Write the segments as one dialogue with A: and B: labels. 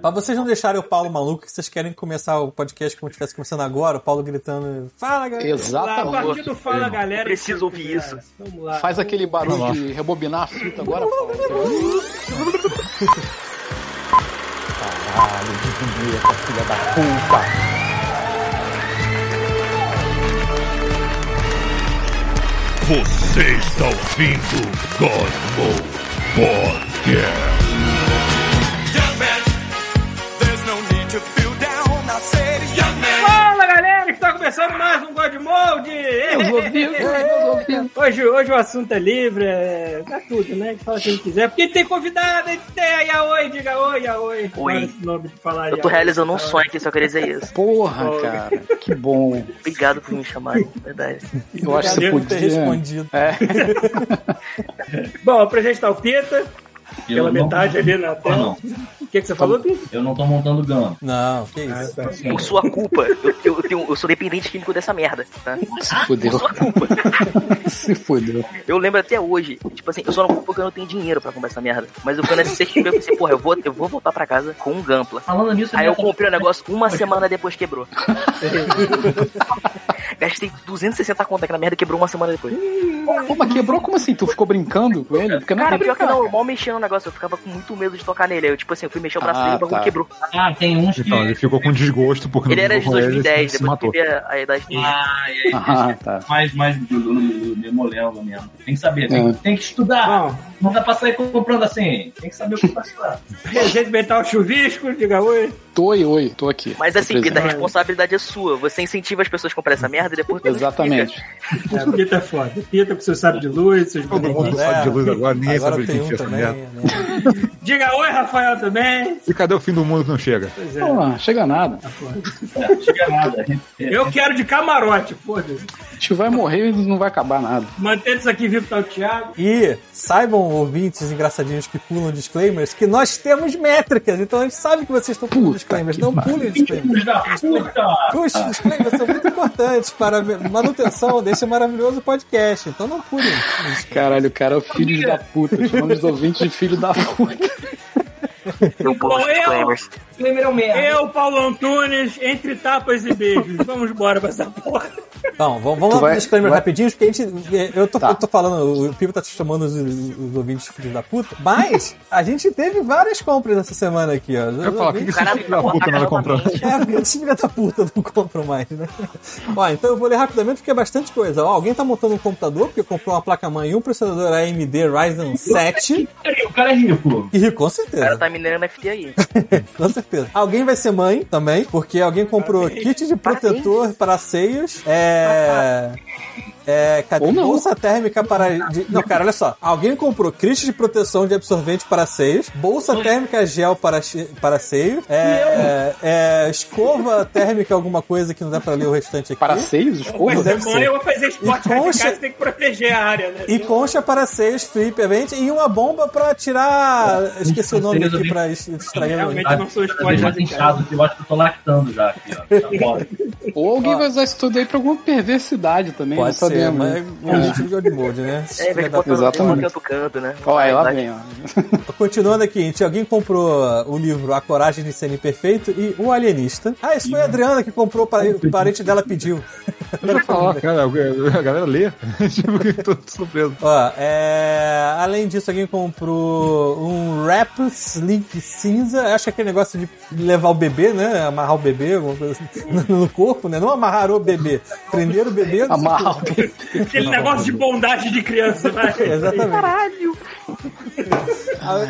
A: Mas vocês não deixaram o Paulo maluco que vocês querem começar o podcast como se estivesse começando agora, o Paulo gritando, fala galera!
B: Exatamente.
C: Lá, a partir do Fala Galera. é.
D: Preciso
C: que
D: ouvir
C: quiser.
D: isso.
C: Vamos lá.
B: Faz aquele barulho de rebobinar a fita agora. Paulo.
E: Você está ouvindo Cosmo Podcast.
F: Young man, there's no need to feel down. I said, young man,
C: Fala galera, está começando mais um God Mode!
B: Meus ouvidos,
G: né?
A: É.
B: meus ouvidos.
C: Hoje, hoje o assunto é livre, é... dá tudo, né? A gente fala o que a gente quiser. Porque a gente tem convidado, a gente tem a Yaoi, diga oi, Yaoi.
D: Oi.
C: Adoro Esse nome de falar
D: Eu tô
C: yaoi.
D: realizando um sonho aqui, só queria dizer isso.
B: Porra, cara, que bom.
D: Obrigado por me chamarem, verdade.
B: Eu acho que você
A: Devo ter
B: podia. É.
A: respondido.
C: Bom, apresentar o Pita, pela metade ali
D: Ah,
C: na tela.
H: não.
C: O que, que você falou, Pita?
H: Eu não tô montando gama.
A: Não, que
G: É,
A: isso.
G: tá.
D: Por sua culpa, eu, eu, tenho- eu sou dependente químico dessa merda, tá?
B: Se fudeu.
D: Por sua culpa.
B: Se fudeu.
D: Eu lembro até hoje, tipo assim, eu só não compro porque eu não tenho dinheiro pra comprar essa merda. Mas eu fui na SCXP e pensei, porra, eu vou, eu vou voltar pra casa com um Gampla.
H: Falando nisso,
D: Aí
H: minha
D: eu comprei o negócio, uma semana depois quebrou. Gastei 260 conto aqui na merda e quebrou uma semana depois.
B: Pô, mas quebrou como assim? Tu ficou brincando com ele? Porque não é
D: Cara,
B: pra
D: pior que
B: brincar.
D: não, eu mal mexia no negócio, eu ficava com muito medo de tocar nele. Aí eu, tipo assim, eu fui mexer o braço
B: Ah,
D: dele e o bagulho
B: tá.
D: quebrou.
H: Ah, tem uns que.
G: Então, ele ficou com desgosto porque
D: Ele
G: não
D: era de
G: jogou com ele,
D: 2010,
G: se
D: depois que
G: matou.
D: teve a, a idade dele.
H: Ah, é,
B: Ah, tá.
H: mais, mais do, do, do, do molengo mesmo. Tem que saber, tem,
B: É.
H: tem que estudar.
C: Bom,
H: Não dá pra sair comprando assim. Tem que saber o que tá estudando.
C: presente mental chuvisco, diga oi.
B: Tô oi, oi, tô aqui.
D: Mas
B: Tô
D: assim, Pita, a
B: presente.
D: responsabilidade é sua. Você incentiva as pessoas a comprar essa merda e depois tu
B: Exatamente.
C: É, Pita é foda. Pita com seu sabe de luz, seus
G: Todo
C: bonequinhos.
G: mundo sabe de luz agora, ninguém
A: é. Agora
G: sabe o que
A: tem um
G: enfia essa
A: também.
G: merda.
A: Né?
C: Diga oi, Rafael também.
G: E cadê o fim do mundo que não chega?
C: Pois é.
B: Pô, chega nada.
H: É, chega nada.
C: Eu quero de camarote, foda-se.
B: A gente vai morrer e não vai acabar nada.
C: Mantendo isso aqui vivo, tá o Thiago.
A: E saibam, ouvintes engraçadinhos que pulam disclaimers, que nós temos métricas, então a gente sabe que vocês estão pulando
B: Puta
A: disclaimers,
B: que
A: não pulem disclaimers.
H: Filhos da puta!
A: Os disclaimers são muito importantes para a manutenção desse maravilhoso podcast, então não pulem.
B: Caralho, o cara é o filho da puta. Chamando os ouvintes de filho da puta.
D: fica. Eu pulo os
C: Bom, eu-
D: disclaimers.
C: Eu, Paulo Antunes, entre tapas e beijos. Vamos embora pra essa porra.
A: Então, vamos, vamos
B: Tu
A: lá pro
B: vai-
A: disclaimer
B: vai-
A: rapidinho, porque a gente. é, Eu tô,
B: Tá.
A: eu tô falando, o Pipo tá te chamando os, os ouvintes de filhos da puta, mas a gente teve várias compras essa semana aqui, ó.
G: Eu falo, o que que
D: O
G: esse
D: cara
G: filho da puta não vai comprar?
A: É, porque esses filha da puta não compram mais, né? Ó, então eu vou ler rapidamente porque é bastante coisa. Ó, alguém tá montando um computador porque comprou uma placa-mãe e um processador AMD Ryzen 7.
H: O é cara é rico.
A: E com
D: O cara
A: certeza,
D: tá minerando FT aí.
A: com certeza. Alguém vai ser mãe também, porque alguém comprou kit de protetor para seios. É. É, cadê?
B: Ou não.
A: Bolsa térmica para. de- Não, cara, olha só. Alguém comprou kit de proteção de absorvente para seios, bolsa térmica gel para, che- para seios, é, é, é, escova térmica, alguma coisa que não dá pra ler o restante aqui.
B: Para seios, escorra?
C: Mas
A: deve
C: mãe,
A: ser.
C: eu vou fazer esporte
A: E
C: radical,
A: concha-
C: você tem que proteger a área, né?
A: E concha para seios, friamente, e uma bomba pra tirar. Esqueci o nome aqui pra es- estragar o nome.
C: Realmente não sou esporte
H: mais
C: radical.
H: inchado que eu acho que eu tô lactando já aqui, ó. Tá bom.
B: Ou alguém vai usar isso tudo aí pra alguma perversidade também.
A: Pode
B: não
A: ser,
B: sabemos. né?
A: mas é um vídeo de old mode, né?
D: É, vai
A: Filha da
D: botar no
B: Exatamente.
D: canto canto, né?
B: Ó, aí lá
D: Vai-
B: vem, ó.
A: Continuando aqui, gente, alguém comprou uh, o livro A Coragem de Ser Imperfeito e O Alienista. Ah, isso foi a Adriana que comprou, o pare- o parente dela pediu.
G: Eu falar, cara, a galera lê. tipo, que eu tô surpreso.
A: Ó, é... Além disso, alguém comprou um wrap sleeve cinza. Acho que é aquele negócio de levar o bebê, né? Amarrar o bebê alguma coisa assim, no corpo, né? Não amarrar o bebê, prender o bebê. não sei
B: Amarra o dedo.
C: Aquele negócio de bondade de criança, né? vai.
A: Exatamente. Caralho!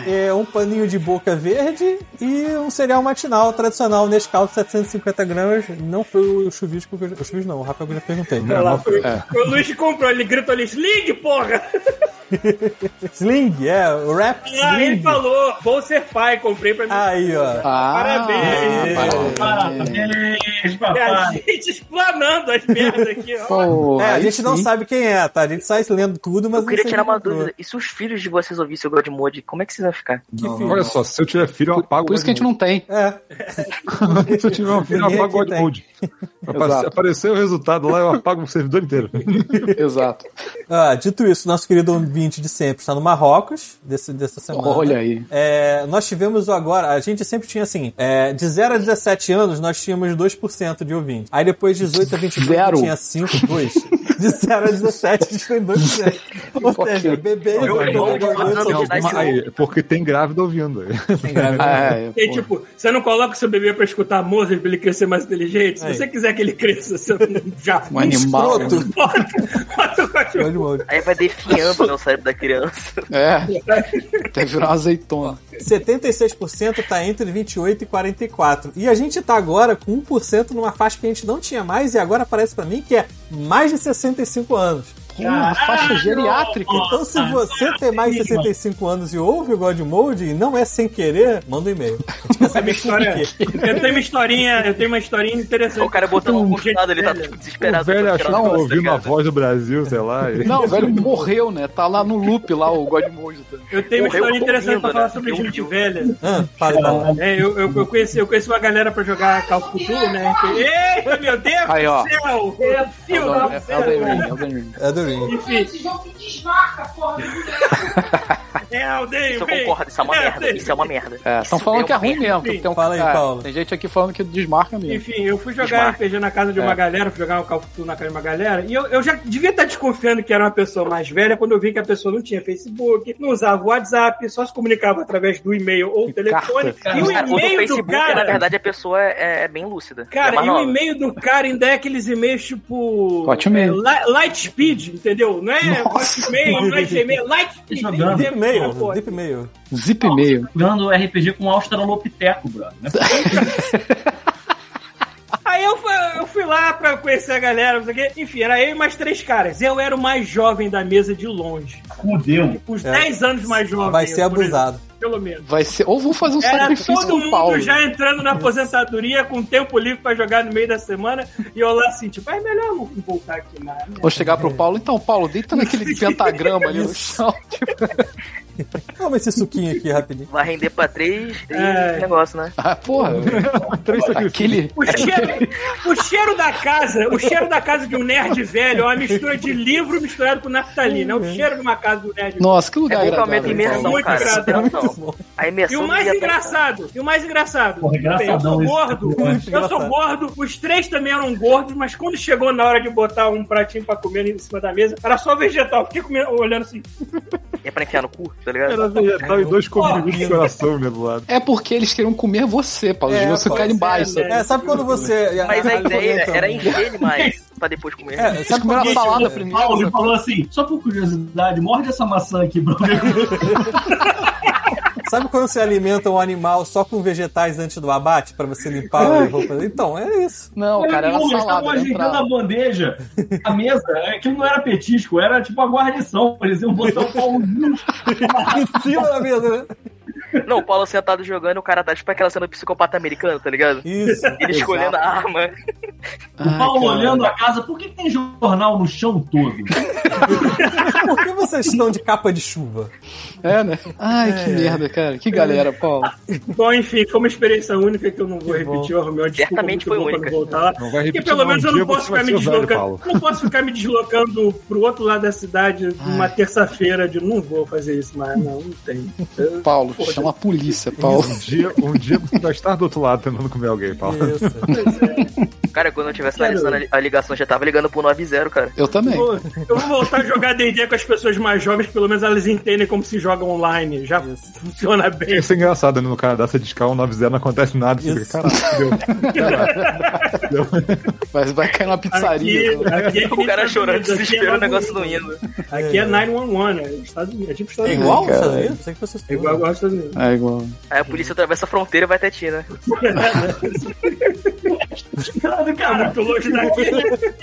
A: É um paninho de boca verde e um cereal matinal tradicional Nescau de 750 gramas. Não foi o chuvisco que eu, o chuvisco não, o Rafael que eu já perguntei.
C: Olha lá, foi-
A: É.
C: foi O Luiz que comprou, ele gritou ali, Sling, porra!
A: Sling, é, o rap
C: Ah, ele
A: sling.
C: falou, vou ser pai, comprei pra mim.
A: Aí, ó. É,
B: Ah,
C: Parabéns.
H: Ah, tá Parabéns,
C: É a
H: papai.
C: gente explanando as merdas aqui, ó.
B: Pô,
A: É, a
B: aí
A: gente não
B: sim.
A: sabe quem é, tá? A gente sai lendo tudo, mas
D: Eu queria
A: não sei
D: tirar
A: quem é.
D: uma
A: comprou.
D: dúvida. E se os filhos de vocês ouvirem seu God Mode, como é que vocês vão ficar?
A: Que filho?
G: Olha só, se eu tiver filho, eu apago
B: Por isso que a gente não tem.
A: É,
G: não... Se eu tiver um filho, eu
A: Ninguém
G: apago o
A: aqui tem.
G: Godmode. Apareceu, apareceu o resultado lá, eu apago o servidor inteiro.
B: Exato.
A: Ah, dito isso, nosso querido ouvinte de sempre está no Marrocos, desse, dessa semana.
B: Olha aí.
A: É, nós tivemos o agora, a gente sempre tinha assim, é, de 0 a 17 anos nós tínhamos 2% de ouvinte. Aí depois de 18 a 22
B: Zero.
A: tinha 5, 2. De 0 a 17 a gente tem 2%. Ou seja,
B: Ok.
A: bebê e
H: Eu
A: doutor
H: vou
A: garoto
D: matando
A: são
D: de idade
A: uma-
G: Aí, porque tem grávida ouvindo.
A: tem grave.
B: Ah, é,
C: Porque,
B: pô.
C: tipo, você não coloca o seu bebê pra escutar Mozart pra ele crescer mais inteligente. Se
A: Aí.
C: você quiser que ele cresça, você não- já.
B: um animal.
A: escroto.
C: Bota, bota o cachorro.
A: Olha o olho.
D: Aí vai definhando né, o cérebro da criança.
B: É. Até virar uma azeitona.
A: 76% tá entre 28 e 44. E a gente tá agora com 1% numa faixa que a gente não tinha mais e agora parece pra mim que é mais de 65 anos.
B: Pô, uma faixa geriátrica.
A: Então se você tem mais de 65 anos e ouve o God Mode e não é sem querer, manda um e-mail. A gente quer
C: Essa é
A: saber
C: minha história.
A: por quê.
C: Eu tenho uma historinha, eu tenho uma historinha interessante. Então,
D: O cara botando um confinado, ele tá tipo,
G: O
D: desesperado.
G: velho achou que
D: Não,
G: tava ouvindo a voz do Brasil, sei lá. e-
B: Não, o velho morreu, né? Tá lá no loop, lá o Godmode.
C: Eu tenho uma
D: Morreu
C: história interessante
D: ouvindo,
C: pra falar
D: né?
C: sobre
D: Eu
C: gente
D: ouvi.
C: velha.
A: Ah, fala, fala.
C: É, eu, eu, eu conheci, eu conheci uma galera pra jogar Call of Duty, né? Eita, meu Deus
B: Aí, ó.
C: do céu! Meu
B: É
C: Deus
B: o
C: do
B: é o Elden Ring, é
C: céu!
B: o Elden Ring.
A: Adorei.
C: Enfim,
I: Esse jogo me desmarca, porra.
C: é o Deus,
D: Isso eu concordo, isso é uma merda. Isso é uma merda.
B: É, estão falando que é ruim mesmo. que Tem, um,
A: Fala aí,
B: é,
A: Paulo.
B: tem gente aqui falando que desmarca mesmo.
C: Enfim, eu fui jogar
D: Desmarca.
C: RPG na casa de uma
B: É.
C: galera, fui jogar um Calcutu na casa de uma galera, e eu, eu já devia estar desconfiando que era uma pessoa mais velha quando eu vi que a pessoa não tinha Facebook, não usava WhatsApp, só se comunicava através do e-mail ou telefone.
B: carta.
C: E o
D: Cara, o do
C: e-mail do
D: Facebook, na
C: cara.
D: verdade, a pessoa é, é bem lúcida.
C: Cara,
D: é
C: e o e-mail do cara ainda é aqueles e-mails tipo.
B: Hotmail.
C: é, li- light speed, entendeu? Não é Hotmail, não é Gmail, light speed.
H: Jogando.
C: tem que ter-
A: Deep Mail,
C: pô.
A: Deep Mail.
B: Zip e-mail.
H: Jogando RPG com Australopiteco, brother. Não é possível.
C: Aí eu fui, eu fui lá pra conhecer a galera, não sei o quê. Enfim, era eu e mais três caras. Eu era o mais jovem da mesa de longe.
H: Fudeu.
C: Uns
A: É.
C: 10 anos mais jovem.
A: Vai ser
C: eu, por
A: abusado.
C: exemplo, Pelo menos.
B: Vai ser. Ou vou fazer um
C: Era
B: sacrifício
C: todo
B: com o
C: mundo
B: Paulo.
C: já entrando na aposentadoria, com tempo livre pra jogar no meio da semana. E eu lá assim, tipo, é melhor não voltar aqui na.
B: Vou chegar pro Paulo. Então, Paulo, deita naquele pentagrama ali no chão.
A: Toma esse suquinho aqui rapidinho.
D: Vai render pra três e
C: É.
D: negócio, né?
B: Ah, porra.
G: Três sacrifícios.
B: aquele.
C: O cheiro, o cheiro da casa, o cheiro da casa de um nerd velho, é uma mistura de livro misturado com naftalina. É
A: Uhum.
C: o cheiro de uma casa do nerd velho.
B: Nossa, que
D: É
B: lugar
D: bom que aumenta a
B: agradável. então.
D: imersão,
C: Muito
D: cara.
C: engraçado.
D: Imersão. A imersão
C: E o mais
D: devia estar-
C: engraçado, e o mais engraçado,
H: Porra, engraçadão
C: eu sou
H: isso.
C: gordo,
H: Muito
C: eu sou
A: engraçado.
C: gordo, os três também eram gordos, mas quando chegou na hora de botar um pratinho pra comer em cima da mesa, era só vegetal, fiquei comendo, olhando assim,
D: É pra enfiar no cu, tá ligado?
G: Era assim, vegetal e dois comidos de coração né, do lado.
B: É porque eles queriam comer você, Paulo. Eles
A: É,
B: iam ficar
A: pode
B: embaixo.
C: ser,
B: sabe?
C: né?
A: É, sabe quando você.
D: Mas a ideia
A: comenta-
D: era
B: então.
D: encher ele mais pra depois comer.
A: É,
B: Eles
A: sabe
B: comeram
A: quando
B: a
A: você-
B: salada primeiro.
H: Paulo ele
B: sabe?
H: falou assim, só por curiosidade, morde essa maçã aqui, brother.
A: Sabe quando você alimenta um animal só com vegetais antes do abate pra você limpar a roupa? Então, é isso.
B: Não, cara, era
H: Eles
B: salada.
H: estavam
B: né,
H: ajeitando
B: pra-
H: a bandeja, a mesa, aquilo não era petisco, era tipo a guarnição, eles iam botar o pau junto.
A: Em cima da mesa, né?
D: Não, o Paulo sentado jogando, o cara tá tipo aquela cena do psicopata americano, tá ligado?
A: Isso.
D: Ele escolhendo a arma.
H: O
B: Ai,
H: Paulo né?
B: cara.
H: olhando a casa, por que que tem jornal no chão todo?
A: Por que vocês estão de capa de chuva?
B: É, né? Ai, que merda, cara. Que galera, Paulo.
C: Bom, enfim, foi uma experiência única que eu não vou repetir, o Romeu. Desculpa, muito
D: Certamente foi
C: boa pra
D: única.
C: não voltar lá.
G: Não vai
C: Porque
G: repetir,
C: pelo
G: não.
C: menos
G: Um
C: eu
G: dia
C: não posso
G: você vai
C: ficar me
G: ser o velho,
C: deslocando.
G: Paulo.
C: Não posso ficar me deslocando pro outro lado da cidade numa terça-feira de não vou fazer isso, mas não, não tem.
B: Paulo, chama a polícia, Paulo.
G: Um dia, um dia você vai estar do outro lado tentando comer alguém, Paulo.
A: É. Isso.
D: Cara, quando eu tivesse analisando a ligação, eu já tava ligando pro 90, cara.
B: Eu também.
C: Pô, Eu vou voltar a jogar D&D com as pessoas mais jovens, pelo menos elas entendem como se joga online. Já funciona bem.
G: Isso é engraçado, né? No Canadá, você discar um 90, não acontece nada. Você
A: Isso.
G: fica, caralho, deu.
B: Vai, vai cair na pizzaria.
C: Aqui, aqui é que nem
D: O cara
C: Estados
D: chorando,
C: Unidos, aqui é
D: desespero, o
C: bagunça.
D: negócio não indo.
C: Aqui é 911, né? Estados Unidos, é tipo Estados
A: É
C: Unidos.
A: igual os
B: Ai,
A: Estados
B: caralho.
A: Unidos? Sei que vocês
C: É igual, igual aos Estados Unidos.
B: É igual.
D: Aí a polícia atravessa a fronteira e vai até ti, né?
H: Cara,
C: Tá
H: cara,
C: muito longe daqui.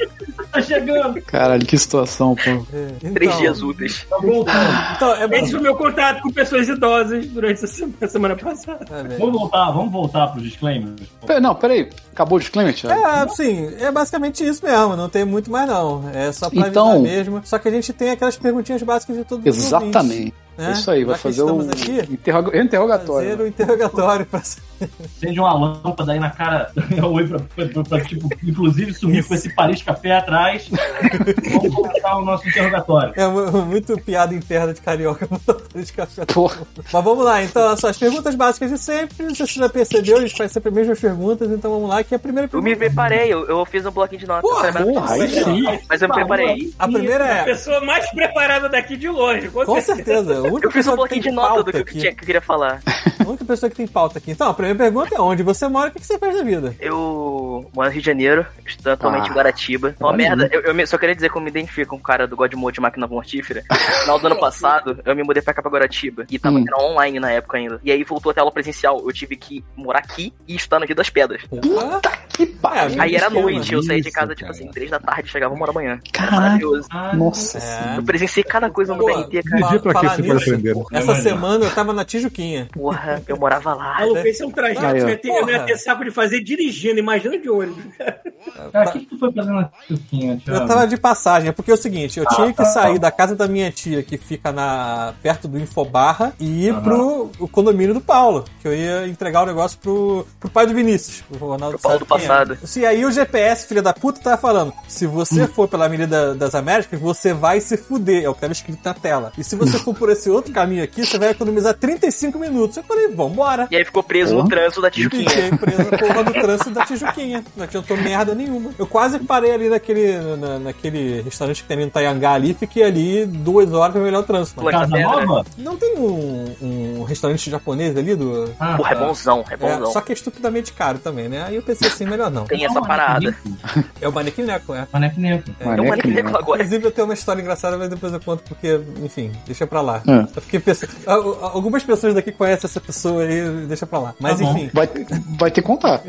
H: tá chegando.
B: Caralho, que situação, pô.
D: Três
A: então,
D: dias úteis.
H: Tá voltando.
A: Então, é
C: Esse
A: bom.
C: foi o meu contato com pessoas idosas durante a semana, a semana passada.
A: É, velho.
H: Vamos voltar, vamos voltar pros disclaimers.
B: Pera- não, peraí. Acabou o disclaimer, Thiago?
A: É, sim, é basicamente isso mesmo, não tem muito mais não. É só pra
B: Então-
A: avisar mesmo. Só que a gente tem aquelas perguntinhas básicas de todo mundo. né?
B: Exatamente. É isso aí, vai fazer né? o
A: Estamos aqui,
B: interroga-
A: fazer
B: interrogatório.
A: o interrogatório pra saber
H: Acende uma lâmpada aí na cara da Oi, pra, pra- pra, tipo, inclusive sumir com esse Paris Café atrás. Vamos começar o nosso interrogatório.
A: É mu- muito piada interna de carioca. de café.
B: Porra.
A: Mas vamos lá, então, as suas perguntas básicas de sempre. Não sei se você já percebeu, a gente faz sempre as mesmas perguntas, então vamos lá, que a primeira
D: Eu
A: pergunta.
D: me preparei, eu, eu fiz um bloquinho de notas.
A: Porra,
D: mas-
B: Porra, aí sim.
D: Mas eu me preparei.
A: A primeira
C: A
A: é.
C: pessoa mais preparada daqui de longe, com,
A: Com
C: certeza.
A: certeza. a única
D: Eu fiz um
A: pessoa
D: bloquinho
A: que
D: de
A: tem
D: nota
A: pauta
D: do que eu,
A: aqui,
D: tinha, que eu queria falar.
A: A única pessoa que tem pauta aqui. Então, a primeira pergunta é onde você mora e o que você faz da vida?
D: Eu moro no Rio de Janeiro, estou atualmente
B: Ah.
D: em Guaratiba. Uma
B: Olha
D: merda, eu, eu me- só queria dizer que eu me identifico com o cara do God Mode de Máquina Mortífera. No final do ano passado, eu me mudei pra cá pra Guaratiba. E tava
B: Hum.
D: era online na época ainda. E aí voltou até aula presencial. Eu tive que morar aqui e estar no Rio das Pedras.
A: Puta que pariu!
D: Aí era
A: é, esquema.
D: noite, eu saí de
G: isso,
D: casa, tipo
G: cara.
D: assim, três da tarde, chegava uma hora da manhã.
B: Caraca.
D: Maravilhoso.
B: Nossa
A: É.
D: Eu presenciei cada coisa no
A: Pô,
D: TNT, cara.
G: Que dia pra que
A: Falar
G: você foi
A: nisso, é,
G: aprender?
A: Essa semana eu tava na Tijuquinha.
D: Porra, eu morava lá.
C: Maluco, esse é um trajeto
B: Aí, ó.
C: que eu ia ter- eu não ia
A: Porra.
C: ter saco de fazer dirigindo, imagina de ônibus.
H: Cara, o que, que tu foi fazendo na Tuquinha,
A: Eu
H: Thiago?
A: tava de passagem, é porque é o seguinte, eu tinha que sair da casa da minha tia, que fica na perto do Infobarra, e ir
H: Aham.
A: pro o condomínio do Paulo, que eu ia entregar o negócio pro, pro pai do Vinícius, o Ronaldo
D: Pro
A: sabe
D: Paulo do
A: quem é.
D: passado.
A: E aí o GPS, filha da puta, tava falando, se você for pela Avenida das Américas, você vai se fuder, é o que tava escrito na tela. E se você for por esse outro caminho aqui, você vai economizar 35 minutos. Eu falei, vambora.
D: E aí ficou preso no
B: Porra.
D: trânsito da Tijuquinha.
A: Fiquei preso na porra do trânsito da Tijuquinha. Não adiantou merda nenhuma. Eu quase parei ali naquele, na- naquele restaurante que tem ali no Taiangá ali e fiquei ali duas horas pra melhorar o trânsito.
D: Pô,
H: Casa
D: Pedra.
H: Nova?
A: Não tem um, um restaurante japonês ali do.
H: Ah,
D: Porra, é
H: tá.
D: bonzão, é
A: É,
D: bonzão.
A: só que é estupidamente caro também, né? Aí eu pensei assim, melhor não.
D: Tem essa parada.
A: É o Manequim Neco, é.
H: Maneco Neco.
D: É um
B: Mané que
D: maneco
B: nem-
D: agora.
A: Inclusive, eu tenho uma história engraçada, mas depois eu conto, porque, enfim, deixa pra lá.
B: É.
A: Eu fiquei pensando. a- a- Algumas pessoas daqui conhecem essa pessoa aí, deixa pra lá. Mas,
H: Tá bom.
A: enfim.
B: Vai, vai ter que contar.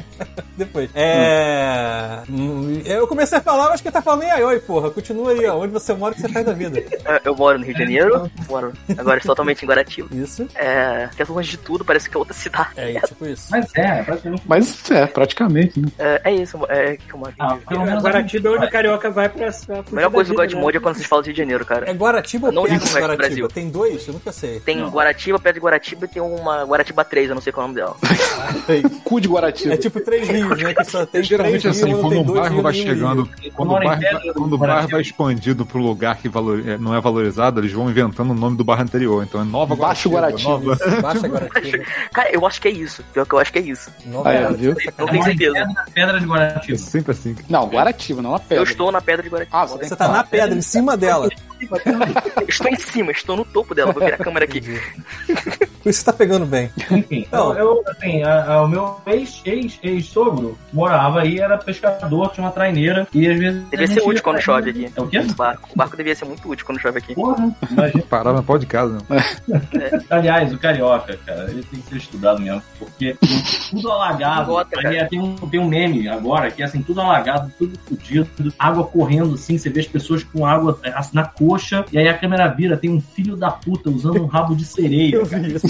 A: Depois. É. hum, Eu comecei a falar, mas quem tá falando é ai, oi, porra. Continua aí, ó. Onde você mora, o que você faz da vida.
D: É, Eu moro no Rio de Janeiro, moro agora estou totalmente em Guaratiba.
A: Isso.
D: É, que é longe de tudo, parece que é outra cidade.
A: É, tipo isso.
H: Mas é, é praticamente.
B: Mas é, praticamente. né?
D: É, é isso, é que eu moro.
H: Ah, pelo menos
C: Guaratiba é onde o carioca vai pra. pra
D: A
C: fugir
D: melhor
C: da
D: coisa do
C: vida,
D: God
C: né?
D: Mode é quando vocês falam de Rio de Janeiro, cara.
A: É Guaratiba ou
D: Não
A: perto
D: digo
A: de
D: mais
A: Guaratiba?
D: é Brasil.
A: Tem dois? Eu nunca sei.
D: Tem Guaratiba, perto de Guaratiba tem uma Guaratiba 3, eu não sei qual é o nome dela.
B: Cu de Guaratiba.
A: É tipo três rios, né? Que só tem
G: Geralmente
A: três
G: assim,
A: rios, não
G: quando
A: tem um
G: o
A: dois
G: bairro
A: rios,
G: vai
A: nenhum rio.
G: chegando, quando o
H: Mora em
G: bairro,
H: pedra
G: vai-
H: do
G: quando o bairro
H: Brasil.
G: vai expandindo pro lugar que valor- é, não é valorizado, eles vão inventando o nome do bairro anterior. Então é Nova
B: Baixo Guaratiba.
G: Nova...
A: Baixa Guaratiba.
D: Cara, eu acho que é isso. Pior que eu acho que é isso.
A: Nova
B: Aí, ó, viu?
D: Não tenho certeza.
H: Pedra de
G: É
H: Guaratiba.
G: sempre assim.
B: Não, Guaratiba, não a pedra.
D: Eu estou na pedra de Guaratiba.
B: Ah, você tem
A: Você
B: que
A: tá
B: falar.
A: na pedra, em cima dela.
D: Estou em cima, estou no topo dela. Vou virar a câmera aqui.
A: Por isso que tá pegando bem.
H: Enfim,
A: Não.
H: eu, eu, assim, a- a- o meu ex- ex- ex-sogro morava aí, era pescador, tinha uma traineira, e às vezes...
D: Devia ser útil quando chove aqui.
H: É o quê?
D: O barco. O barco devia ser muito útil quando chove aqui.
H: Porra, imagina.
G: Parar na pó de casa. né?
H: Aliás, o carioca, cara, ele tem que ser estudado mesmo, porque tudo alagado.
D: Gota, cara.
H: Aí tem um, tem um meme agora que é assim, tudo alagado, tudo fodido, água correndo assim, você vê as pessoas com água eh, assim, na coxa, e aí a câmera vira, tem um filho da puta usando um rabo de sereia.
A: Eu vi isso.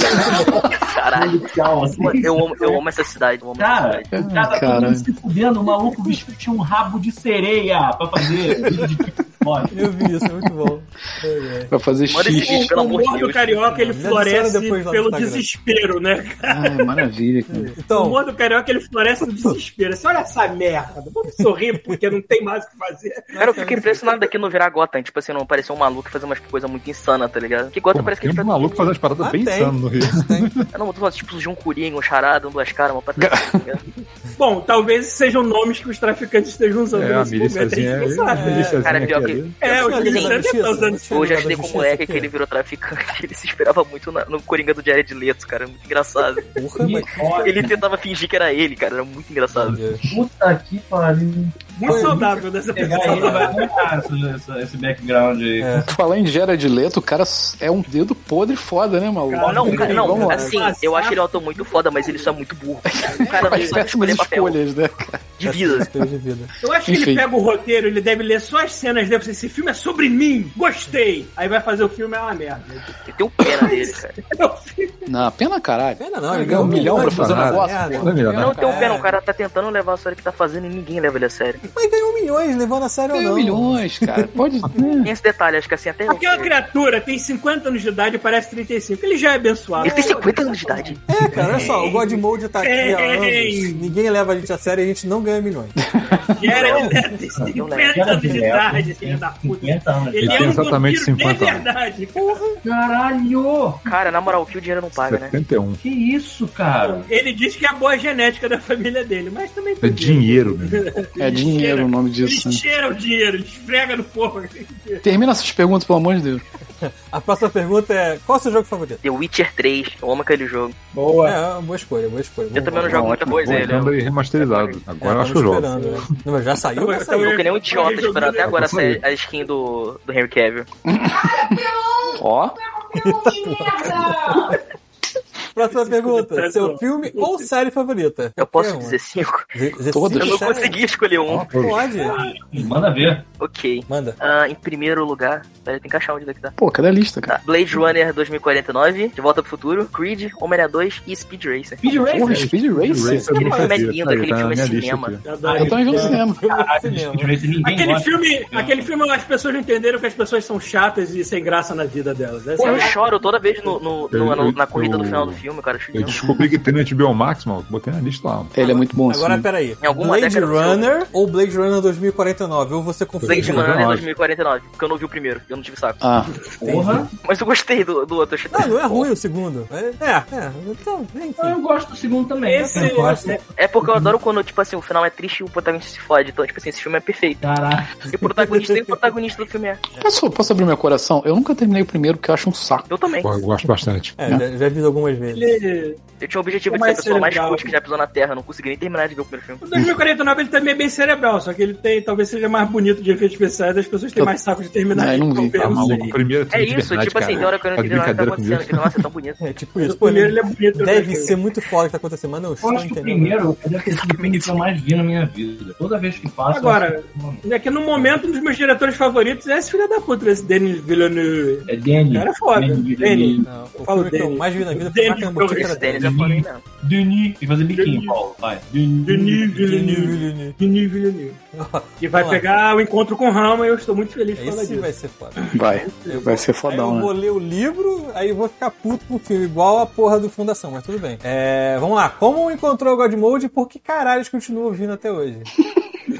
D: Caralho.
H: Policial, assim.
D: Mano, eu amo, eu amo essa cidade. Eu amo essa
H: Cara,
D: cidade.
H: o cara tá todo
B: Caralho.
H: mundo se fudendo, o maluco o bicho tinha um rabo de sereia pra fazer vídeo de TikTok.
A: Eu vi isso, é muito bom. Ai, ai.
B: Pra fazer
D: Manda esse
B: xixi.
D: vídeo, é pelo
C: né? O
D: amor de
C: humor do
D: Deus.
C: carioca, ele
A: Adiciona
C: floresce
A: depois lá no
C: pelo
A: Instagram.
C: desespero, né?
B: Ah, maravilha, cara.
C: O
A: Então,
C: humor do carioca, ele floresce no desespero. Assim, olha essa merda, vamos sorrir porque não tem mais o que fazer.
D: Cara, eu fico impressionado daqui no virar Gotham. Tipo assim, não aparecer um maluco e fazer umas coisas muito insana, tá ligado? Que Gotham
G: Pô,
D: parece que
G: tem
D: ele
G: um
D: faz.
G: maluco fazendo umas paradas
A: Ah,
G: bem
A: tem.
G: insanas no Rio.
A: tem.
D: Eu não, eu tô falando, tipo, de um curinho, um charada, um duas caras, uma tá patada.
C: Bom, talvez sejam nomes que os traficantes estejam usando
G: É, a
C: nesse momento, a gente
G: miliciazinha. é,
C: não sabe.
G: A miliciazinha
D: Cara, pior
G: aqui
D: que-
G: ali. né?
C: É, o
A: Tinha Liga da
C: Juliano tá
A: Justiça?
C: usando
A: Tinha
D: Hoje
A: Liga
D: eu
A: da
D: ajudei com um
A: Justiça
D: moleque
A: aqui?
D: que ele virou traficante. Ele se esperava muito na- no Coringa do Diário de Leto, cara. Muito engraçado.
A: Porra, mas...
D: Ele tentava fingir que era ele, cara. Era muito engraçado.
H: Puta que pariu.
C: Muito
A: Foi.
C: saudável dessa
H: Pegar
C: pessoa.
H: ele vai aumentar esse- esse, esse background aí.
A: É.
B: Falar em Gera de Leto, o cara é um dedo podre foda, né, maluco?
C: Cara,
D: Não, cara, não,
B: Vamos lá.
D: assim, eu acho ele um autor é muito foda, mas ele só é muito burro. O cara não
B: Faz
D: sabe
B: péssimas
D: escolher papel.
B: escolhas, né?
D: de vida.
A: Teve de vida.
C: Eu acho que
B: Enfim.
C: ele pega o roteiro, ele deve ler só as cenas dele. e fala assim, Esse filme é sobre mim, gostei. Aí vai fazer o filme, é uma merda.
D: Eu tenho pena dele, um cara.
B: Não, pena caralho.
A: Pena não, ele
B: Ele
A: ganhou
B: ganha um milhão pra fazer um
G: nada.
B: negócio.
A: Merda.
B: pô.
G: Não,
D: Eu não tenho
A: cara.
D: pena, o cara tá tentando levar a série que tá fazendo e ninguém leva ele a sério.
A: Mas ganhou um milhões, levando a sério
B: Ganhou um
A: ou não.
B: milhões, cara. Pode.
D: Tem esse detalhe, acho que assim até.
C: Aquela
D: Ele
C: criatura tem 50 anos de idade e parece 35. Ele já é abençoado.
D: tem 50 anos de idade.
A: É, cara, olha só, o God Mode tá aqui há anos.
C: Ei.
A: Ninguém leva a gente a sério e a gente não ganha milhões.
C: Jared Leto tem
D: Eu
C: 50
D: lembro.
C: anos de idade, filho da puta.
H: 50 anos.
C: Ele
G: Ele
C: é
G: tem
C: um
G: exatamente
C: vampiro
G: 50
C: de
G: anos.
C: verdade. Porra.
H: Caralho!
D: Cara, na moral, o que o dinheiro não paga, né?
G: 71.
H: Que isso, cara?
C: Ele diz que é a boa genética da família dele, mas também
G: É
C: tem
G: dinheiro, meu. irmão.
B: É dinheiro o nome disso.
C: Ele
B: né?
C: cheira o dinheiro, ele esfrega no porco.
B: Termina essas perguntas, pelo amor de Deus.
A: A próxima pergunta é: qual é o seu jogo favorito?
D: The Witcher 3, eu amo aquele jogo.
A: É,
H: Boa.
A: é uma boa escolha, boa escolha.
D: Eu também não jogo muita coisa,
G: Bom,
D: é, ele. um- É,
G: então,
D: Eu
G: daí remasterizado.
D: um
G: Agora eu acho que eu
A: estamos
G: jogo.
A: esperando, né? Não, mas já saiu? Já
C: Eu
A: saiu.
D: tô que nem um idiota esperando até agora
G: Eu tô aí.
D: a skin do, do Henry Cavill.
B: Ó,
I: Filme de merda!
A: Próxima pergunta:
C: Tá
A: seu
C: bom.
A: filme ou série favorita?
D: Eu posso
A: Qualquer um. uma.
D: dizer 5?
A: Dizer- dizer
B: Todas.
A: cinco
D: Eu não
A: séries?
D: consegui escolher um.
A: Pode?
H: Manda ver.
D: Ok.
A: Manda.
D: Ah, em primeiro lugar, peraí, tem que achar onde daqui tá.
B: pô, cadê a lista, cara?
D: Tá, Blade Runner 2049, De Volta pro Futuro, Creed, Homem-Aranha 2 e Speed Racer.
H: Speed
B: Porra,
H: Racer.
B: Speed Racer?
D: Aquele filme é
G: Racer,
D: lindo,
G: tá aí,
D: aquele filme
G: tá na
D: é
G: minha lista
D: cinema.
G: aqui.
B: Eu também vou no cinema.
H: Speed Racer ninguém
C: Aquele
H: gosta.
C: filme, aquele filme as pessoas não entenderam que as pessoas são chatas e sem graça na vida delas. Essa
D: Pô, eu
C: é a-
D: choro toda vez no, no- no-
G: Eu-
D: no- na
G: eu-
D: corrida do
G: eu-
D: final do filme, cara. eu choro
G: Eu
D: demais.
G: descobri que tem no HBO Max, mano. Botei na lista lá.
B: Ele é muito bom, assim.
A: Agora peraí.
D: Em alguma
A: Blade
D: década do jogo.
A: Runner ou Blade Runner 2049? Ou você confunde?
D: Blade
G: Blade
D: Runner
G: Runner.
D: 2049, porque eu não vi o primeiro, eu não tive saco.
B: Ah,
H: Porra.
D: Mas eu gostei do, do outro. eu achei-
A: Não, não é ruim o segundo. É, é. é então,
H: Ah,
A: enfim.
H: Eu gosto do segundo também.
C: Esse
H: é, Eu gosto.
D: É porque
G: Uhum.
D: eu adoro quando, tipo assim, o final é triste e o protagonista se fode. Então, tipo assim, esse filme é perfeito.
H: Caraca.
D: E o protagonista nem o protagonista do filme é.
B: posso, posso abrir meu coração? Eu nunca terminei o primeiro porque eu acho um saco.
D: Eu também.
G: Porra, eu gosto bastante.
A: É, já, já vi algumas vezes.
C: ele-
D: Eu tinha o objetivo de ser a
C: Mas
D: pessoa mais
C: cerebral.
D: coach que já pisou na Terra. Eu não consegui nem terminar de ver o primeiro filme.
C: O 2049 ele também é bem cerebral, só que ele tem, talvez seja mais bonito de efeitos especiais, as pessoas têm mais saco de terminar.
B: Não, eu não vi.
C: Talvez,
G: Tá
C: não sei.
G: maluco. O primeiro
D: É
G: filme de
D: isso,
G: verdade,
D: tipo assim,
G: cara.
D: tem hora que eu não
G: Tá de
D: entendi nada que tá acontecendo.
G: brincadeira
D: Eu
G: comigo.
D: digo, Nossa, é tão bonito.
A: É tipo isso.
C: O
A: Pô,
C: primeiro ele é bonito. né,
A: deve
C: cara?
A: ser muito foda o que tá acontecendo, mas não
H: Eu
A: estou
H: acho que o
A: entendendo. nada.
H: primeiro deve ter sido o filme que eu mais vi na minha vida. Toda vez que passa.
C: Agora-
H: eu acho que-
C: É que no momento um dos meus diretores favoritos é esse filho da puta, esse Denis Villeneuve.
H: É Danny.
C: Cara, é foda. Danny.
H: Danny. Danny.
A: Não, o
C: Fala
A: filme que eu
C: dele.
A: mais vi na vida foi
C: Dele,
A: Máquina Mortífera
D: Esse
A: dez.
D: deles é foda mesmo.
H: Danny. Tem que fazer biquinho, Paulo. Vai. Danny.
C: Denis Villeneuve. Denis Villeneuve. Que vai
A: Vamos lá.
C: pegar o encontro com o Rama e eu estou muito feliz por causa
A: Esse
C: disso.
A: vai ser foda.
B: Vai. Vai ser
A: Aí eu
B: fodão,
A: vou
B: Tá né?
A: ler o livro, aí eu vou ficar puto com o filme, igual a porra do Fundação, mas tudo bem. É, vamos lá, como encontrou o Godmode e por que caralhos continua ouvindo até hoje?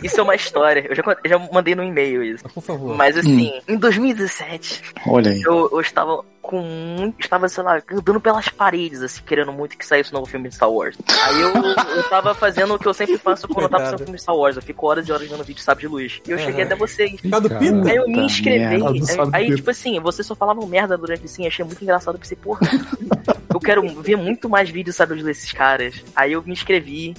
D: Isso é uma história. Eu já, eu já mandei no e-mail isso.
A: Por favor.
D: Mas
G: Hum.
D: assim, em 2017,
B: Olha aí.
D: eu, eu estava com muito. Estava, sei lá, andando pelas paredes, assim, querendo muito que saísse o novo filme de Star Wars. Aí eu, eu tava fazendo o que eu sempre faço quando eu tava
A: Coitado.
D: fazendo filme de Star Wars. Eu fico horas e horas vendo vídeo de Sabe de Luz. E eu cheguei
A: Aham.
D: até vocês.
A: Por causa do
B: Cara.
A: Pita?
D: Aí eu
B: Puta
D: me inscrevi.
B: merda.
D: aí-
G: Do Sabe de
D: Aí,
G: Luz.
D: tipo assim, vocês só falavam merda durante assim, achei muito engraçado. Eu pensei, porra, eu quero ver muito mais vídeos, sabe, de Luz desses caras. Aí eu me inscrevi.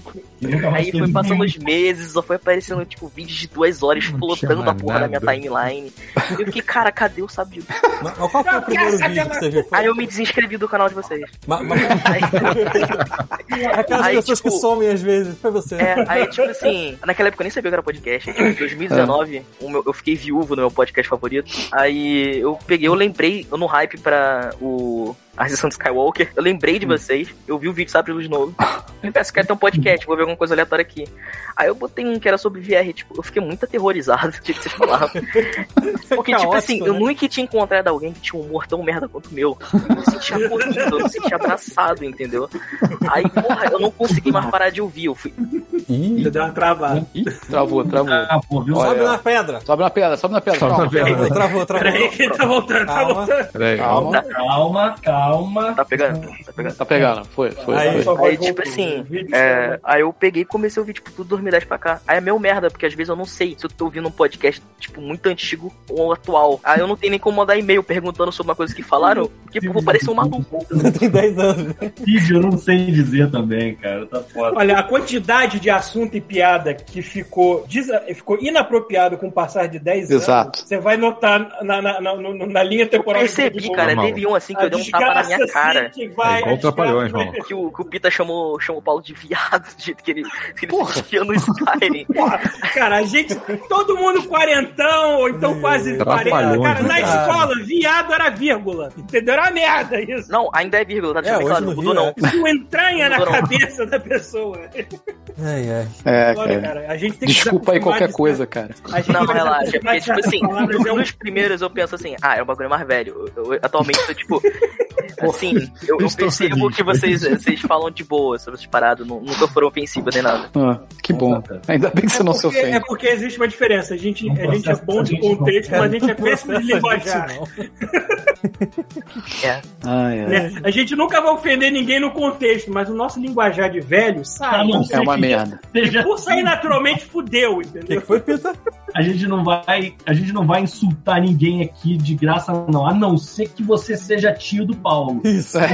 D: Aí foi passando os meses, só foi aparecendo, tipo, vídeos de duas horas
G: Não
D: flotando
G: tinha
D: a porra da minha
G: nada.
D: timeline. E eu fiquei, cara, cadê o Sabe de Luz?
A: Mas qual foi o primeiro vídeo que você viu? Foi-
D: Aí eu me desinscrevi do canal de vocês.
A: Ma- ma-
D: Aí-
A: aquelas
D: Aí,
A: pessoas que
D: tipo-
A: somem às vezes, foi você.
D: É, aí, tipo assim, naquela época eu nem sabia o que era podcast. Aí, tipo, em 2019, o meu- eu fiquei viúvo no meu podcast favorito. Aí eu peguei, eu lembrei, eu no hype pra o. A Ascensão de Skywalker, eu lembrei de vocês, eu vi o vídeo Sabre Luz Novo. Falei, "Pera, esse cara tem um podcast, vou ver alguma coisa aleatória aqui. Aí eu botei um que era sobre VR, tipo, eu fiquei muito aterrorizado do jeito que vocês falavam. Porque, tipo
A: Caótico,
D: assim, eu
A: né?
D: nunca tinha encontrado alguém que tinha um humor tão merda quanto o meu. Eu me sentia acolhido, eu me sentia abraçado, entendeu? Aí, porra, eu não consegui mais parar de ouvir. Eu fui,
C: Ele deu uma travada.
B: Ih, travou, travou.
H: Ah, pô, viu?
A: Sobe
B: Olha.
A: na pedra.
B: Sobe na pedra, sobe na pedra.
G: Sobe
B: calma.
G: na pedra.
A: Travou, travou, travou.
C: Peraí, que ele tá voltando, tá
A: Calma.
C: voltando.
G: Peraí,
B: Calma.
G: calma.
H: Calma, calma.
D: Tá pegando? Tá pegando.
B: Tá pegando, foi, foi.
A: Aí,
B: foi.
D: Aí, tipo assim, é, aí eu peguei e comecei a ouvir, tipo, tudo 2010 pra cá. Aí é meu merda, porque às vezes eu não sei se eu tô ouvindo um podcast, tipo, muito antigo ou atual. Aí eu não tenho nem como mandar e-mail perguntando sobre uma coisa que falaram, porque pô, vou parecer um maluco.
A: Tem 10 anos. né?
H: Vídeo eu não sei dizer também, cara. Tá foda.
C: Olha, a quantidade de assunto e piada que ficou, desa- ficou inapropriado com o passar de 10 anos,
B: Exato.
C: você vai notar na, na- na- no- na linha
D: Eu
C: temporal. Ah,
D: percebi, cara,
G: normal.
D: teve um assim que eu dei um
C: tipo, desgraça
D: tapa falar na minha cara.
C: Assim que vai,
G: É igual
C: a gente
G: Trapalhões,
C: vai-
G: mano.
D: Que o, que o Pita chamou, chamou o Paulo de viado, do jeito que ele, que ele sentia no Skyrim.
C: Porra, cara, a gente, todo mundo quarentão, ou então quase quarenta.
G: Trapalhões,
C: Cara, na
G: né,
A: cara?
C: escola, viado era vírgula. Entendeu? Era uma merda isso.
D: Não, ainda é vírgula, tá?
A: É,
D: Deixa eu ver
A: hoje
D: claro,
A: no
D: não mudou
A: Rio,
D: não.
A: é.
C: Isso entranha na
D: Não.
C: cabeça da pessoa.
A: Ai, ai.
B: É,
C: Olha,
B: cara.
C: cara, a gente tem que
B: É, Desculpa aí
C: desacostumar
B: qualquer
C: disso,
B: coisa, cara.
C: A gente
D: Não,
C: vai
D: relaxa,
C: desacostumar
D: porque, tipo
C: dessas
D: assim,
C: palavras, é um-
D: nos primeiros eu penso assim, ah, é um bagulho mais velho. Eu- eu- atualmente eu, tipo, assim, eu, eu
G: Estou
D: percebo
G: feliz.
D: que vocês, vocês falam de boa sobre essas paradas, nu- nunca foram ofensivas nem nada.
B: Ah, que bom. Ainda bem que você
C: É
B: não se
C: porque, é
B: ofende.
C: porque existe uma diferença. A gente,
H: Não
C: a gente é
H: processa
C: bom
H: essa
C: de
H: gente, não.
C: contexto, mas a gente é péssimo de linguajar.
A: Isso
B: Ai, ai.
C: né? A gente nunca vai ofender ninguém no contexto, mas o nosso linguajar de velho
H: A
C: sai. Então,
H: não
B: É
H: ser
B: uma
H: que
B: merda.
H: seja
C: Por sair naturalmente, fudeu,
A: O que,
C: entendeu?
A: que foi, Pita?
H: A gente não vai, a gente não vai insultar ninguém aqui de graça não, a não ser que você seja tio do Paulo.
A: Isso.
C: É.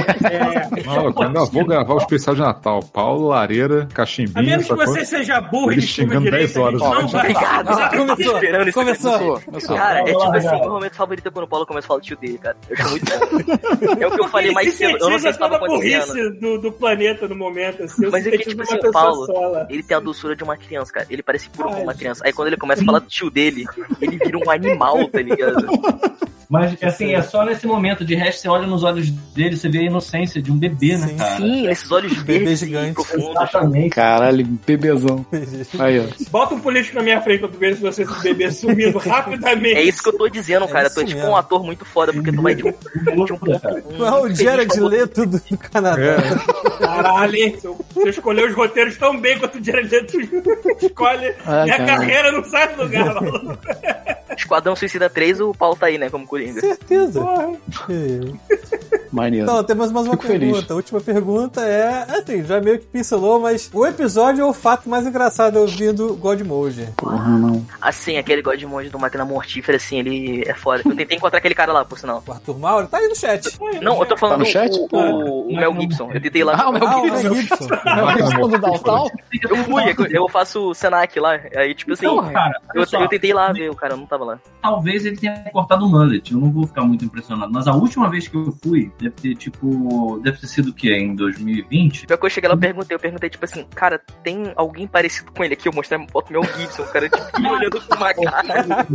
G: Maluco, eu ainda vou gravar o especial de Natal. Paulo, Lareira,
C: A
G: Cachimbinho,
C: menos que
G: essa
C: você
G: coisa.
C: seja burro e
G: Ele
C: de esquema
G: xingando
C: direita,
G: 10
C: a gente
G: horas,
C: não
G: né?
C: vai.
D: Obrigado, eu
A: Ah, começou.
D: esperando isso.
A: Começou.
B: Começou, começou.
D: Cara, é tipo
H: Vamos lá,
D: assim,
H: cara.
D: meu momento favorito é quando o Paulo começa a falar do tio dele, cara. Eu acho muito bom. É o que eu falei
C: Ele
D: mais cedo, eu não
C: sintetiza
D: sei se tava
C: é toda a
D: acontecendo.
C: burrice do, do planeta no momento, assim. Eu
D: Mas é que,
C: sintetizo
D: tipo
C: uma
D: assim,
C: pessoa
D: Paulo,
C: sola.
D: Ele tem a doçura de uma criança, cara. Ele parece puro como uma
C: Ai,
D: criança. Aí quando ele começa a falar do tio dele, ele vira um animal, tá ligado?
H: Mas assim, é só nesse momento, de resto você olha nos olhos dele, você vê a inocência de um bebê,
A: Sim.
H: né, cara?
D: Sim, esses olhos
A: Bebê
D: verdes
A: gigante.
D: e profundos.
H: Exatamente.
B: Caralho, bebezão. Aí, ó.
C: Bota um político na minha frente pra tu ver se você se bebê sumindo rapidamente.
D: É isso que eu tô dizendo, cara. Eu tô
A: isso
D: tipo
A: mesmo.
D: um ator muito foda, porque tu vai de um. De um, um
A: Qual o Jared
D: feliz-
A: Leto do do Canadá?
G: É,
C: Caralho, hein? Se eu, se eu escolher os roteiros tão bem quanto o diretor escolhe,
B: Ah,
C: minha
B: cara.
C: carreira não sai do lugar, maluco.
D: Esquadrão Suicida 3, o Paulo tá aí, né? Como Coringa.
A: Certeza. É.
B: Maneiro.
A: Então, temos mais uma
B: Fico
A: pergunta.
B: feliz.
A: A última pergunta é. Assim, já meio que pincelou, mas o episódio ou o fato mais engraçado ouvindo God Mode?
B: Porra, não.
D: Assim, aquele Godmond do Máquina Mortífera, assim, ele é foda. Eu tentei encontrar aquele cara lá, por sinal.
A: O Arthur Mauro tá aí no chat.
D: Não, eu tô
B: Tá
D: falando
B: no chat?
D: o, o- o Mel Gibson. Eu tentei lá.
B: Ah, o
A: Ah,
B: Mel
A: o Mel
B: Gibson.
A: Gibson.
B: É o
G: tá
B: Gibson do Downtown?
D: Eu
B: "Ah,
D: fui, é que eu- eu faço Senac lá. Aí, tipo assim,
H: Então, cara,
D: eu,
H: pessoal,
D: eu tentei lá ver, o cara não tava lá.
H: talvez ele tenha cortado o mullet. Eu não vou ficar muito impressionado. Mas a última vez que eu fui, deve ter tipo. Deve ter sido o quê? Em 2020?
D: Pior que eu cheguei lá, eu perguntei, eu perguntei, tipo assim, cara, tem alguém parecido com ele aqui? Eu mostrei uma foto do Mel Gibson, o cara, tipo, me olhando com uma cara.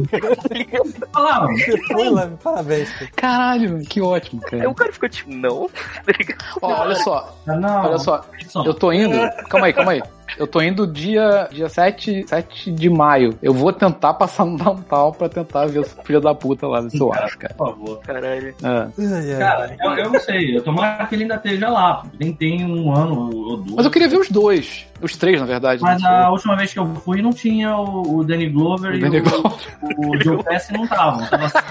H: Falaram.
A: Foi lá, parabéns. cara.
B: Caralho, que ótimo,
D: Aí
B: cara.
D: o cara ficou tipo, não. Tá ligado?
B: Ó, olha só,
H: Não,
B: olha só. Ah, Eu tô indo. Calma aí, calma aí. Eu tô indo dia, dia 7, 7 de maio. Eu vou tentar passar no downtown pra tentar ver esse filho da puta lá, se eu acho, cara.
H: Por favor.
D: Caralho.
B: É.
A: Ai, ai.
H: Cara, eu, eu não sei. Eu tomara que ele ainda esteja lá. Nem tem um ano ou dois.
B: Mas eu queria ver os dois. Os três, na verdade.
H: Mas
B: né?
H: a última vez que eu fui não tinha o, o Danny Glover
B: O
H: e
B: Danny
H: o- o, Joe Pesci não estavam. Tava só-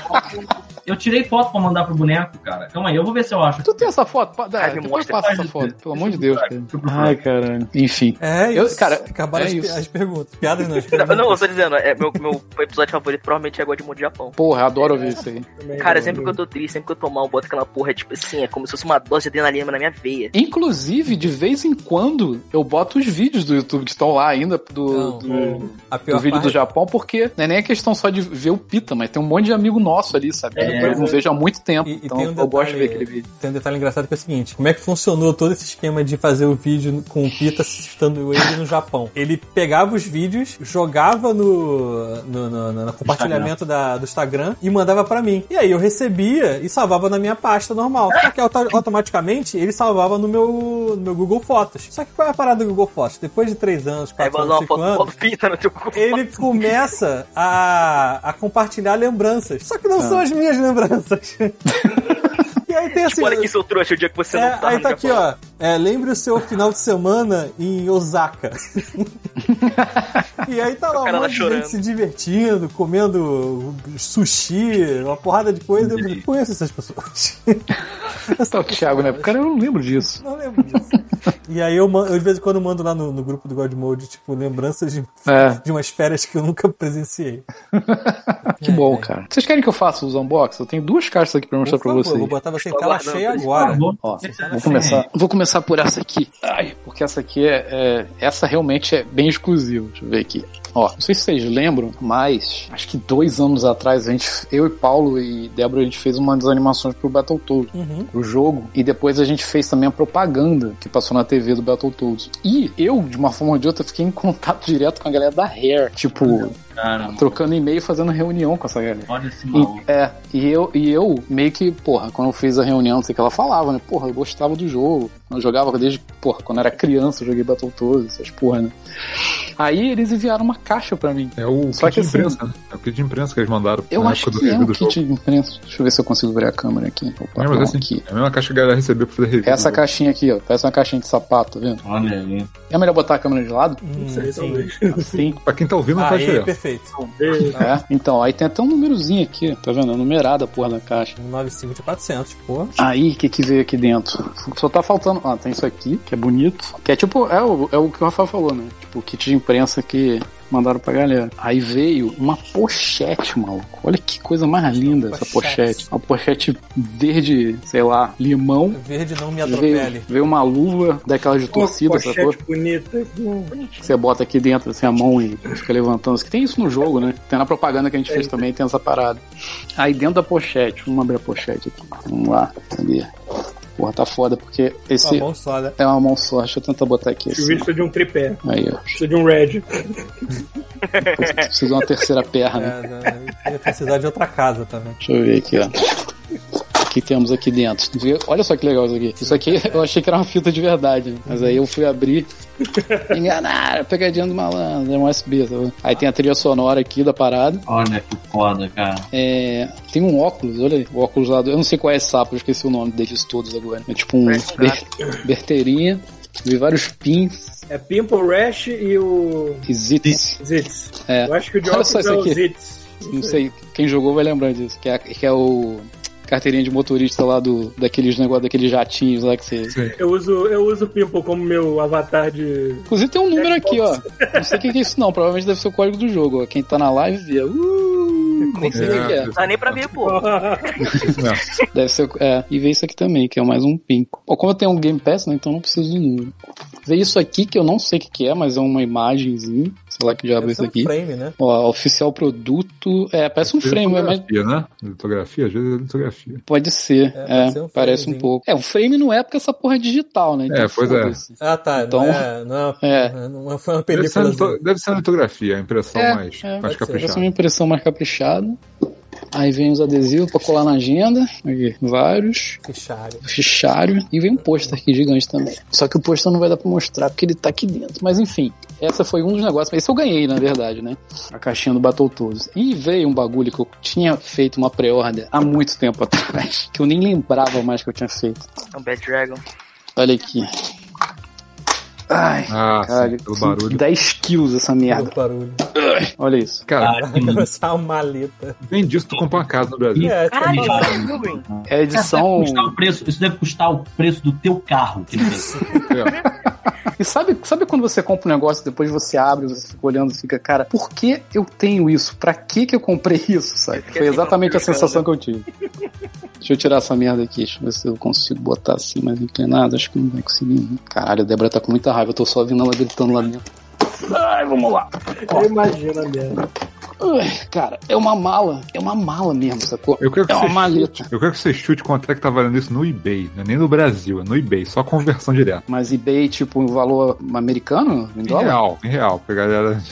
H: Eu tirei foto pra mandar pro boneco, cara. Calma aí, eu vou ver se eu acho.
B: Tu tem essa foto? Pa- Dá,
D: Ai, me
B: depois
D: mostra.
B: passa essa foto, pelo amor de Deus, cara. Ai, caralho. Enfim.
A: É
B: Eu-
A: isso.
B: cara,
A: acabaram
B: é
A: as,
B: isso.
A: as perguntas. Piadas não, as
D: Não,
A: perguntas.
D: não, eu tô dizendo, é, meu, meu episódio favorito provavelmente é Godmode Japão.
B: Porra, eu adoro ouvir isso aí.
D: Cara, sempre que eu tô triste, sempre que eu tô mal, eu boto aquela porra, tipo assim, é como se fosse uma dose de adrenalina na minha veia.
B: Inclusive, de vez em quando, eu boto os vídeos do YouTube que estão lá ainda
A: Não,
B: do, do,
A: A
B: do
A: pior
B: vídeo do
A: parte-
B: Japão, porque não é nem a questão só de ver o Pita, mas tem um monte de amigo nosso ali, sabe?
H: É.
B: Que eu não vejo há muito tempo,
A: E- e
B: então
A: tem um
B: eu gosto de ver
A: detalhe-
B: aquele vídeo.
A: Tem um detalhe engraçado que é o seguinte: como é que funcionou todo esse esquema de fazer o vídeo com o Pita assistindo ele no Japão? Ele pegava os vídeos, jogava no, no, no- no- no compartilhamento da- do Instagram e mandava pra mim. E aí eu recebia e salvava na minha pasta normal. Só que auto- automaticamente ele salvava no meu, no meu Google Fotos. Só que qual é a parada do Google Fotos? Depois de 3 anos,
D: Aí
A: 4
D: manda
A: anos,
D: uma
A: 5
D: foto do
A: anos.
D: Paulo Pita no teu cu.
A: Ele começa a, a compartilhar lembranças. Só que não
D: Ah.
A: são as minhas lembranças. e aí tem assim.
D: Tipo, olha aqui, seu trouxa, o dia que você
A: É,
D: não tá
A: aí
D: no
A: tá aqui,
D: Japão.
A: ó. É, lembre o seu final de semana em Osaka. e aí tá lá
D: O
A: um
D: cara lá
A: monte de gente
D: chorando.
A: se divertindo, comendo sushi, uma porrada de coisa. Eu não conheço essas pessoas.
B: Tá o Thiago, né? Cara, eu não lembro disso.
A: Não lembro disso. e aí eu, man- eu de vez em quando mando lá no, no grupo do God Mode, tipo, lembranças de,
B: É.
A: de umas férias que eu nunca presenciei. é,
B: Que bom, cara. Vocês querem que eu faça os unboxing? Eu tenho duas caixas aqui pra mostrar
A: Por
B: pra
A: favor, eu
B: vocês.
A: vou botar você em tela
D: aguardando,
A: cheia
D: por
A: agora.
B: Ó, vou começar, vou começar por essa aqui. Ai, porque essa aqui é, é- Essa realmente é bem exclusiva. Deixa eu ver aqui. Ó, não sei se vocês lembram, mas acho que dois anos atrás, a gente, eu e Paulo e Débora, a gente fez uma das animações pro Battletoads, pro jogo, e depois a gente fez também a propaganda que passou na TV do Battletoads. E eu, de uma forma ou de outra, fiquei em contato direto com a galera da Hair, tipo,
H: Cara,
B: trocando e-mail, fazendo reunião com essa galera.
H: olha esse maluco.
B: E, é, e eu, e eu meio que, porra, quando eu fiz a reunião, não sei o que ela falava, né? Porra, eu gostava do jogo. Eu jogava desde, porra, quando era criança, eu joguei Battletoads, essas porra, né? Aí eles enviaram uma caixa pra mim.
G: É o
B: Só
G: kit
B: que
G: de
B: assim-
G: imprensa, né? É o kit de imprensa que eles mandaram
B: Eu
G: na
B: acho
G: época do
B: que é
G: review
B: um
G: do jogo.
B: kit de imprensa. Deixa eu ver se eu consigo ver a câmera aqui. Opa,
G: É, mas
B: não,
G: assim,
B: aqui.
G: é a mesma caixa que a galera recebeu pra fazer review. né?
B: Essa caixinha aqui, ó. Parece uma caixinha de sapato, tá vendo?
H: Olha aí. Assim?
B: É melhor botar a câmera de lado?
A: Hum,
C: sei,
A: sim.
C: talvez.
B: Sim.
G: Pra quem tá ouvindo, não faz
A: Aí,
G: diferença.
A: perfeito.
B: É. Então, aí tem até um númerozinho aqui, tá vendo? É numerada a porra da caixa.
A: 95 Um de 400, porra.
B: Aí, o que que veio aqui dentro? Só tá faltando... Ah, tem isso aqui, que é bonito. Que é tipo... É o, é o que o Rafael falou, né? Tipo, o kit de imprensa que mandaram pra galera. Aí veio uma pochete, maluco. Olha que coisa mais linda essa
A: Pochete.
B: pochete. Uma pochete verde, sei lá, limão.
A: Verde não me
B: Veio,
A: atropele.
B: veio uma luva daquelas de torcida,
C: pochete
B: sacou?
C: bonita.
B: Que Você bota aqui dentro, assim, a mão e fica levantando. Que Tem isso no jogo, né? Tem na propaganda que a gente fez também, tem essa parada. Aí dentro da pochete, vamos abrir a pochete aqui. Vamos lá, cadê? Porra, tá foda, porque
A: Uma
B: esse
A: mão só, né?
B: é uma mão só. Deixa eu tentar botar aqui.
C: Esse
B: Assim.
C: vídeo precisa de um tripé.
B: Aí, ó.
C: Precisa de um red.
B: Preciso de uma terceira perna.
A: É, não, ia precisar de outra casa também.
B: Deixa eu ver aqui, ó. O que temos aqui dentro? Vê- Olha só que legal isso aqui. Isso aqui eu achei que era uma fita de verdade, né? mas aí eu fui abrir. Enganaram, pegadinha do malandro, é um USB. Tá vendo? aí tem a trilha sonora aqui da parada.
H: Olha que foda, cara.
B: É, tem um óculos, olha aí. O óculos lá do. Eu não sei qual é esse sapo, eu esqueci o nome deles todos agora. É tipo um.
D: Parece um
B: ber- berteirinha. Vi vários pins.
C: É Pimple Rash e o
B: e zits.
C: Zitz.
B: É.
C: Eu acho que o
B: Olha
C: Jones
B: só
C: é
B: isso
C: o
B: aqui.
C: Zitz.
B: Não sei, quem jogou vai lembrar disso. Que é, que é o. Carteirinha de motorista lá do. Daqueles negócio, daqueles jatinhos lá que você.
C: Eu uso, eu uso o Pimple como meu avatar de.
B: Inclusive tem um número aqui, ó. Não sei o que que é isso não, provavelmente deve ser o código do jogo. ó. Quem tá na live vê. Uh, nem sei o que que é.
G: É.
D: Não dá nem pra ver, pô.
B: Deve ser, o- é, e ver isso aqui também, que é mais um pinco. Bom, como eu tenho um Game Pass, né, então eu não preciso do número. Ver isso aqui, que eu não sei o que que é, mas é uma imagenzinha, sei lá que diabo
A: Deve
B: é isso
A: ser um
B: aqui.
A: frame, né?
B: Ó, oficial produto, é, parece um frame, mas
G: Litografia, né? Litografia, às vezes é litografia.
B: pode ser,
A: É,
B: é,
A: pode ser um
B: parece um
A: framezinho.
B: pouco. É, um frame não é porque essa porra é digital, né,
G: É, pois é.
B: foda-se.
A: Ah, tá.
B: Então-
A: não, é, não,
B: É.
A: é, não foi uma
G: Deve ser,
A: película.
G: lito- deve ser uma litografia, a impressão
B: É,
G: mais,
B: é,
G: mais
A: pode ser.
G: caprichada.
B: Essa é uma impressão mais caprichada. Aí vem os adesivos pra colar na agenda. Aqui, vários.
A: Fichário.
B: Fichário. E vem um pôster aqui gigante também. Só que o pôster não vai dar pra mostrar porque ele tá aqui dentro. Mas enfim, essa foi um dos negócios. Esse eu ganhei, na verdade, né? A caixinha do Battletoads. E veio um bagulho que eu tinha feito uma pré-order há muito tempo atrás. Que eu nem lembrava mais que eu tinha feito.
D: É um Bad Dragon.
B: Olha aqui. Ai,
G: Ah, sim,
B: caralho.
G: pelo barulho.
B: 10 quilos essa merda.
A: Pelo barulho.
B: Olha isso.
G: Cara,
A: Essa é uma maleta.
G: nem disso tu compra uma casa no Brasil.
A: É,
D: Caralho,
A: tem maleta.
D: viu, Green?
B: É a edição.
H: Isso deve, custar o preço, isso deve custar o preço do teu carro. Que ele fez.
G: É.
B: E sabe, sabe quando você compra um negócio, depois você abre, você fica olhando e fica, cara, por que eu tenho isso? Pra que que eu comprei isso, sabe?
D: fiquei
B: Foi
D: assim,
B: exatamente a
D: complicado.
B: sensação que eu tive. Deixa eu tirar essa merda aqui, deixa eu ver se eu consigo botar assim mais inclinado, acho que não vai conseguir. né? Caralho, a Débora tá com muita raiva, eu tô só ouvindo ela gritando lá dentro. Ai, vamos lá.
C: Eu imagino a merda.
B: Ai, cara, é uma mala, é uma mala mesmo, sacou?
G: Eu quero que
B: é uma
G: você
B: maleta.
G: Eu quero que você chute quanto é que tá valendo isso no eBay. Não é nem no Brasil, é no eBay. Só conversão direta.
B: Mas eBay, tipo, um valor americano? Em
G: Em
B: dólar?
G: real, em real. Porque a galera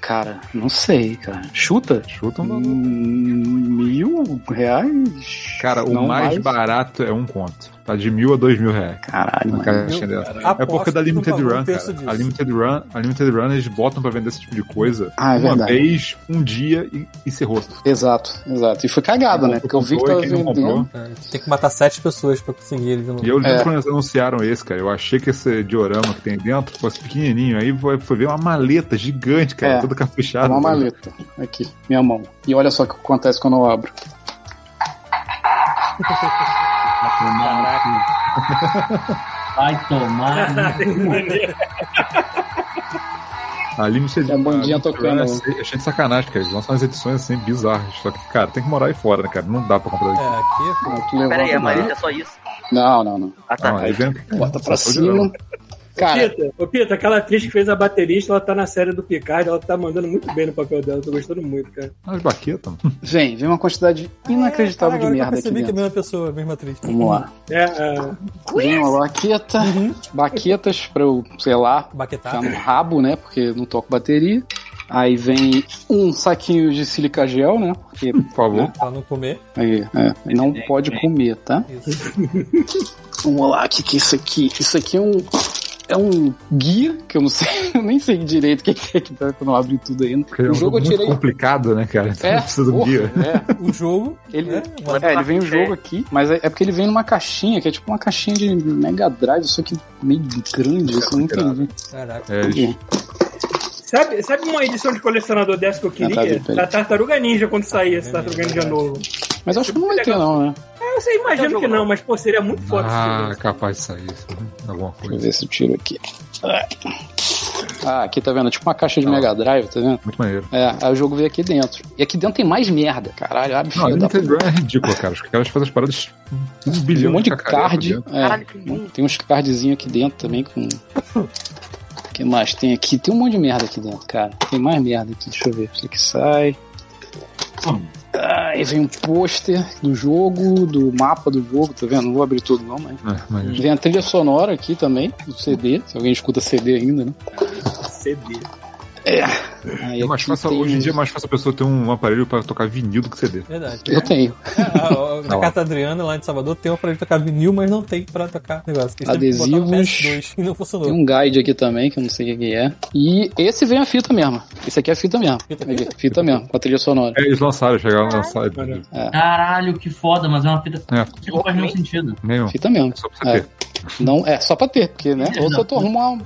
B: Cara, não sei, cara. Chuta?
G: chuta um valor.
B: Hum, Mil reais?
G: Cara, o
B: Não
G: mais, barato é um conto. Tá de mil a dois mil reais.
B: Caralho,
G: Uma
B: mano.
G: caixinha dessa. É
A: Aposto
G: porque da
A: que não
G: Limited
A: pagou um
G: Run,
A: terço
G: cara.
A: disso.
G: A Limited Run, a Limited Run, eles botam pra vender esse tipo de coisa
B: Ah, é
G: uma
B: verdade.
G: vez, um dia e encerrou.
B: Exato, exato. E foi cagada, né? Porque eu vi que tava
G: Quem não comprou,
B: vendendo.
A: É, Tem que matar sete pessoas pra conseguir ele de novo.
G: E eu lembro
B: É.
G: quando eles anunciaram esse, cara. Eu achei que esse diorama que tem dentro fosse pequenininho. Aí foi, foi ver uma maleta gigante, cara,
B: É.
G: toda
B: É
G: caprichada.
B: uma maleta. Aqui, minha mão. E olha só o que acontece quando eu abro.
H: Vai tomar. no cu.
G: A Limited
B: É a bandinha
G: a Limited
B: tocando.
G: Run É, é cheio de sacanagem, cara. Eles lançam umas edições assim bizarras. Só que, cara, tem que morar aí fora, né, cara? Não dá pra comprar
A: É,
G: daqui.
A: aqui,
B: Pronto,
D: Pera aí,
B: Ah,
D: a
B: levanta.
D: maleta é só isso.
B: Não, não, não.
D: Ah, tá.
G: Não, aí vem-
B: Bota pra
G: Só foi de
B: cima.
G: novo.
B: Cara,
C: Pita, ô Pita, aquela atriz que fez a baterista, ela tá na série do Picard, ela tá mandando muito bem no papel dela, tô gostando muito, cara.
G: As baquetas.
B: vem, vem uma quantidade
A: É, cara,
B: inacreditável
A: agora
B: de
A: que eu
B: merda aqui
A: percebi que é a
B: dentro.
A: mesma pessoa, a mesma atriz.
B: Vamos lá.
C: É, ah,
B: Vem uma baqueta, baquetas pra eu, sei lá,
A: Baquetada.
B: ficar no rabo, né? Porque não toco bateria. Aí vem um saquinho de silica gel, né? Porque
G: Por favor.
A: Pra não comer.
B: aí, é, não pode comer, tá?
A: Isso.
B: Vamos lá, o que, que é isso aqui? Isso aqui é um. É um guia, que eu não sei, eu nem sei direito o que que é que tá, que eu não abri tudo ainda.
G: Porque é um
B: o jogo
G: jogo
B: eu
G: muito
B: tirei.
G: complicado, né, cara? Então
B: É,
G: precisa do
B: porra,
G: guia.
B: é.
A: O jogo.
B: Ele,
A: né?
B: é, ele vem o jogo aqui, mas é, é porque ele vem numa caixinha, que é tipo uma caixinha de Mega Drive, só que meio grande, isso eu não entendi.
A: Caraca.
G: É, eles-
C: sabe, sabe uma edição de colecionador dessa que eu
B: Ah, tá,
C: queria?
B: peraí.
C: da Tartaruga Ninja, quando sair esse Tartaruga Ninja novo.
B: Mas eu acho que não vai ter, não, né?
C: Ah, eu sei, imagino que não, mas pô, seria muito foda
G: Ah,
C: esse
G: é capaz de sair isso, né? alguma
B: Deixa eu
G: coisa.
B: ver se eu tiro aqui. Ah, aqui tá vendo? É Tipo uma caixa de Mega Drive, tá vendo?
G: Muito maneiro.
B: É, aí o jogo veio aqui dentro. E aqui dentro tem mais merda, caralho. Abre
G: Não, a
B: filho da
G: Limited Run é ridícula, cara. Os caras fazem as paradas um
B: Tem
G: bilhão
B: um monte de
G: cacareco
B: card.
G: dentro.
B: é.
D: Caralho, que lindo.
B: tem uns cardzinhos aqui dentro também com. O que mais tem aqui? Tem um monte de merda aqui dentro, cara. Tem mais merda aqui, deixa eu ver. Isso aqui sai. Ah, aí vem um pôster do jogo, do mapa do jogo, tá vendo? Não vou abrir tudo não, mas.
G: É, mas
B: Vem a trilha sonora aqui também, do CD, se alguém escuta CD ainda, né?
C: CD.
B: Aí
G: é mais
B: aqui
G: fácil,
B: tem-
G: hoje em dia é mais fácil a pessoa ter um aparelho pra tocar vinil do que CD.
A: Verdade.
B: Eu tenho.
A: A, a- Ah, na
G: lá.
A: carta Adriana, lá de Salvador, tem um aparelho de tocar vinil, mas não tem pra tocar negócio. Eles tiveram que botar um no
B: Adesivos.
A: PS2 e não funcionou.
B: Tem um guide aqui também, que eu não sei o que que é. E esse vem a fita mesmo. Esse aqui é a fita mesmo.
A: Fita,
B: Aqui, fita mesmo, com a trilha sonora.
G: É, eles lançaram, chegaram a lançar.
C: Caralho.
H: Caralho, que foda, mas é uma fita
G: É,
H: que não faz nenhum sentido.
G: nenhum.
B: Fita mesmo.
G: É. Só pra você
B: É. Não, é só pra ter, porque, né? Ou se tu arruma uma,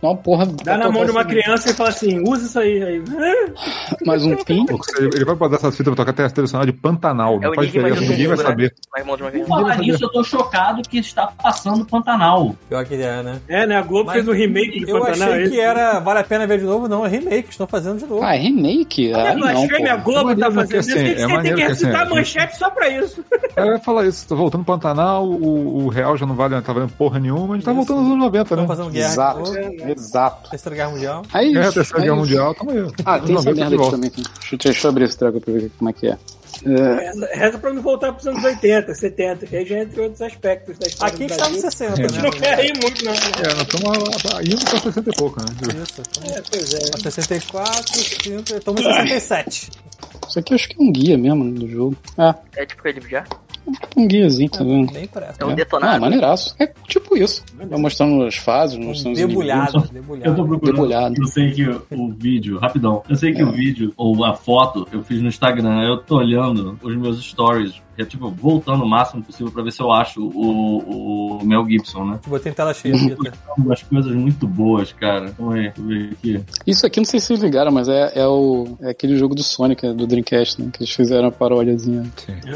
B: uma porra.
C: Dá na mão de uma criança e fala assim, usa isso aí. aí.
B: Mais um pin.
G: ter. Ele vai botar essa fita pra tocar até a trilha sonora de Pantanal.
D: É
G: Não
D: o
G: faz
D: enigma
G: diferença,
D: de um
G: ninguém vai
D: mundo, né?
G: saber.
D: Vai, irmão de uma
H: Por
D: vez.
H: falar nisso, eu tô chocado que está passando Pantanal.
A: Pior que é, né?
C: É, né? A Globo
A: Mas
C: fez um remake de
A: Eu
C: Pantanal.
A: achei
C: esse.
A: que é- era Vale a Pena Ver de Novo, não. É remake, estão fazendo de novo.
B: Ah, é remake?
C: É
B: Ah, não, pô.
C: blasfêmia, a Globo tá
G: Maneiro
C: fazendo
G: que
C: isso.
G: assim,
C: Tem que-
G: é
C: Você tem
G: maneiro
C: que
G: que assim,
C: ressuscitar a
G: a gente-
C: manchete só pra isso.
G: Ela vai falar isso, tá voltando Pantanal, o, o real já não vale, tá valendo porra nenhuma, a gente tá
A: Isso.
G: voltando aos anos 90, né?
A: Estão
B: um
A: fazendo guerra
B: Exato,
A: de novo.
B: exato.
A: Terceira Guerra Mundial.
B: Aí,
G: É, a
B: isso,
G: terceira
B: aí
G: guerra
B: isso.
G: mundial, tamo aí.
B: Ah, tem
G: Anos
B: essa
G: 90 de
B: merda aqui
G: volta.
B: também. Deixa eu, deixa eu abrir esse treco pra ver como é que é. É,
C: Reza, reza pra não voltar pros anos 80, 70, que aí já entra em outros aspectos da história
A: Aqui
C: do
A: que tá nos
C: Brasil.
A: 60,
C: A gente não
A: né?
C: quer rir muito, não.
G: É, nós estamos indo pra 60 e pouco, né?
A: Isso,
C: É, pois é.
A: tamo 64, 5, estamos em 67.
B: isso aqui eu acho que é um guia mesmo né, do jogo. É,
D: É tipo que de já.
B: tipo um guiazinho, tá vendo?
A: Nem parece.
D: É um
G: né?
B: Ah,
D: detonado.
B: maneiraço. É tipo isso. Vai mostrando as fases,
A: Um
B: mostrando os inimigos.
A: debulhado,
H: Eu tô
A: debulhado.
H: procurando.
B: Debulhado.
H: Eu sei que o- o vídeo, rapidão. Eu sei que o vídeo ou a foto eu fiz no Instagram. aí Eu tô olhando os meus stories, que é tipo voltando o máximo possível pra ver se eu acho o, o Mel Gibson, né?
A: Te Botei em tela cheia, Vitor.
H: Umas coisas muito boas, cara. Calma aí, deixa eu ver aqui.
B: Isso aqui, não sei se vocês ligaram, mas é, é, o, é aquele jogo do Sonic, né, do Dreamcast, né? Que eles fizeram a paródiazinha.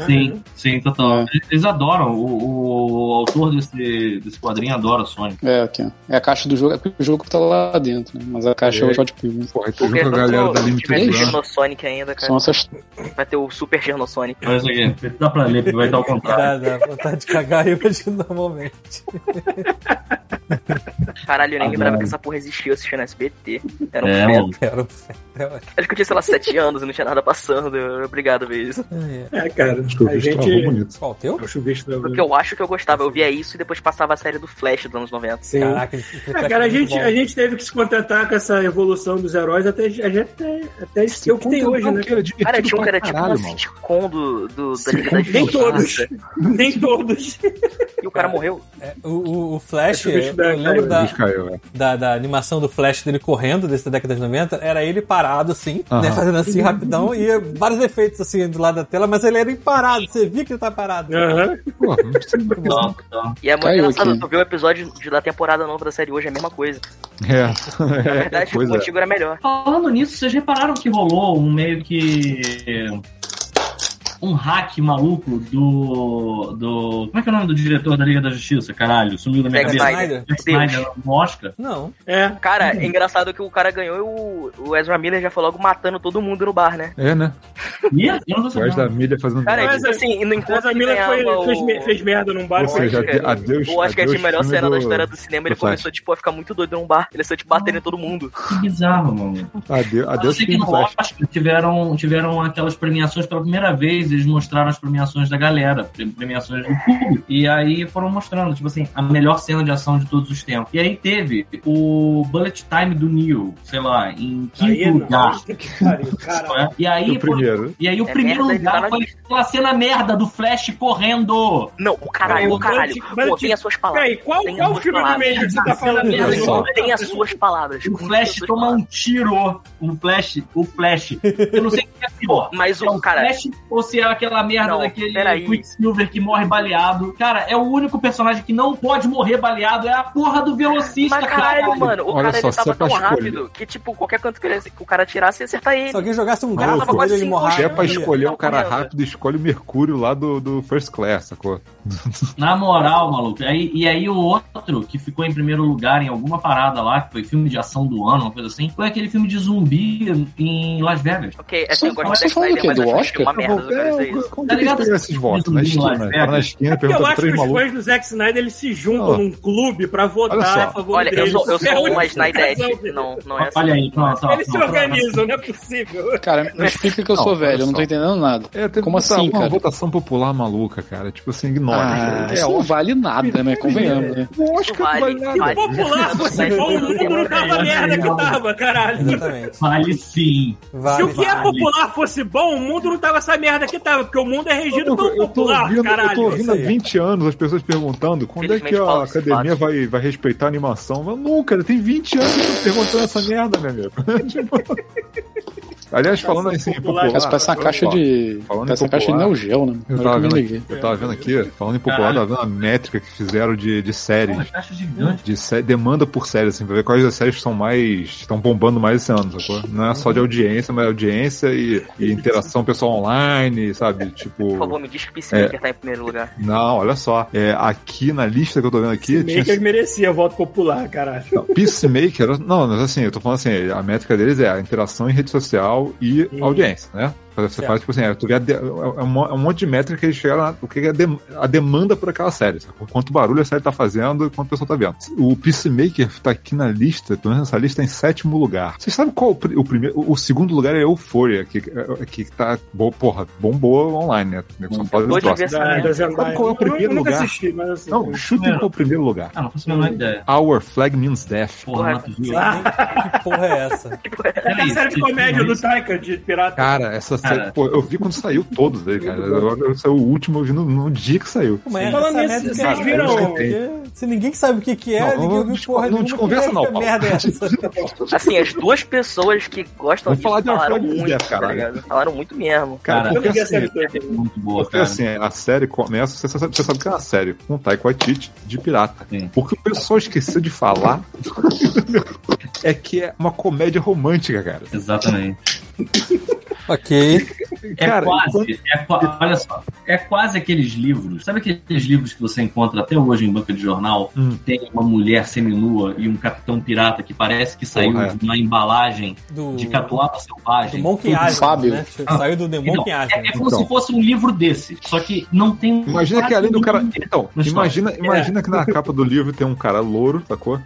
H: Sim, sim, total.
B: É.
H: Eles- Eles adoram. O, o autor desse, desse quadrinho adora Sonic.
B: É, aqui, ó. É a caixa do jogo, é porque o jogo tá lá dentro, né? Mas a caixa é,
G: É.
B: o Shot Pilgrim.
G: Porra, aí tu
D: Porque
G: junta a galera da
D: se tiver
G: Limited
D: o
G: Run.
D: Gernosonic ainda, cara.
B: São essas.
D: Vai ter o Super Gernosonic.
H: Olha isso aqui. Dá pra ler, porque vai estar ao contrário.
A: Dá, dá vontade de cagar e imagino normalmente.
D: Caralho, eu nem
H: Ah,
D: lembrava
H: não.
D: que essa porra existia assistindo SBT. Era um
H: É,
D: feto.
H: mano.
A: Era um feto.
D: Acho que eu tinha, sei lá, 7 anos e não tinha nada passando. Eu era obrigado a ver isso.
A: É.
C: É, cara,
G: Acho que o
C: a
G: vídeo travou
C: gente...
G: bonito.
A: Qual o teu?
C: É o chuvisco da
D: Porque eu acho que eu gostava. Eu via isso e depois passava a série do Flash dos anos 90.
C: Sim.
A: Caraca, ele- tá ele
C: É, cara, a
A: parece muito
C: gente,
A: bom.
C: a gente teve que se contentar com essa evolução dos heróis até, a gente, até, até esse ser o que tem hoje, né?
D: Cara, tinha um cara tipo uma
G: caralho, mano.
D: sitcom do, do, da Liga da
C: Nem todos.
D: Justiça.
C: Nem todos.
D: E o cara morreu.
A: É, o, o- o Flash,
C: Deixa eu ver se
A: eu,
C: dá-
A: lembro
C: caiu.
A: da,
G: Bicho caiu, é.
A: da, da animação do Flash dele correndo desse da década de 90, era ele parado assim, né,
G: Aham.
A: fazendo assim rapidão e vários efeitos assim do lado da tela, mas ele era imparado, você via que ele tá parado.
C: Aham.
G: Porra, não precisa.
H: Então, então.
D: E é muito
B: Caiu
D: engraçado.
B: aqui.
D: Tu vê o episódio de, da temporada nova da série hoje, é a mesma coisa.
G: É.
D: Na
G: É,
D: verdade, tipo
G: coisa.
D: o antigo era melhor.
H: Falando nisso, vocês repararam que rolou um meio que. um hack maluco do. do. Como é que é o nome do diretor da Liga da Justiça? Caralho, sumiu da minha
D: Zack
H: cabeça.
D: Snyder.
H: Zack Snyder, no Oscar.
A: Não.
C: É.
D: Cara, é engraçado que o cara ganhou e o, o Ezra Miller já foi logo matando todo mundo no bar, né?
G: É, né?
H: Ih, eu não
G: Voz
H: sabia.
G: da mídia fazendo.
D: Cara, é
C: Mas,
D: tipo assim, e no
C: Mas
D: encontro
C: a
D: ele
C: Mila
D: ganhava
C: foi, fez,
D: o...
C: me- fez merda num bar.
G: Ou seja,
D: Oscar.
G: ade- adeus.
D: Eu acho que é
G: adeus
D: a melhor
G: filme
D: cena
G: do-
D: da história do cinema. Ele
G: do Flash.
D: começou, tipo, a ficar muito doido num bar. Ele saiu, tipo, batendo em todo mundo.
H: Que bizarro, mano.
G: Adeus,
H: Eu
G: adeus
H: sei que
G: filme
H: no
G: do Flash.
H: Oscar tiveram, tiveram aquelas premiações pela primeira vez, eles mostraram as premiações da galera, pre- premiações do público. E aí foram mostrando, tipo assim, a melhor cena de ação de todos os tempos. E aí teve o Bullet Time do Neo, sei lá, em quinto
C: Aí, é não.
G: Ah.
H: lugar.
C: Que pariu, cara.
H: né? E aí, foi-
G: O primeiro.
H: e aí o
D: É
H: primeiro
D: merda, ele tá
H: lugar
D: na
H: foi aquela cena merda do Flash correndo.
D: Não, o caralho, o caralho.
C: Mas, mas,
D: Contém as suas palavras.
C: Peraí, qual,
D: Tem
C: qual o
D: duas
C: filme do
D: palavras.
C: meio que você tá falando?
G: Olha
C: Não,
G: só.
D: Contém as suas palavras.
H: O Flash toma um tiro. O Flash, o Flash. Eu não sei o que é pior.
D: Mas
H: Se é
D: o
H: o
D: cara.
H: Flash ou se é aquela merda
D: Não,
H: daquele
D: peraí.
H: Quicksilver que morre baleado. Cara, é o único personagem que não pode morrer baleado. É a porra do velocista,
D: Mas
H: cara.
D: caralho, mano, o
G: Olha
D: cara
G: só,
D: ele
G: se é
D: tava
G: pra
D: tão
G: escolher.
D: rápido que, tipo, qualquer canto que, ele, que o cara tirasse, ia acertar ele.
A: Se alguém jogasse um
G: Maluco,
A: gato nele, ele
D: assim,
G: Se
A: morrava.
G: é pra
A: ele ia.
G: escolher o cara
D: Não, não.
G: rápido, escolhe o Mercúrio lá do, do First Class, sacou?
H: Na moral, maluco. Aí, e aí o outro que ficou em primeiro lugar em alguma parada lá, que foi filme de ação do ano, uma coisa assim, foi aquele filme de zumbi em Las Vegas.
D: Ok, é que
B: Você-
D: eu gosto
B: você
D: de Zack
B: falou do
D: Snyder,
B: quê?
D: mas
B: Do
D: acho
B: Oscar?
D: que uma merda do cara dizer isso.
G: Como
H: Tá
G: é, que eles
H: ligado?
G: pegam esses votos? Na
B: um
H: Zumbi lá,
G: esquina. Tá na
H: velho.
G: esquina,
C: Eu
G: pergunta pra
C: acho que
G: três
C: os
G: malucos.
C: fãs do Zack Snyder eles se juntam
G: Ó.
C: num clube pra
G: Olha só.
C: votar a favor
D: Olha, eu
C: deles.
D: sou, eu
C: É a
D: sou
C: única
D: uma Snyderette.
C: razão.
D: Não, não é assim.
H: Olha aí, pronto, ó,
C: Eles se
H: pronto.
C: organizam, não é possível.
B: Cara, me explica que eu
G: É. Não,
B: sou
G: olha
B: velho, eu não
G: só.
B: tô entendendo nada.
G: É, teve
B: Como
G: uma-
B: assim,
G: uma
B: cara?
G: votação popular maluca, cara. Tipo assim, ignora.
B: Ah, isso não vale nada, né? Convenhamos, né?
G: Eu
D: Isso vale,
C: Que
D: vale.
C: popular você
D: Mas-
C: foi, o mundo não tava a merda que tava, caralho.
A: Exatamente.
H: Vale
C: Se
H: sim.
A: Vale,
C: o que é
A: vale.
C: popular fosse bom, o mundo não tava essa merda que tava, porque o mundo é regido
G: Eu tô,
C: pelo
G: eu tô
C: popular,
G: ouvindo, eu tô
C: caralho.
G: ouvindo há 20 anos as pessoas perguntando quando é que
D: Felizmente,
G: a
D: fala esse
G: academia
D: fato.
G: vai, vai respeitar a animação. Mas nunca, cara, tem 20 anos que eu tô perguntando essa merda, meu amigo. Tipo- Aliás, falando assim,
C: popular,
G: popular.
B: Essa parece uma
G: eu-
B: caixa de.
G: falando em
B: Parece uma caixa de
G: popular,
B: Neo Geo, né? Agora
G: Eu
B: que
G: tava,
B: eu me
G: vendo
B: liguei.
G: aqui, eu tava vendo aqui, falando em popular, eu tava vendo a métrica que fizeram de, de
H: Uma
G: séries.
H: caixa gigante.
G: De sé- demanda por série, assim, pra ver quais das séries que são mais. estão bombando mais esse ano, sacou? Não é só de audiência, mas audiência e, e interação pessoal online, sabe?
D: Por
G: Tipo.
D: favor, me diz que Peacemaker tá em primeiro lugar.
G: Não, olha só. É, aqui na lista que eu tô vendo aqui. tinha- assim,
C: Makers merecia voto popular, caralho.
G: Não, Peacemaker, não, mas assim, eu tô falando assim, a métrica deles é a interação em rede social e
C: Hum.
G: audiência, né? Você
C: Certo.
G: faz, tipo assim, é, tu vê a de- é um é um monte de métrica que eles chegaram na, o que é a, dem- a demanda por aquela série, sabe? Quanto barulho a série tá fazendo e quanto o pessoal tá vendo. O Peacemaker tá aqui na lista, pelo menos nessa lista, é em sétimo lugar. Vocês sabem qual o, pri- o primeiro, o segundo lugar é Euphoria, que, que tá, bo- porra, bombou online, né? O nego Só fala
D: Dois
G: desse
D: de
G: troço.
D: ver essa merda.
C: Zendaya.
G: qual é o
C: Eu-
G: primeiro
C: eu nunca
G: lugar?
C: assisti, mas assim.
G: Não, chutem qual é o primeiro lugar.
H: Ah, não faço a menor ideia.
G: Our Flag Means Death.
H: Porra, Renato Gil.
C: Ah.
A: Que porra é essa?
C: é a série de comédia do Taika de pirata.
G: Cara, essa
H: Cara.
G: série, pô, eu vi quando saiu todos aí, cara. Agora eu saiu o último, eu vi no, no dia que saiu.
A: Mas
H: é
A: essa
C: Falando nisso,
A: merda-
C: vocês
A: cara,
C: viram-
A: eu não sei. Se ninguém sabe o que, que é,
G: não,
A: ninguém
G: não,
A: ouviu
G: desco-
A: porra
G: não
A: nenhuma,
G: desconversa
A: que
G: não, Paulo.
A: merda é essa?
D: Assim, as duas pessoas que gostam
G: Vamos
D: disso
G: falar de uma
D: falaram
G: frase de
D: muito,
G: Jeff,
D: tá
G: caralho.
D: ligado? Falaram muito mesmo.
G: Cara,
H: Cara,
C: Eu
G: porque
C: não vi a
G: assim,
C: série toda.
H: é Muito boa,
G: porque
H: cara.
G: assim, a série começa, você sabe, você sabe que é uma série com o Taiko Waititi de pirata.
H: Sim.
G: O que o pessoal esqueceu de falar é que é uma comédia romântica, cara.
H: Exatamente.
A: ok.
H: É
G: Cara,
H: quase,
G: enquanto-
H: é qua- olha só, é quase aqueles livros. Sabe aqueles livros que você encontra até hoje em banca de jornal?
G: Hum.
H: Tem uma mulher seminua e um capitão pirata que parece que saiu
G: Porra, é.
H: de uma embalagem
A: Do,
H: de catuaba
A: do
H: selvagem.
A: Monkey
B: do
A: Island,
B: Fábio.
A: né? Saiu do The Monkey
H: Então, é, é
A: Island.
H: como
G: Então.
H: se fosse um livro desse, só que não tem.
G: Imagina que
H: quase
G: além do cara.
H: nenhum texto
G: Então,
H: na história.
G: imagina, imagina que na capa do livro tem um cara louro, sacou?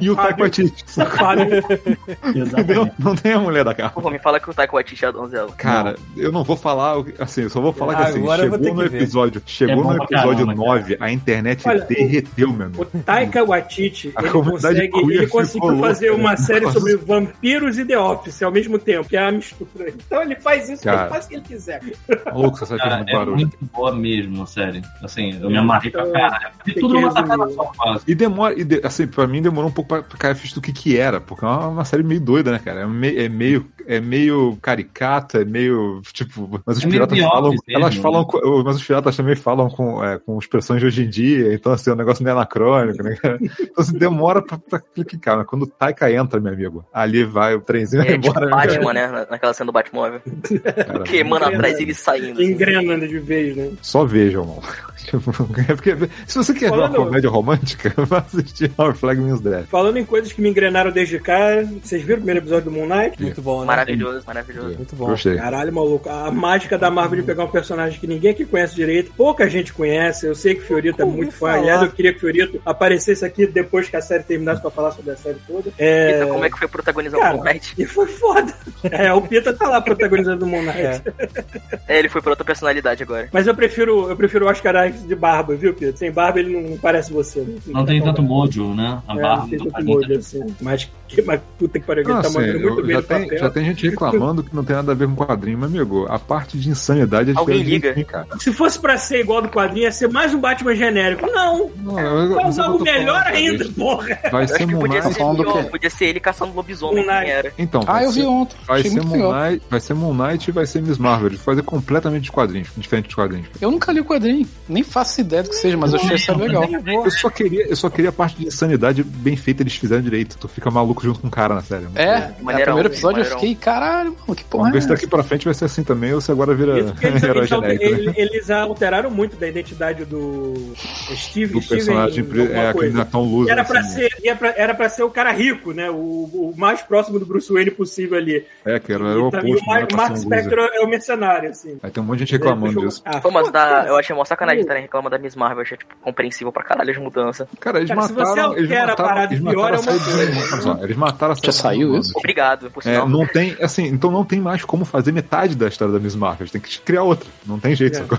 G: E o Taiko
C: Fábio.
G: Waititi, sacou?
C: Fábio,
G: Entendeu?
H: Exatamente.
G: Não tem a mulher da capa.
D: Por favor, me fala que o Taika Waititi é a donzela.
G: Cara, eu não vou falar, o que- assim, eu só vou falar que assim,
A: Agora eu vou
G: chegou
A: ter
G: no
A: que ver.
G: episódio, chegou
H: É bom
G: no
H: pra
G: episódio
H: caramba,
G: 9, a internet
C: Olha,
G: derreteu, meu
C: o
G: amigo.
C: Taika Waititi,
G: A
C: ele
G: comunidade
C: consegue,
G: queer
C: ele
G: ficou
C: conseguiu
G: louca,
C: fazer
G: né?
C: uma série
G: Nossa.
C: sobre vampiros e The Office ao mesmo tempo, que é a mistura. Então ele faz isso,
G: Cara.
C: ele faz o que ele quiser.
G: Maluco, Tá essa série
H: Cara,
G: fez muito
H: é
G: barulho.
H: muito boa mesmo, sério. Assim, eu
C: É um
H: me amarrei pra caralho. Vi tudo
C: que
H: numa tacada
C: resumir.
H: só, quase.
G: E demora, e de- assim, pra mim demorou um pouco pra, pra cara fiz do que que era, porque é uma, uma série meio doida, né, cara? É, me- é meio é meio caricata, é meio. Tipo, mas os
H: É meio
G: piratas
H: biopic
G: falam.
H: mesmo,
G: elas
H: né?
G: falam. com- Mas os piratas também falam com, é, com expressões de hoje em dia, então assim, o negócio não é anacrônico, né? cara? Então assim, demora pra, pra clicar, mas quando o Taika entra, meu amigo, ali vai o trenzinho vai
D: É tipo
G: embora. né, cara?
D: Batman, né? na- Naquela cena do Batmóvel.
G: Cara,
D: Queimando
C: Engrena.
D: atrás e ele saindo. assim.
C: Engrenando de vez, né?
G: Só vejam, mano. Tipo, é porque, se você quer ver
C: Falando-
G: uma comédia romântica, vai assistir Our Flag Means Death.
C: Falando em coisas que me engrenaram desde cá, vocês viram o primeiro episódio do Moon Knight?
A: Muito bom, né?
D: Maravilhoso, maravilhoso.
A: Muito bom.
G: Gostei.
C: Caralho, maluco, a mágica da Marvel de pegar um personagem que ninguém aqui conhece direito, pouca gente conhece, eu sei que o Fiorito é
A: Como
C: muito fã,
A: falar?
C: aliás, eu queria que o Fiorito aparecesse aqui depois que a série terminasse pra falar sobre a série toda. É,
D: Então, como é que foi protagonizar
C: Cara.
D: o Moon Knight?
C: E foi foda. É, o Pita tá lá protagonizando o Moon Knight.
D: É, ele foi pra outra personalidade agora.
C: Mas eu prefiro, eu prefiro o Oscar Isaac de barba, viu, Pita? Sem barba ele não parece você. né?
H: Não tem tanto mojo, né? A
C: É,
H: barba
C: não tem
H: não
C: tanto
H: faz
C: molde,
H: muita
C: assim. Mas, que, mas puta que pariu, ele
G: Não,
C: tá
G: assim,
C: mandando muito
G: eu-
C: bem
G: já,
C: no
G: tem,
C: papel.
G: já tem gente reclamando que não tem nada a ver com quadrinho, meu amigo. A parte de insanidade é
D: Alguém
G: diferente de
D: liga.
G: mim, cara.
C: Se fosse pra ser igual do quadrinho, ia ser mais um Batman genérico. Não,
B: É,
G: Não, eu- eu-
C: faz
G: eu
C: algo
G: tô falando,
C: melhor
G: cara,
C: ainda,
G: isso.
C: porra.
G: Vai
D: Eu acho
G: ser
D: que
G: Moon
D: podia
G: Knight.
D: ser,
B: Tá falando do
D: pior,
B: quê?
D: podia ser ele caçando lobisomem,
C: Moon Knight.
D: quem era.
G: Então,
B: Ah,
G: vai
B: eu
G: ser-
B: vi ontem.
G: Vai
B: Achei
G: ser,
B: muito
G: Moon
B: legal.
G: Knight, vai ser Moon Knight e vai ser Miss Marvel. de Fazer completamente de quadrinhos, diferente de quadrinhos.
B: Eu nunca li o quadrinho. Nem faço ideia do que seja, mas eu achei
C: É
B: essa legal.
G: Eu só queria, eu só queria a parte de insanidade bem feita, eles fizeram direito. Tu fica maluco junto com o cara na série. né?
B: É, no
D: Maneirão,
B: primeiro episódio eu
D: maneirão.
B: fiquei, caralho, mano, que porra
G: Vamos
B: é
G: ver se
B: essa?
G: daqui pra frente vai ser assim também ou se agora
C: Isso
G: vira
C: porque eles,
G: herói
C: eles, alter-
G: genérico. né?
C: ele- eles alteraram muito da identidade do eh, Steve.
G: Do
C: Steven
G: personagem pri-
C: alguma
G: é aquele assim,
C: coisa.
G: Natão Luz. né?
C: Era pra, ser, ia pra- era pra ser o cara rico, né? O, o mais próximo do Bruce Wayne possível ali.
G: É, que era,
C: E
G: era o
C: tá- e
G: oposto.
C: o Mar-
G: né, Nathan
C: Mark
G: Luz.
C: Spector é o mercenário, assim.
G: Aí tem um monte de gente reclamando disso.
C: Ah,
D: Pô, mas
C: foda-se.
D: da, eu achei mó sacanagem estarem reclamando da Miss Marvel, eu achei tipo, compreensível pra caralho as mudanças.
G: Cara, eles
C: Cara, se
G: mataram.
C: você é
G: eles
C: altera a
G: mataram,
C: parada,
G: eles mataram
C: pior é
G: a
C: uma
G: série do
C: coisa.
G: Moon, olha só, Eles mataram a série
B: Já
G: do
B: saiu
G: Moon.
B: isso?
D: Obrigado, por
G: É,
D: sinal.
G: não tem, assim, então não tem mais como fazer metade da história da Miss Marvel. Tem que criar outra. Não tem jeito.
C: É.
G: sacou?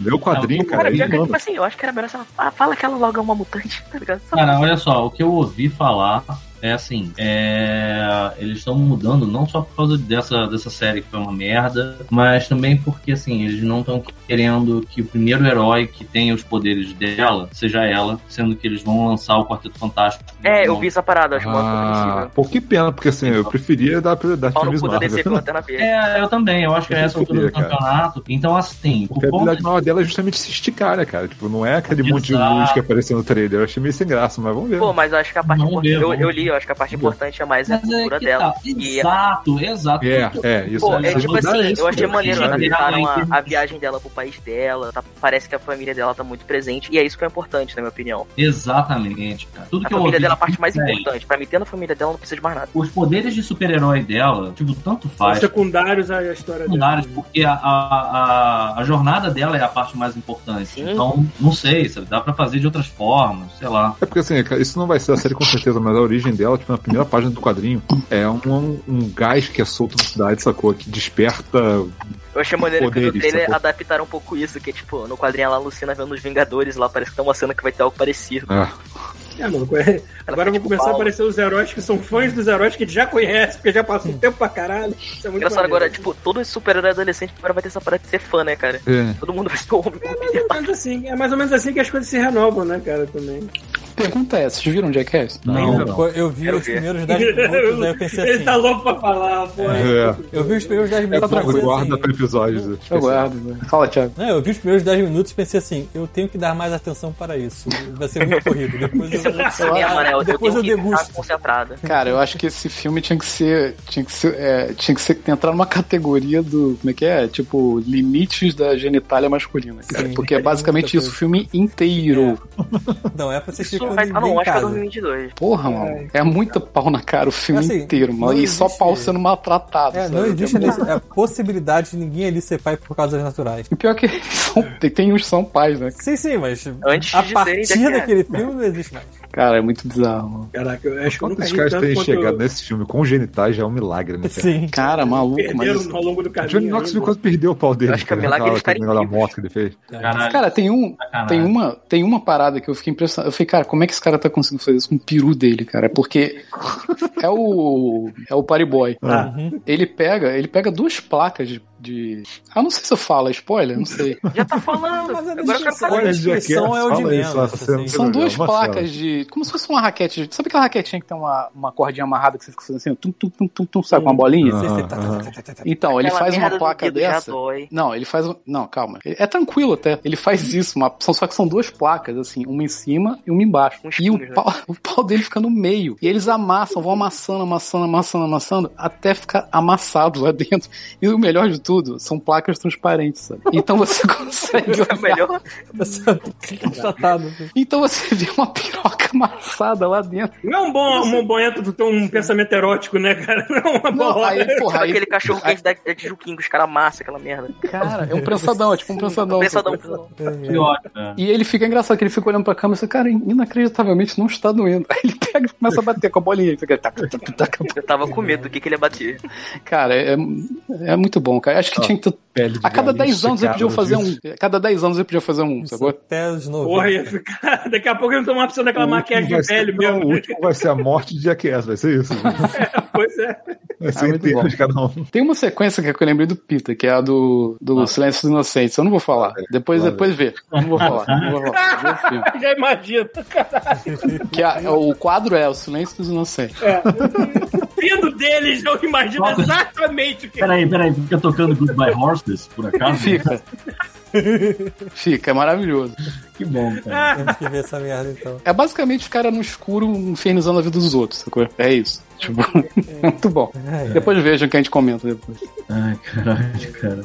G: Lê o quadrinho,
H: Não,
G: cara.
D: Cara,
G: Ele
D: pior que,
G: manda.
D: tipo assim, eu acho que era melhor se ela ah, fala que ela logo é uma mutante, tá ligado? Só-
H: Cara, olha só, o que eu ouvi falar é assim, é, eles estão mudando não só por causa dessa, dessa série que foi uma merda, mas também porque assim, eles não estão querendo que o primeiro herói que tenha os poderes dela seja ela, sendo que eles vão lançar o Quarteto Fantástico.
D: É, eu vi essa parada, eu acho mó
G: Ah,
D: compreensível.
G: pô, que pena, porque assim, eu preferia dar prioridade pra
D: Pau no
G: Miss
D: cu da DC
G: Marvel. né?
D: pela Lanterna Verde.
H: É, eu também, eu acho que é essa altura do
G: Cara.
H: campeonato. Então, assim, por
G: Porque a
H: conta
G: habilidade maior dela é justamente se esticar, né, cara? Tipo, não é aquele monte de
H: Exato.
G: luz que apareceu no trailer. Eu achei meio sem graça, mas vamos ver.
D: Pô, mas eu acho que a parte
H: Vamos
D: importante.
H: ver,
D: Eu,
H: vamos
D: eu
H: ver.
D: li, eu acho que a parte importante é mais a
H: Mas é
D: cultura
H: que
D: dela.
H: tá.
D: E
H: Exato, exato.
G: É, é, isso.
D: Pô, é
G: Vocês
D: tipo
G: mudaram
D: assim,
G: isso,
D: eu achei
G: cara.
D: maneiro, eles
G: Mudaram isso.
D: adaptaram a,
H: isso.
D: a viagem dela pro país dela, tá- parece que a família dela tá muito presente, e é isso que é importante, na minha opinião.
H: Exatamente, cara. Tudo
D: A
H: que eu ouvi
D: família dela é a parte
H: disso,
D: mais
H: velho,
D: importante, pra mim, tendo a família dela, não precisa de mais nada.
H: Os poderes de super-herói dela, tipo, tanto
C: São
H: faz.
C: um secundários a história
H: secundários,
C: dela.
H: porque a, a, a, a jornada dela é a parte mais importante.
D: Sim.
H: Então, não sei, sabe? Dá pra fazer de outras formas, sei lá.
G: É porque assim, cara, isso não vai ser a série com certeza, mas a origem dela, tipo, na primeira página do quadrinho, é um, um, um gás que é solto na cidade, sacou? Que desperta.
D: Eu achei maneiro que
G: Poderes,
D: no trailer
G: sacou?
D: adaptaram um pouco isso, que tipo, no quadrinho ela, a Lucina vendo os Vingadores lá, parece que tá uma cena que vai ter algo parecido.
G: Ah,
C: É, maluco, é.
D: Ela
C: Agora
D: fica,
C: vão
D: tipo,
C: começar a
D: Paulo.
C: aparecer os heróis que são fãs dos heróis que já conhecem, porque já passou um tempo pra caralho. Isso é muito
D: Engraçado
C: maneiro.
D: agora, tipo, todo super-herói adolescente agora vai ter essa parada de ser fã, né, cara?
G: é.
D: Todo mundo vai ser o homem com
C: É mais ou menos assim, é mais ou menos assim que as coisas se renovam, né, cara, também.
B: Pergunta é, vocês viram Jackass?
H: Não,
A: Ainda
H: não.
A: foi- Eu vi
D: Quero
A: os
D: ver.
A: primeiros 10 minutos, aí eu pensei
C: Ele tá
A: assim.
C: louco pra falar, pô.
G: É.
A: Eu vi os primeiros 10
G: É
A: minutos e
G: o
A: pensei
G: guarda
A: assim.
G: pra episódios. Tipo
B: Eu
G: especiais.
B: guardo. né? Fala, Thiago.
A: Não, eu vi os primeiros 10 minutos e pensei assim, eu tenho que dar mais atenção para isso. Vai ser muito corrido. Depois
D: Isso é
A: eu,
D: muito cinema, né? Eu,
A: depois eu
D: tenho que ficar
A: degusto.
D: concentrada.
B: Cara, eu acho que esse filme tinha que ser. Tinha que ser. é, tinha que ser- entrar numa categoria do. Como é que é? Tipo, limites da genitália masculina. cara.
A: Sim.
B: porque é basicamente isso, o filme inteiro.
A: Não, é pra assistir
D: Isso ah,
A: quando
D: vai estar no
A: ninguém em
D: Oscar
A: casa.
D: 2022.
B: Porra, mano. É muita pau na cara o filme
A: Assim,
B: inteiro, mano.
A: não
B: E só
A: existe-
B: pau sendo maltratado.
A: É,
B: sabe?
A: não existe
B: É muito-
A: a possibilidade de ninguém ali ser pai por causas naturais.
B: E pior que são, tem, tem uns que são pais, né?
A: Sim, sim, mas
D: Antes
A: a
D: de
A: partir
D: serem
A: daquele filme não existe mais.
B: Cara, é muito bizarro, mano.
C: Caraca, eu acho que eu nunca
G: Quantos
C: ri
G: caras
C: tanto
G: têm
C: quanto
G: chegado né?
C: eu-
G: nesse filme com genitais já é um milagre, né, cara?
A: Sim.
B: Cara, maluco, mas.
C: Perderam ao longo do
G: O
C: caminho.
G: Johnny Knoxville
C: ainda.
G: quase perdeu o pau dele.
D: acho que é
G: cara,
D: milagre
G: naquela-
D: eles estarem
G: aquele negócio da
D: vivos.
G: moto que ele fez.
H: Caralho,
B: Cara, tem um.
H: sacanagem.
B: Tem uma, tem uma parada que eu fiquei impressionado. Eu fiquei, cara, como é que esse cara tá conseguindo fazer isso com o peru dele, cara? É Porque é o. É o Party Boy. Uhum.
C: Ah.
B: Ele pega, ele pega duas placas de, de. Ah, não sei se eu falo, é spoiler, não sei.
D: Já tá falando.
A: Mas a
D: Agora eu quero
A: descrição-
D: saber.
A: Olha, descrição
G: Jackass,
A: é o de
G: fala isso,
A: menos,
G: nossa, você
A: assim.
G: não
B: São
G: viu,
B: duas
G: Marcelo.
B: placas de. Como se fosse uma raquete. de- Sabe aquela raquetinha que tem uma, uma cordinha amarrada que você fica fazendo assim, tum, tum, tum, tum, tum, sabe, com uma bolinha?
G: Ah.
B: Então, ele
D: Aquela
B: faz
D: merda
B: uma
D: do
B: placa
D: dedo já
B: dessa.
D: dói.
B: Não, ele faz. um- Não, calma. É tranquilo até. Ele faz isso, uma... são- só que são duas placas, assim, uma em cima e uma embaixo. e
D: Um
B: o
D: espinho, né?
B: pau, o pau dele fica no meio. E eles amassam, vão amassando, amassando, amassando, amassando, até ficar amassado lá dentro. E o melhor de tudo, são placas transparentes, sabe? Então você consegue.
D: Isso é
B: olhar.
D: melhor.
B: Então você vê uma piroca amassada lá dentro.
C: Não é um bom momento do ter um pensamento erótico, né, cara? Não é uma
B: Não,
C: boa
B: aí, porra,
D: Sabe
B: aí,
D: aquele cachorro é quente da da Tijuquinho que os caras amassam aquela merda.
B: cara, é um prensadão, é tipo um prensadão.
D: Pensadão, pensadão.
H: Que ótimo, né?
B: E ele fica engraçado, que ele fica olhando pra câmera e fala, cara, inacreditavelmente não está doendo. Aí ele pega e começa a bater com a bolinha. Ele Fica, tac, tac, tac.
D: Eu tava com medo do que, que ele ia bater.
B: Cara, é, é muito bom, cara. Acho que tinha que. ter-
G: Pele de
B: A cada
G: galinha
B: 10 anos ele podia
G: esticada,
B: fazer
G: viu?
B: um. A cada 10 anos ele podia fazer um,
A: Isso
B: sacou?
A: Até os 90.
C: Porra, ia ficar. Daqui a pouco ele não toma opção daquela
G: O último
C: maquiagem de
G: vai ser-
C: velho
G: não,
C: mesmo.
G: O último vai ser a morte de Jackass, vai ser isso.
C: Pois é.
G: Vai
B: Ah,
G: ser
B: muito bom.
G: inteiro de cada um.
B: Tem uma sequência que eu lembrei do Pita, que é a do, do Silêncio dos Inocentes. Eu não vou falar. Depois,
G: Vai,
B: depois vê. Eu Não vou falar. Não vou falar. Vê o filme.
C: Já imagino, cara.
B: Que a- o quadro é O Silêncio dos Inocentes.
C: Vindo deles, eu imagino exatamente o que.
H: Peraí, peraí, fica tocando Goodbye Horses, por acaso?
B: Fica. Fica, é maravilhoso.
H: Que bom, cara.
C: Ah,
A: Temos que ver essa merda então.
B: É basicamente o cara no escuro infernizando a vida dos outros, sacou? É isso. Tipo, é muito bom. Depois vejam que a gente comenta depois.
H: Ai, caralho, cara.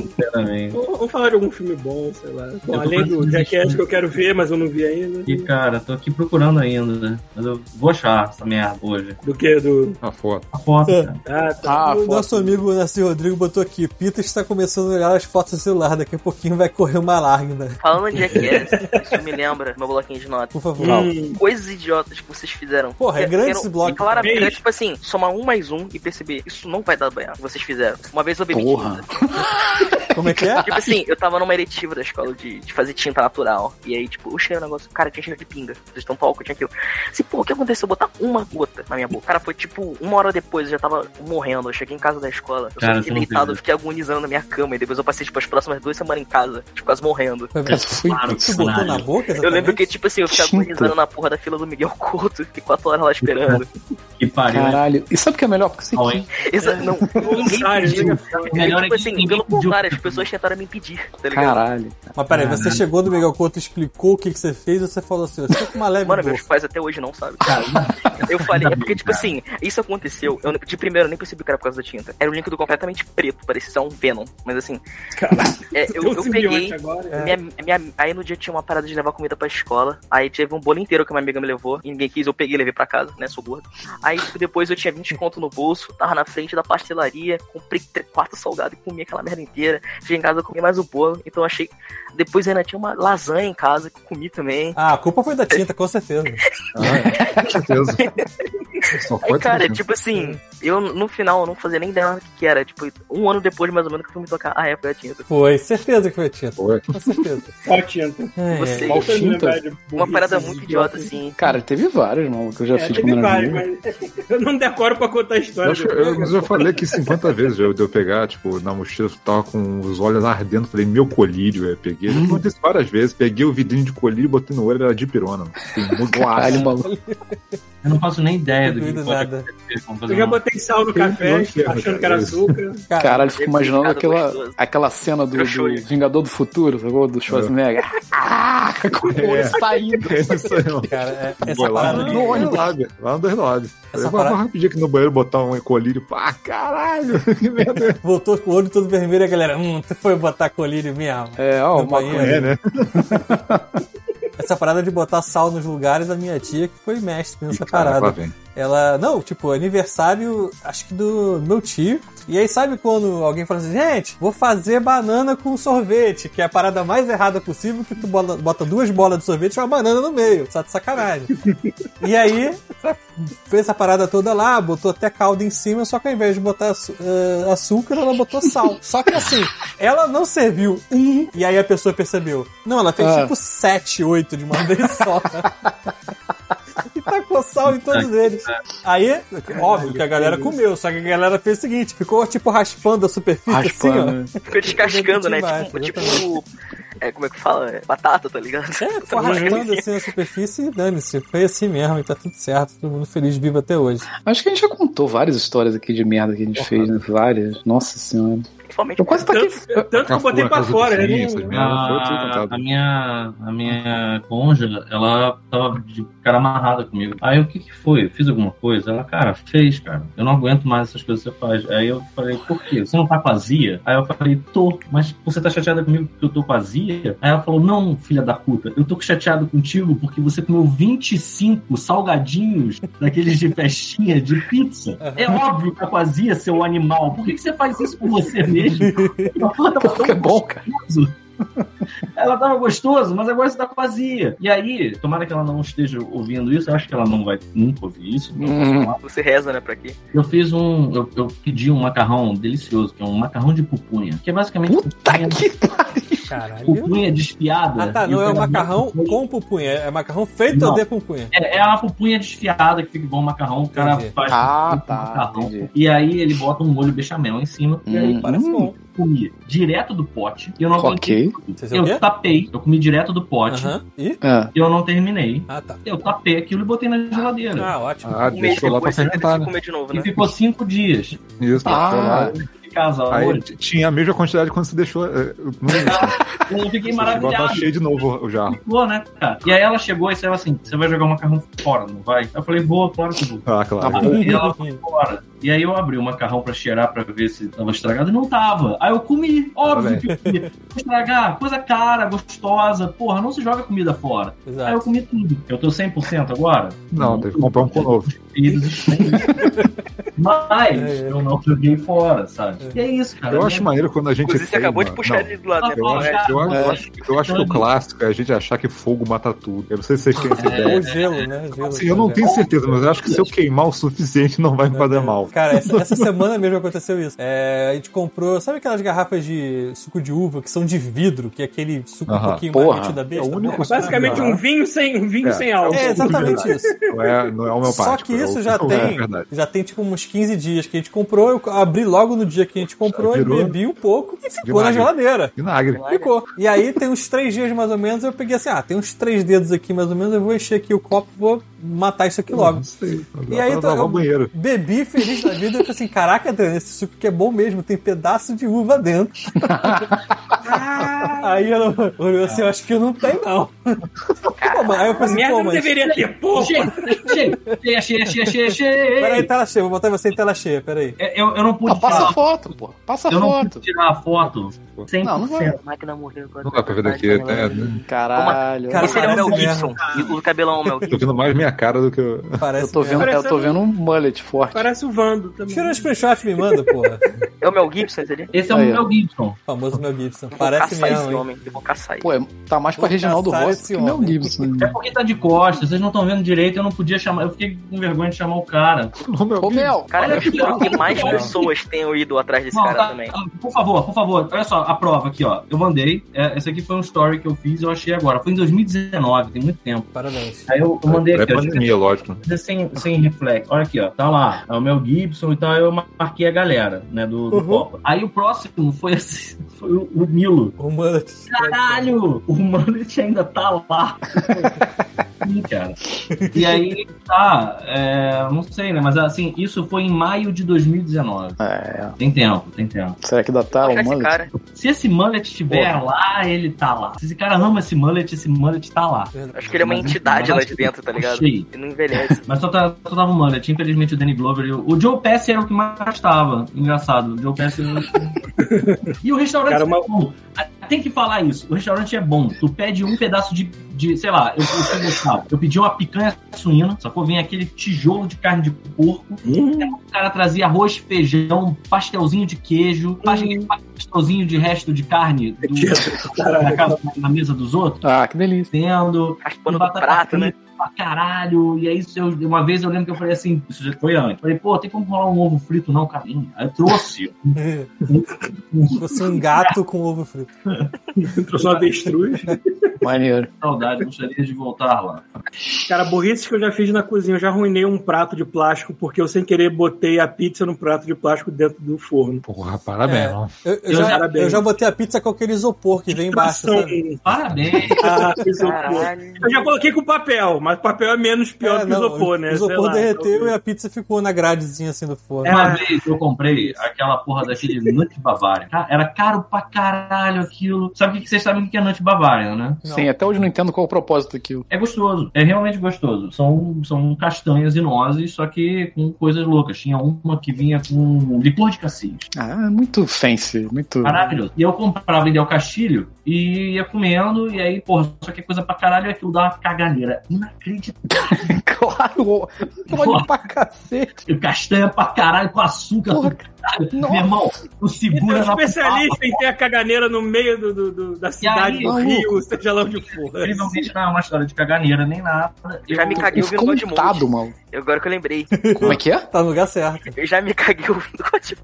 H: Sinceramente.
C: vamos vamos falar de algum filme bom, sei lá. Bom,
H: Eu tô
C: além do
H: procurando
C: Jackass
H: isso.
C: que eu quero ver, mas eu não vi ainda.
H: E, cara, tô aqui procurando ainda, né? Mas eu vou achar essa merda hoje.
C: Do que? Do.
G: A foto.
H: A foto, cara.
C: Ah, tá.
B: Ah,
A: o
B: foda.
A: nosso amigo Nasci Rodrigo botou aqui: Pita está começando a olhar as fotos do celular, daqui a pouquinho vai correr uma lágrima.
D: Falando de Jackass, é, isso me lembra meu bloquinho de notas.
A: Por favor.
C: Hum,
D: Coisas idiotas que vocês fizeram.
A: Porra, é grande
D: Eram-
A: esse bloco.
D: E claramente,
C: Beijo.
D: era tipo assim, somar um mais um e perceber, isso não vai dar banho que vocês fizeram. Uma vez eu bebi
B: Porra.
D: tinta.
A: Como é que é?
D: Tipo assim, eu tava numa eletiva da escola de, de fazer tinta natural. E aí, tipo, eu cheguei no negócio, cara, tinha cheiro de pinga. Vocês estão álcool, tinha aquilo. Assim, pô, o que aconteceu? Botar uma gota na minha boca. Cara, foi tipo, uma hora depois, eu já tava morrendo. Eu cheguei em casa da escola, eu
H: Cara,
D: só fiquei
H: você não
D: deitado,
H: fez
D: eu fiquei agonizando na minha cama. E depois eu passei, tipo, as próximas duas semanas em casa, tipo, quase morrendo.
B: Cara, foi
H: Claro.
A: Tu botou na boca?
D: Eu lembro que,
A: exatamente?
D: tipo assim, eu fiquei
B: Tinta.
D: agonizando na porra da fila do Miguel Couto, fiquei quatro horas lá esperando.
H: Que pariu. hein?
B: Caralho. E sabe o que é melhor? Porque você
H: Não, hein?
D: Exa- Não, ninguém
C: Otário,
D: pediu.
C: né?
D: E,
H: Melhor é
D: tipo
H: que
D: assim,
H: ninguém
D: pelo
H: pediu.
D: contrário, as pessoas tentaram me impedir, tá ligado?
B: Caralho.
A: Mas peraí, você chegou no Miguel Couto, explicou o que, que você fez e você falou assim: eu tô com uma leve
D: Mano,
A: dor.
D: meus pais até hoje não sabem. Eu falei, é porque, tipo assim, isso aconteceu. Eu, de primeiro, eu nem percebi que era por causa da tinta. Era um líquido completamente preto, parecia só um Venom. Mas assim,
C: Caralho,
D: é, eu,
C: tem um
D: eu
C: simbionte
D: peguei.
C: Agora, né?
D: Minha, minha- aí no dia tinha uma parada de levar comida pra escola. Aí teve um bolo inteiro que uma amiga me levou. E ninguém quis, eu peguei e levei pra casa, né? Sou gordo. Aí tipo, depois eu tinha 20 conto no bolso, tava na frente da pastelaria, comprei tre- quatro salgados e comi aquela merda inteira. Cheguei em casa, eu comi mais o bolo. Então eu achei. Depois ainda tinha uma lasanha em casa que eu comi também.
A: Ah, a culpa foi da tinta, com certeza.
G: Ah, com certeza. Só
D: Aí,
G: pode
D: cara,
G: ser.
D: tipo assim, eu no final eu não fazia nem ideia do que que era. Tipo, um ano depois, mais ou menos, que eu fui me tocar. Ah, é, foi a tinta.
A: Foi, certeza que foi a tinta.
G: Foi.
A: Com certeza.
C: Só tinta.
A: Ai,
D: Você-
A: ai.
B: Mal
C: é
B: tinta.
D: É. Uma parada muito idiota, assim.
B: Cara, teve vários, mano, que eu já
C: É,
B: fiz
C: teve
B: quando era
C: vários,
B: novo.
C: mas eu não decoro pra contar a
G: Eu,
C: história.
G: acho- eu- mas eu falei que 50 vezes eu, de eu pegar, tipo, na mochila, eu tava com os olhos ardendo, falei, meu colírio, eu peguei. Já aconteceu várias vezes, peguei o vidrinho de colírio, botei no olho, era de pirona. mano. Tem muito
B: Caralho,
G: ácido.
B: maluco.
H: Eu não faço nem ideia do que
A: Duvido
H: pode
A: nada.
H: acontecer. Vamos fazer
C: Eu já
H: uma-
C: botei sal no
G: Tem
C: café,
G: dois ferros,
C: achando que
G: cara,
C: era
G: isso.
C: açúcar.
B: Caralho, fico
D: Deve
B: imaginando
D: ter ficado
B: aquela,
D: gostoso.
B: aquela cena do, do
D: Broxúria.
B: Vingador do Futuro, sacou? do Schwarzenegger. Ah, com o olho
G: É.
B: saindo.
G: É isso aí, mano.
A: Cara, é-
G: Foi
A: essa
G: lá
A: parada
G: no
A: de-
G: Underlab, lá no Underlab. Eu vou
A: parada-
G: vou rapidinho aqui no banheiro botar um colírio, pá, caralho, que merda. é
A: Voltou com o olho todo vermelho e a galera, hum, tu foi botar colírio mesmo.
B: É, ó,
A: No
B: uma
A: banheiro.
B: coisa.
G: É, né?
A: Essa parada de botar sal nos lugares, a minha tia que foi mestre nessa parada.
G: Lá vem.
A: Ela, não, tipo, aniversário, acho que do meu tio. E aí, sabe quando alguém fala assim, gente, vou fazer banana com sorvete, que é a parada mais errada possível, que tu bola- bota duas bolas de sorvete e uma banana no meio, tá de sacanagem. e aí, ela fez a parada toda lá, botou até calda em cima, só que ao invés de botar açu- eh, açúcar, ela botou sal. Só que assim, ela não serviu um, e aí a pessoa percebeu. Não, ela fez
B: Ah.
A: tipo sete, oito de uma vez só. E tá tacou sal em todos eles. Aí, óbvio
G: né?
A: que a galera comeu, só que a galera fez o seguinte: ficou tipo raspando a superfície
B: Raspando.
A: assim,
D: Ficou descascando, né?
A: Demais,
D: tipo, tipo é, como é que fala? É, Batata, tá ligado?
A: ó. É, ficou raspando assim a superfície e dane-se. Foi assim mesmo, e tá tudo certo, todo mundo feliz, vivo até hoje.
B: Acho que a gente já contou várias histórias aqui de merda que a gente fez, né? várias. Nossa senhora.
D: Principalmente
B: Eu quase tá aqui.
C: Tanto, tanto que eu botei pra fora, né?
G: Essas
C: Não- um
G: merdas, foi tudo
H: Ah, A,
G: contado.
H: a minha, a minha cônjuge, ela tava de cara amarrada comigo. Aí o que que foi? Fiz alguma coisa? Ela, cara, fez, cara. Eu não aguento mais essas coisas que você faz. Aí eu falei, por quê? Você não tá vazia? Aí eu falei, tô, mas você tá chateada comigo porque eu tô vazia? Aí ela falou, não, filha da puta, eu tô chateado contigo porque você comeu 25 salgadinhos daqueles de festinha de pizza. É óbvio que tá vazia, seu animal. Por que, que você faz isso com você mesmo?
B: Porque é bom, cara.
H: Ela tava gostoso, mas agora você tá vazia. E aí, tomara que ela não esteja ouvindo isso, eu acho que ela não vai nunca ouvir isso. não posso
B: Hum.
H: falar.
D: você reza, né, pra aqui.
H: Eu fiz um. Eu, eu pedi um macarrão delicioso, que é um macarrão de pupunha. Que é basicamente
B: Puta
H: pupunha,
B: que pariu.
A: Caralho.
H: pupunha desfiada.
A: Ah tá,
H: E
A: não é o
H: cara-
A: macarrão com pupunha, é macarrão feito
H: Não.
A: de pupunha.
H: É, é uma pupunha desfiada que fica bom o macarrão. O cara
A: Entendi.
H: faz
B: Ah,
H: com
B: tá.
H: macarrão.
B: Entendi.
H: E aí ele bota um molho bechamel em cima. E aí
B: Hum.
A: Parece bom.
H: comi direto do pote. E eu não aguentei.
B: Ok.
A: Vocês é o quê?
H: Eu tapei, eu comi direto do pote.
A: Aham. E?
B: Ah,
H: Eu não terminei.
A: Ah tá.
H: Eu tapei aquilo e botei na geladeira.
A: Ah, ótimo.
G: Ah,
D: Um mês
G: deixou lá pra
D: depois você
G: fermentar,
C: tipo
D: precisa
G: né?
D: comer de novo,
H: E
D: né?
H: ficou cinco dias
G: Isso, deixou lá.
B: ah,
H: de casa.
G: Aí
H: hoje.
G: t- tinha a mesma quantidade quando você deixou. é, no início.
H: Eu fiquei
G: Igual tava
H: maravilhado.
G: cheio de novo o jarro.
H: Ficou, né, cara? E aí ela chegou e saiu assim: você vai jogar o macarrão fora, não vai? Eu falei, vou, claro que vou.
G: Ah, claro.
B: Tá
H: E ela foi embora. E aí eu abri o macarrão pra cheirar pra ver se tava estragado e não tava. Aí eu comi, óbvio que eu comi. Vou Estragar, coisa cara, gostosa. Porra, não se joga comida fora. Aí eu
A: Exato.
H: comi tudo. Eu tô 100% agora?
G: Não, teve que comprar um cu novo.
H: Eles estão- Mas eu não joguei fora, sabe? E é isso, cara.
G: É. Eu acho maneiro quando a gente.
D: Inclusive, você acabou de
G: queima-
D: puxar
G: Não,
D: ele do lado, né?
G: Eu acho, eu, acho, eu, acho, eu acho que o clássico é a gente achar que fogo mata tudo. Eu não sei se vocês têm essa
A: Ou
G: ideia.
A: gelo, né? Gelo,
G: Assim, eu não
A: gelo.
G: tenho certeza, mas eu acho que se eu queimar o suficiente não vai me fazer mal.
A: Cara, essa, essa semana mesmo aconteceu isso. É, a gente comprou, sabe aquelas garrafas de suco de uva que são de vidro, que é aquele suco um
G: Aham.
A: pouquinho
B: Porra,
A: mais metido da besta?
G: é o único
A: né?
G: suco
C: Basicamente um vinho sem, um vinho
G: É.
C: sem álcool.
A: É exatamente isso.
G: Não é, não é
A: Só
G: homeopático.
A: que
G: é o-
A: isso já
G: é
A: tem,
G: verdade.
A: já tem tipo uns 15 dias que a gente comprou, eu abri logo no dia que a gente comprou,
G: Já
A: e
G: virou.
A: bebi um pouco e ficou na
G: Vinagre.
A: geladeira.
G: Vinagre.
A: Ficou. E aí tem uns três dias mais ou menos, eu peguei assim, ah, tem uns três dedos aqui mais ou menos, eu vou encher aqui o copo, vou matar isso aqui logo.
G: Não sei.
A: E aí,
G: lavar
A: eu-
G: o banheiro.
A: Bebi feliz da vida e falei assim: caraca, Adriano, esse suco que é bom mesmo, tem pedaço de uva dentro. aí ela olhou assim: eu acho que não tem, não. Pô, mas- aí eu falei assim:
C: Merda
A: pô,
C: não
A: mas.
C: deveria ter, pô.
H: Achei, achei, achei, achei, achei,
A: Peraí,
H: achei.
A: tela cheia, vou botar você em tela cheia, peraí.
H: É, Eu, eu não pude
B: Ah, passa
H: tirar,
B: foto, pô. Passa
H: eu não
B: foto.
H: pude tirar a foto 100%.
B: Não, não vai.
D: A máquina morreu agora.
G: Não dá pra ver daqui. É, né?
B: Caralho.
A: Cara,
D: Esse era o Mel
A: Parece
D: Gibson. O cabelão, o Mel Gibson.
G: Tô vendo mais minha cara do que. eu-
A: Parece.
B: Eu tô vendo, eu tô vendo um mullet forte.
C: Parece o Vando também.
A: Tira um screenshot e me manda, porra.
D: É o Mel Gibson esse ali?
H: Esse é o
B: Aí, ó.
H: Mel Gibson.
A: O famoso meu Gibson.
D: Eu vou
A: Parece
D: caçar esse
A: mesmo. hein?
D: homem. Eu vou caçar ele.
B: Pô, é- tá mais pra
A: Vou
B: Reginaldo
A: caçar
B: Rossi
A: esse
B: que Mel
A: homem.
B: Gibson. né?
H: É porque tá de costas, vocês não estão vendo direito, eu não podia chamar, eu fiquei com vergonha de chamar o cara.
G: Ô, meu
B: Ô, Mel,
D: Cara, eu
H: Olha que
D: espero que mais
H: legal.
D: pessoas tenham ido atrás desse
H: Não,
D: cara
H: tá-
D: também.
H: tá, por favor, por favor, olha só, a prova aqui, ó. Eu mandei, é, esse aqui foi um story que eu fiz, eu achei agora. Foi em 2019, tem muito tempo.
A: Parabéns.
H: Aí eu, eu mandei
G: É
H: aqui, ó.
G: pandemia, lógico.
H: fazer sem, sem reflexo. Olha aqui, ó. Tá lá. É o Mel Gibson e tal. Eu marquei a galera, né? Do,
B: Uhum.
H: do Copa. Aí o próximo foi assim. Foi o, o Milo.
A: O mullet.
H: Caralho! O Mullet ainda tá lá. Sim, cara. E aí, tá. é, não sei, né? Mas assim, isso foi em maio de 2019.
B: É,
H: Tem tempo, tem tempo.
B: será que dá tá
D: Vou
B: o
D: achar esse
B: mullet?
D: cara.
H: Se esse mullet estiver
B: Porra.
H: lá, ele tá lá. Se esse cara ama esse mullet, esse mullet tá lá.
D: Acho que ele é uma entidade lá de dentro, tá ligado?
H: Achei.
D: Ele não envelhece.
H: Mas só, tá, só tava o Mullet. Infelizmente o Danny Glover e o... o Joe Pesci era o que mais tava. Engraçado. O Joe Pesci... não- e o restaurante
C: Cara, uma-
H: é bom. Ah, Tem que falar isso. O restaurante é bom. Tu pede um pedaço de... de sei lá, eu, eu, sei gostar. eu pedi uma picanha suína, sacou? Vem aquele tijolo de carne de porco.
C: Hum.
H: O cara trazia arroz, feijão, pastelzinho de queijo,
C: Hum.
H: pastelzinho de resto de carne do- da casa- na mesa dos outros.
B: Ah, que delícia.
H: Tendo
D: Raspando do
H: batata
D: prato, né?
H: frita Pra caralho. E aí, se eu- uma vez eu lembro que eu falei assim, isso já foi antes. Falei, pô, tem como rolar um ovo frito não, carinho? Aí eu trouxe.
A: Se fosse um gato com ovo frito.
C: Trouxe uma avestruz.
B: Maneiro.
H: Saudade, gostaria de voltar lá.
C: Cara, burrice que eu já fiz na cozinha. Eu já arruinei um prato de plástico porque eu, sem querer, botei a pizza num prato de plástico dentro do forno.
G: Porra, parabéns,
A: É.
G: mano.
A: Eu, eu
C: Eu
A: já,
C: já era bem.
A: eu já botei a pizza com aquele isopor que vem embaixo.
C: Tração.
A: sabe?
H: Parabéns!
C: Então, assim, Ah, isopor.
D: Caralho.
C: Eu já coloquei com papel, mas papel é menos pior
A: É,
C: que isopor,
A: o-
C: né?
A: O
C: Sei
A: isopor
C: lá,
A: derreteu
C: talvez.
A: e a pizza ficou na gradezinha assim do forno.
H: Uma
C: É.
H: vez eu comprei aquela porra daquele Nut Bavária. Cara, Era caro pra caralho aquilo. Sabe o que que vocês sabem o que é Nut Bavária, né?
A: Não.
B: Sim, até hoje não entendo qual o propósito daquilo.
H: É gostoso, é realmente gostoso. São, são castanhas e nozes, só que com coisas loucas. Tinha uma que vinha com licor de cassis.
B: Ah, muito fancy, muito.
H: Maravilhoso. E eu comprava ideal castilho e ia comendo, e aí, porra, só que é coisa pra caralho, aquilo dá uma caganeira inacreditável.
B: claro! Olha pra cacete!
H: Castanha pra caralho, com açúcar,
B: Porra,
H: tudo caralho.
B: nossa.
H: Meu irmão, tu
C: E tem um
H: segura na
C: especialista em ter a caganeira no meio do, do- do- da cidade,
H: aí,
D: É um
C: do
B: maluco?
C: Rio, seja lá onde for.
H: Incrivelmente não é uma história de caganeira nem nada.
D: Já me caguei ouvindo Godmode.
B: Escoltado, mano.
D: Agora que eu lembrei.
B: Como é que é?
A: Tá no lugar certo.
D: Eu já me caguei ouvindo Godmode.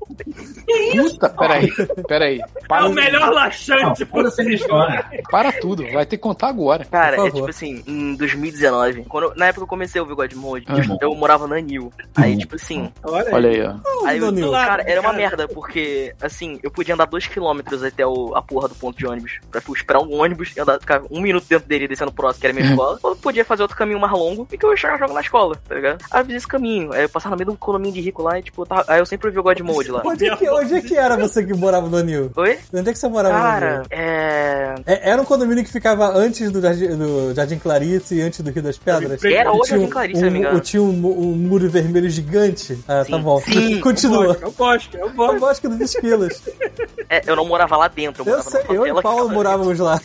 B: Puta, peraí, peraí.
C: É
B: Para,
C: o melhor
H: Não,
C: laxante
H: foda-se a minha história.
B: para tudo, vai ter que contar agora.
D: Cara,
A: Por
D: é
A: favor.
D: tipo assim, em 2019, quando, eu- na época que eu comecei a ouvir Godmode,
B: Ah,
H: bom.
D: eu morava na Anil. Aí, tipo assim,
C: Olha,
B: Olha aí, ó. um
D: Aí eu,
A: Danilo.
D: cara, era uma
C: Cara.
D: merda, porque, assim, eu podia andar dois quilômetros até o- a porra do ponto de ônibus. Pra tipo, esperar um ônibus e andar, ficar um minuto dentro dele, descendo o próximo, que era a minha
A: Uhum.
D: escola. Ou eu podia fazer outro caminho mais longo e que eu ia chegar logo na escola, tá ligado? Aí eu fiz esse caminho, aí eu passava no meio de um condomínio de rico lá e, tipo, tava- aí eu sempre ouvi o Godmode lá.
A: Onde é, que, onde é que era você que morava no Anil?
D: Oi?
A: Onde é que você morava no
D: Cara,
A: Anil?
D: é.
A: É- era um condomínio que ficava antes do Jardim, do Jardim Clarice e antes do Rio das Pedras?
C: Era
A: E
D: hoje
A: tinha
D: Jardim Clarice, se não me engano.
A: um, Tinha um, mu- um muro vermelho gigante. Ah, tá
D: Sim.
A: bom.
D: Sim.
A: Continua.
C: eu gosto, eu
A: Eu
C: gosto.
A: gosto que dos esquilas.
D: é, eu não morava lá dentro, eu
A: Eu
D: morava
A: sei,
D: numa
A: eu e
D: favela
A: o
D: que
A: Paulo
D: ficava-
A: morávamos lá.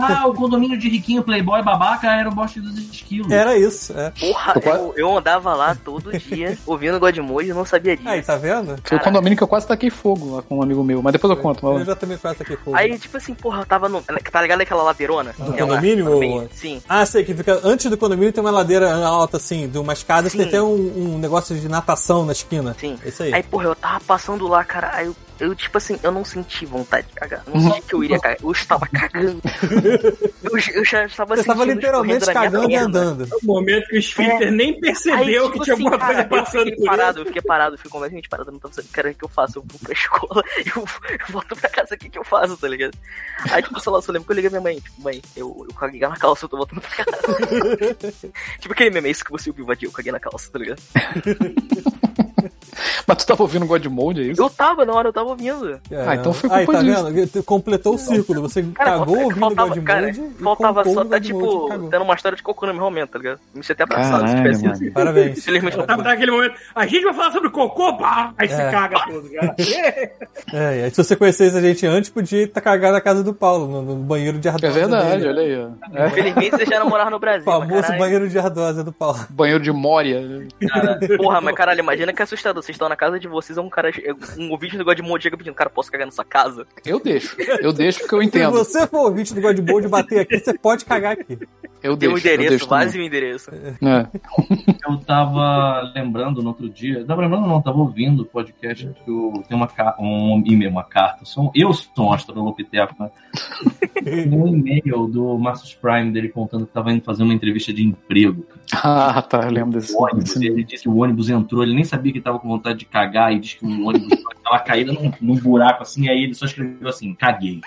H: Ah, o condomínio de riquinho, playboy, babaca, era o bosta dos esquilos.
A: Era isso. É.
D: Porra, eu, eu andava lá todo dia ouvindo Godmode e não sabia disso.
A: Aí, tá vendo?
B: Foi o condomínio que eu quase taquei fogo lá com um amigo meu, mas depois eu conto.
A: Eu
B: Mas...
A: já também faço aqui fogo.
D: Aí, tipo assim, porra, eu tava no. Tá ligado aquela ladeirona?
A: Do
D: É uma-
A: condomínio ou-
D: Sim.
A: Ah, sei, que fica antes do condomínio tem uma ladeira alta, assim, de uma escada, tem
D: Sim.
A: até um, um negócio de natação na esquina.
D: Sim.
A: É Isso aí.
D: Aí, porra, eu tava passando lá, cara. Aí eu, eu, tipo assim, eu não senti vontade de cagar. Não senti que eu iria cagar. Eu estava cagando. eu, j- eu já estava
A: Você
D: sentindo
A: tava literalmente
D: escorrendo na minha
A: cagando e
D: perna.
A: andando.
C: No momento que o esfíncter nem
D: É. Aí,
C: percebeu
D: tipo
C: que tinha
D: assim,
C: alguma
D: cara,
C: coisa passando
D: eu
C: por
D: fiquei parado,
C: ele.
D: eu fiquei parado, eu fiquei completamente parado, eu não tava sabendo cara, o que eu faço, eu vou pra escola, eu, eu volto pra casa, o que, que eu faço, tá ligado? Aí, tipo, sei lá, eu só lembro que eu liguei minha mãe, tipo, mãe, eu, eu caguei na calça, eu tô voltando pra casa. tipo aquele meme, é isso que você ouviu, Vadir, eu caguei na calça, tá ligado?
B: Mas tu tava ouvindo Godmode, é isso?
D: Eu tava na hora, eu tava ouvindo.
A: É.
B: então foi
A: Aí,
B: culpa
A: tá vendo? Completou o círculo. Você
D: Cara,
A: cagou
D: falta- é
A: ouvindo
D: faltava,
A: Godmode
D: cara, é
A: e
D: faltava
A: contou
D: só
A: no
D: tá,
A: Godmode e
D: tipo,
A: cagou.
D: tendo uma história de cocô no meu aumento, tá ligado? Me até abraçado se
B: Caralho,
D: tivesse
B: mano.
D: isso.
A: Parabéns.
D: Infelizmente não
C: Tava
D: tava.
C: naquele momento, a gente vai falar sobre cocô, pá, aí se
A: É.
C: caga todo, cara.
A: É, é. Se você conhecesse a gente antes, podia estar cagado na casa do Paulo, no, no banheiro de
B: É
A: ardósia
B: verdade,
A: dele.
B: olha aí. ó. É,
D: Infelizmente você já não morava no
A: O
D: Brasil, mas
A: famoso
D: caralho.
A: banheiro de ardósia do Paulo.
B: banheiro de Moria. né?
D: Porra, mas caralho, imagina que assustador. Vocês estão na casa de vocês, é um cara. Um ouvinte do Godmode chega pedindo, cara, posso cagar na sua casa?
B: Eu deixo, eu deixo porque eu
A: Se
B: entendo.
A: você for ouvinte do Godmode e bater aqui, você pode cagar aqui.
B: Eu
D: Deu
B: deixo.
D: o
B: eu
D: um endereço,
B: deixo
D: quase o endereço.
B: também. É.
H: Eu tava lembrando no outro dia, tava lembrando não, tava ouvindo o podcast que eu, tem uma, ca- um e-mail, uma carta. Eu sou, eu sou um astrolopiteco, né? Tem um e-mail do Marcus Prime dele contando que tava indo fazer uma entrevista de emprego.
B: Ah, tá, eu lembro desse.
H: O ônibus, ele disse que o ônibus entrou, ele nem sabia que tava com vontade de cagar e disse que o ônibus tava caído num, num buraco assim, aí ele só escreveu assim: caguei.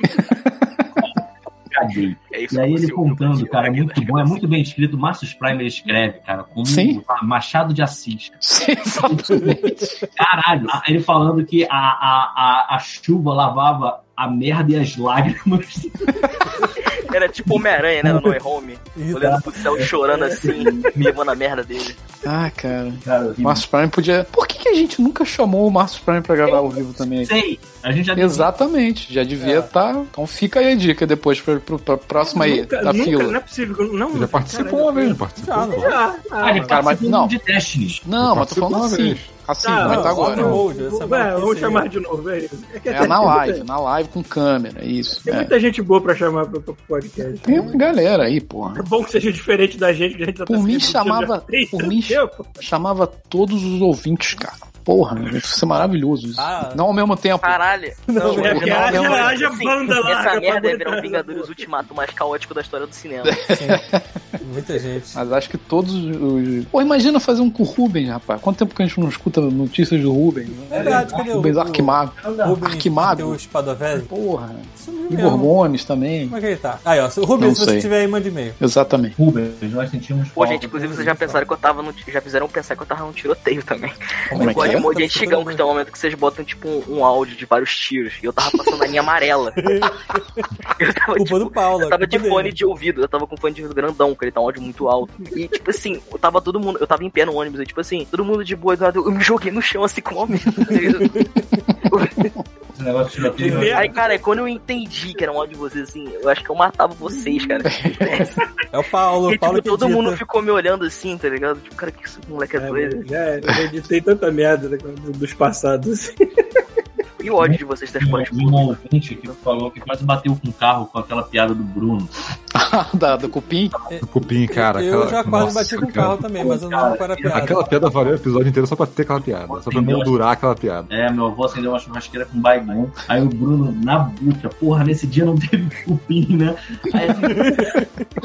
H: Caguei.
D: É
H: E aí ele contando, cara, é
D: né?
H: muito bom, é muito bem escrito. Márcio Prime ele escreve, cara, como
B: Sim.
H: Machado de Assis.
B: Exatamente.
H: Caralho, a- Ah, ele falando que a, a, a, a chuva lavava a merda e as lágrimas.
D: Era tipo Homem-Aranha, né? No No Way Home.
A: E tá.
D: Olhando pro céu e chorando assim, me levando a merda dele.
B: Ah, cara.
H: Cara,
B: O Marcos Prime podia. Por que, que a gente nunca chamou o Marcos Prime pra gravar ao vivo também?
H: sei. A gente já
B: Exatamente, já devia estar. Então fica aí a dica depois pra, pra, pra próxima aí
C: nunca,
B: da
C: nunca,
B: fila.
C: não é possível. Não,
G: Você já participou uma vez, não
A: Já,
G: participou?
A: não.
C: Ah,
H: Ah,
C: ah,
H: ele
B: cara, mas
H: participou
B: não.
H: de testes.
B: Não, mas tô
G: Participou
B: falando
G: uma
B: assim.
G: vez.
B: Assim,
C: Ah,
B: vai
C: não,
B: estar
C: só
B: agora.
C: não.
A: Mode, essa
C: Ué,
A: maluquice
C: vamos
A: aí.
C: chamar de novo, é isso. que
B: É
C: tem-
B: na live, na live com câmera, isso.
C: Tem
B: é.
C: muita gente boa pra chamar pro pro podcast.
B: Tem uma galera aí, porra.
C: É bom que seja diferente da gente, que a gente já
B: Por
C: tá se
B: mim,
C: repetindo
B: chamava-
C: já tem
B: por
C: tanto
B: mim-
C: tempo.
B: Chamava todos os ouvintes, cara. Porra, deve ser maravilhoso isso.
A: Ah.
B: Não ao mesmo tempo.
D: Caralho. Não,
C: é que haja- haja banda lá,
D: Essa
C: pra
D: merda é
C: aguentar.
D: virar um Vingadores Ultimato mais caótico da história do cinema.
A: Muita gente.
B: Mas acho que todos os. Pô, imagina fazer um com o Rubens, rapaz. Quanto tempo que a gente não escuta notícias do Rubens?
A: É verdade, cadê o.
B: Rubens
A: o-
B: Arquimago.
A: o Rubens,
B: Arquimago.
A: cadê O Spadovelli.
B: Porra.
A: Sumiu
B: Igor
A: mesmo.
B: Gomes também.
A: é Como é que ele tá? Aí, ó. Rubens,
B: Não
A: se
B: sei.
A: você tiver aí, manda e-mail.
B: Exatamente.
H: Rubens, nós sentimos
D: Pô,
H: falta.
D: gente, inclusive vocês já pensaram que eu tava no. Já fizeram pensar que eu tava num tiroteio também.
B: Como é que
D: Pode
B: é?
D: mod antigão, que tem um momento que vocês botam, tipo, um, um áudio de vários tiros. E eu tava passando a linha amarela. eu tava, tipo,
A: Culpa do Paulo. é
D: Eu tava de
A: culpa
D: fone
A: dele.
D: de ouvido, eu tava com fone de ouvido grandão, porque ele tá um áudio muito alto. E, tipo assim, eu tava todo mundo, eu tava em pé no ônibus, e, tipo assim, todo mundo de boa, do lado, eu me joguei no chão assim com o homem.
H: Esse negócio de tiroteio.
C: Primeiro-
D: Aí, cara, é quando eu entendi que era um áudio de vocês, assim, eu acho que eu matava vocês, cara.
A: É o Paulo.
D: E,
A: O Paulo
D: tipo,
A: que
D: todo
A: edita.
D: mundo ficou me olhando assim, tá ligado? Tipo, cara, que esse moleque é doido.
C: É, já era, eu editei tanta merda né, dos passados.
D: E o ódio de vocês das
H: Eu
D: pães.
H: vi um ouvinte que falou que quase bateu com o carro com aquela piada do Bruno.
B: é? da, da Cupim.
G: Cupim, cara.
A: Eu
G: aquela-
A: já quase
G: nossa,
A: bati com o
G: cara.
A: carro também, mas eu não lembro qual era a piada.
G: Aquela piada valeu o episódio inteiro só pra ter aquela piada, só pra moldurar aquela piada.
H: É, meu avô acendeu uma churrasqueira com baigon. Aí o Bruno, na bucha, porra, nesse dia não teve cupim, né? Aí,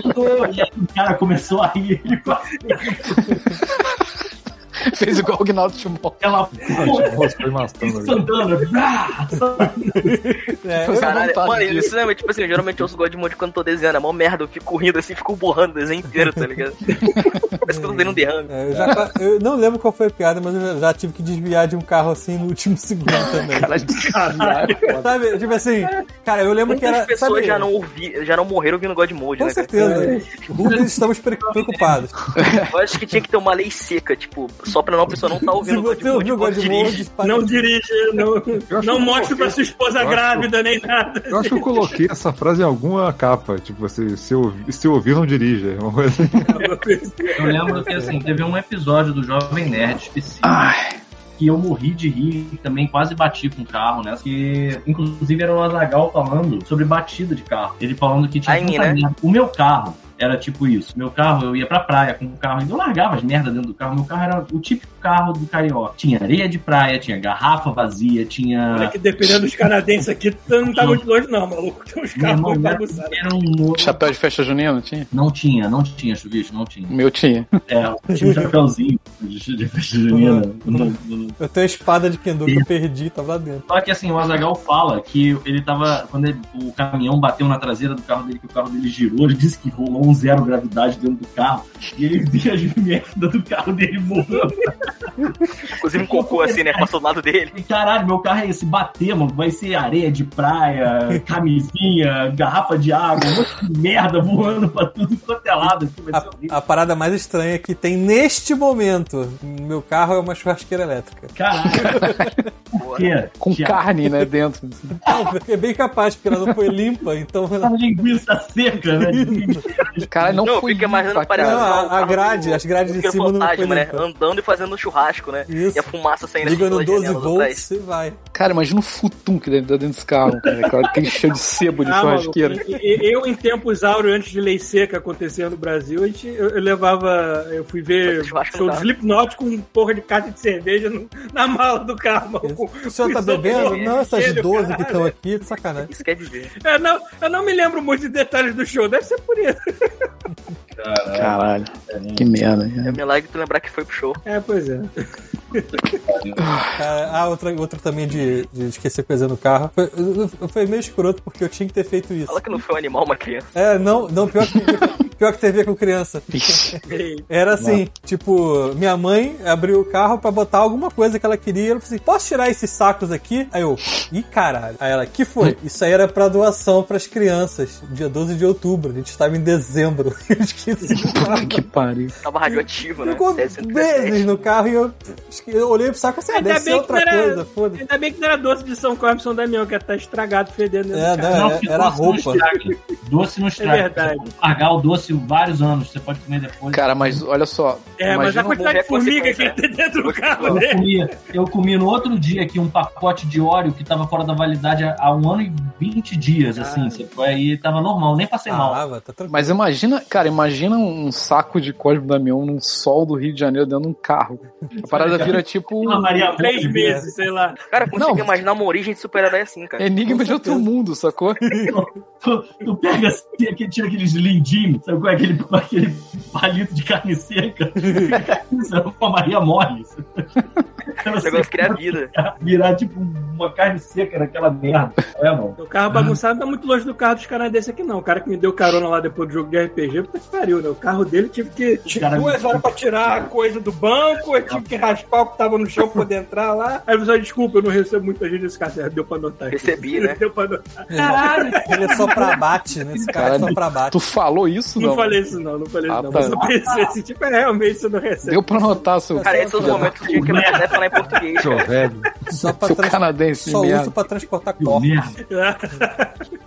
H: e aí o cara começou a rir, ele quase
B: Fez igual o Gnaldo Timó.
H: aquela porra,
G: Nossa, foi matando. velho.
H: instantânea. Ah,
A: É,
B: Foi-
D: Caralho,
B: vontade
D: mano,
B: disso.
D: isso mesmo, tipo assim, geralmente eu ouço God Mode quando tô desenhando, é mó merda, eu fico rindo assim, fico borrando o desenho inteiro, tá ligado? Parece que eu tô tendo um derrame.
A: é, eu, já qua- eu não lembro qual foi a piada, mas eu já- já tive que desviar de um carro assim no último segundo também. Sabe, tipo assim, cara, eu lembro que
D: Muitas
A: era.
D: pessoas
A: sabe,
D: já não ouvi, já não morreram ouvindo God Mode,
A: Com
D: né, cara?
A: certeza.
G: É.
A: Rubens, estamos pre- preocupados.
D: Eu acho que tinha que ter uma lei seca, tipo, só pra não a pessoa não tá
A: Se
D: ouvindo God
A: você ouviu
D: Mode
A: God
D: quando dirige.
A: Mode, para-
C: Não dirige, não,
G: Eu acho
C: não
G: que eu
C: mostre pra sua esposa
G: acho-
C: grávida nem nada.
G: Eu acho que eu coloquei essa frase em alguma capa. Tipo, assim, se, ouvir, se ouvir, não dirija. Uma coisa assim.
H: Eu lembro que, assim, teve um episódio do Jovem Nerd específico. Que eu morri de rir e também quase bati com o carro, né? Que, inclusive, era o Azagal falando sobre batida de carro. Ele falando que tinha.
D: Aí,
H: tanta
D: né?
H: merda. O meu carro era tipo isso. Meu carro, eu ia pra praia com o carro, e eu largava as merdas dentro do carro. Meu carro era o típico carro do carioca. Tinha areia de praia, tinha garrafa vazia,
C: Olha
H: tinha.
C: que dependendo dos canadenses aqui, tu não tá muito longe, não, maluco. Tem uns
H: Meu
C: carros
H: irmão,
C: muito
A: né?
H: era,
C: bagunçados.
H: era um novo.
B: Chapéu de festa junina, tinha?
H: Não tinha, não tinha, chuvisco, não tinha.
B: Meu tinha.
H: É, tinha um chapéuzinho de de festa junina no- no-
A: eu tenho a espada de Kendo que eu perdi, tava lá dentro.
H: Só que assim, o Azagal fala que ele tava. Quando ele- o caminhão bateu na traseira do carro dele, que o carro dele girou, ele disse que rolou um zero gravidade dentro do carro. E ele via as merda do carro dele voando.
D: Inclusive um cocô assim, né? Passou do lado dele.
H: E caralho, meu carro é esse bater, mano. Vai ser areia de praia, camisinha, garrafa de água, um monte de merda voando pra tudo quanto é lado. Aqui, vai ser horrível.
A: A, a parada mais estranha que tem neste momento: meu carro é uma churrasqueira elétrica.
H: Caralho. Por quê?
B: Com
H: Tinha
B: carne, né, dentro.
A: É bem capaz, porque ela não foi limpa, então. ela-
H: uma linguiça seca, né?
B: Caralho, não,
D: Não,
B: foi
D: fica imaginando
B: limpa, cara.
D: parecendo.
A: Não, a- a
D: um carro
A: grade,
D: do-
A: as grades
D: do
A: de cima não
D: fantasma,
A: foi
D: né?
A: limpa.
D: Andando e fazendo churrasco, né?
A: Isso.
D: E a fumaça saindo assim
A: Liga no
D: pela
A: 12
D: janela do
A: volts
D: trás.
A: e vai.
B: Cara, imagina o futum que deve dar dentro desse carro, cara. Claro que cheio de sebo de
C: Ah, maluco,
B: churrasqueira.
C: e- e- eu, em tempos áureos, antes de lei seca acontecer no Brasil, a gente, eu, eu levava. Eu fui ver
D: Fazer churrasco no
C: show do
D: carro.
C: Slipknot com um porra de caixa de cerveja no- na mala do carro, maluco.
A: O senhor tá
C: Com isopor,
A: bebendo? Não, essas
C: cheiro,
A: 12 que
C: caralho.
A: estão aqui, de sacanagem.
D: Isso quer dizer.
C: Eu não, eu não me lembro muito de detalhes do show, deve ser por isso.
B: Caralho, que merda. né?
D: É
B: cara.
D: milagre tu lembrar que foi pro show.
C: É, pois é.
A: Ah, ah, outra, outra também de, de esquecer coisa no carro. Foi, foi meio escroto porque eu tinha que ter feito isso.
D: Fala que não foi um animal, uma criança.
A: É, não, não pior que, pior que TV com criança.
B: Ixi,
A: Era assim, tipo, minha mãe abriu o carro pra botar alguma coisa que ela queria. Ela falou assim: posso tirar esses sacos aqui? Aí eu, ih caralho. Aí ela, que foi? Isso aí era pra doação pras crianças, dia 12 de outubro. A gente estava em dezembro. Eu esqueci. do carro.
B: que pariu.
D: Tava radioativo, né?
A: Ficou
D: 717.
A: meses no carro e eu, esque- eu olhei pro saco assim: ah,
C: Ainda
A: deve ser
C: bem que
A: outra
C: não era-
A: coisa, foda-se.
C: é Ainda bem que não era doce de São Carlos e São Damião, que ia estar tá estragado, fedendo.
A: É,
C: dentro do
H: assim,
A: né?
C: carro.
A: era- era a roupa.
H: Doce não estraga.
C: É verdade.
H: Você pode largar o doce vários anos, você pode comer depois.
B: Cara, mas olha só.
C: É, mas a
B: imagina-
C: quantidade de
D: morrer é
C: formiga que
D: consequência,
C: tem dentro do carro é
H: Eu
C: dele.
H: comi, eu comi no outro dia aqui um pacote de óleo que tava fora da validade há- há um ano e 20 dias, assim. Você foi aí tava normal, nem passei mal.
A: Ah, tá tranquilo.
B: Mas imagina, cara, imagina um saco de Cosmo Damião num sol do Rio de Janeiro dentro de um carro. A parada vira tipo
H: Uma
B: um
H: Maria
C: Três
H: Mole,
C: meses, sei lá.
D: Cara, consegui
B: Não. É.
D: imaginar uma origem de super-herói assim, cara.
B: enigma de outro mundo, sacou?
H: Tu, tu pega assim, aquele- tira aqueles lindinhos, sabe qual é aquele, aquele palito de carne seca? Isso é uma Maria Mole. isso. Cara,
D: Esse negócio cria vida.
H: virar tipo uma carne seca naquela merda. É, mano.
C: O carro bagunçado
B: Ah.
C: não tá muito longe do carro dos canadenses aqui, não. O cara que me deu carona lá depois do jogo de RPG, puta que pariu, né? O carro dele tive que. Tive
H: Cara,
C: duas horas pra tirar a coisa do banco, eu tive que raspar o que tava no chão pra poder entrar lá. Aí você desculpa, eu não recebo muita gente nesse carro. Deu pra notar.
D: Percebi, né?
C: Deu pra notar.
A: Ele é só pra bate, né? Esse cara é só
B: Caralho.
A: pra bate.
B: Tu falou isso,
C: Não,
B: não?
C: falei isso, não, não falei isso,
B: Ah,
C: não.
B: tá.
C: Mas eu pensei assim, tipo, é, realmente você não recebe.
B: Deu pra notar, seu,
D: Cara, é esses são os
B: filho da-
D: momentos que eu tinha que aprender a falar em português.
G: Seu velho.
A: Só pra
B: seu
A: trans-
B: canadense de
A: Só
B: merda.
A: uso pra transportar
H: Que
A: corpos.
H: merda.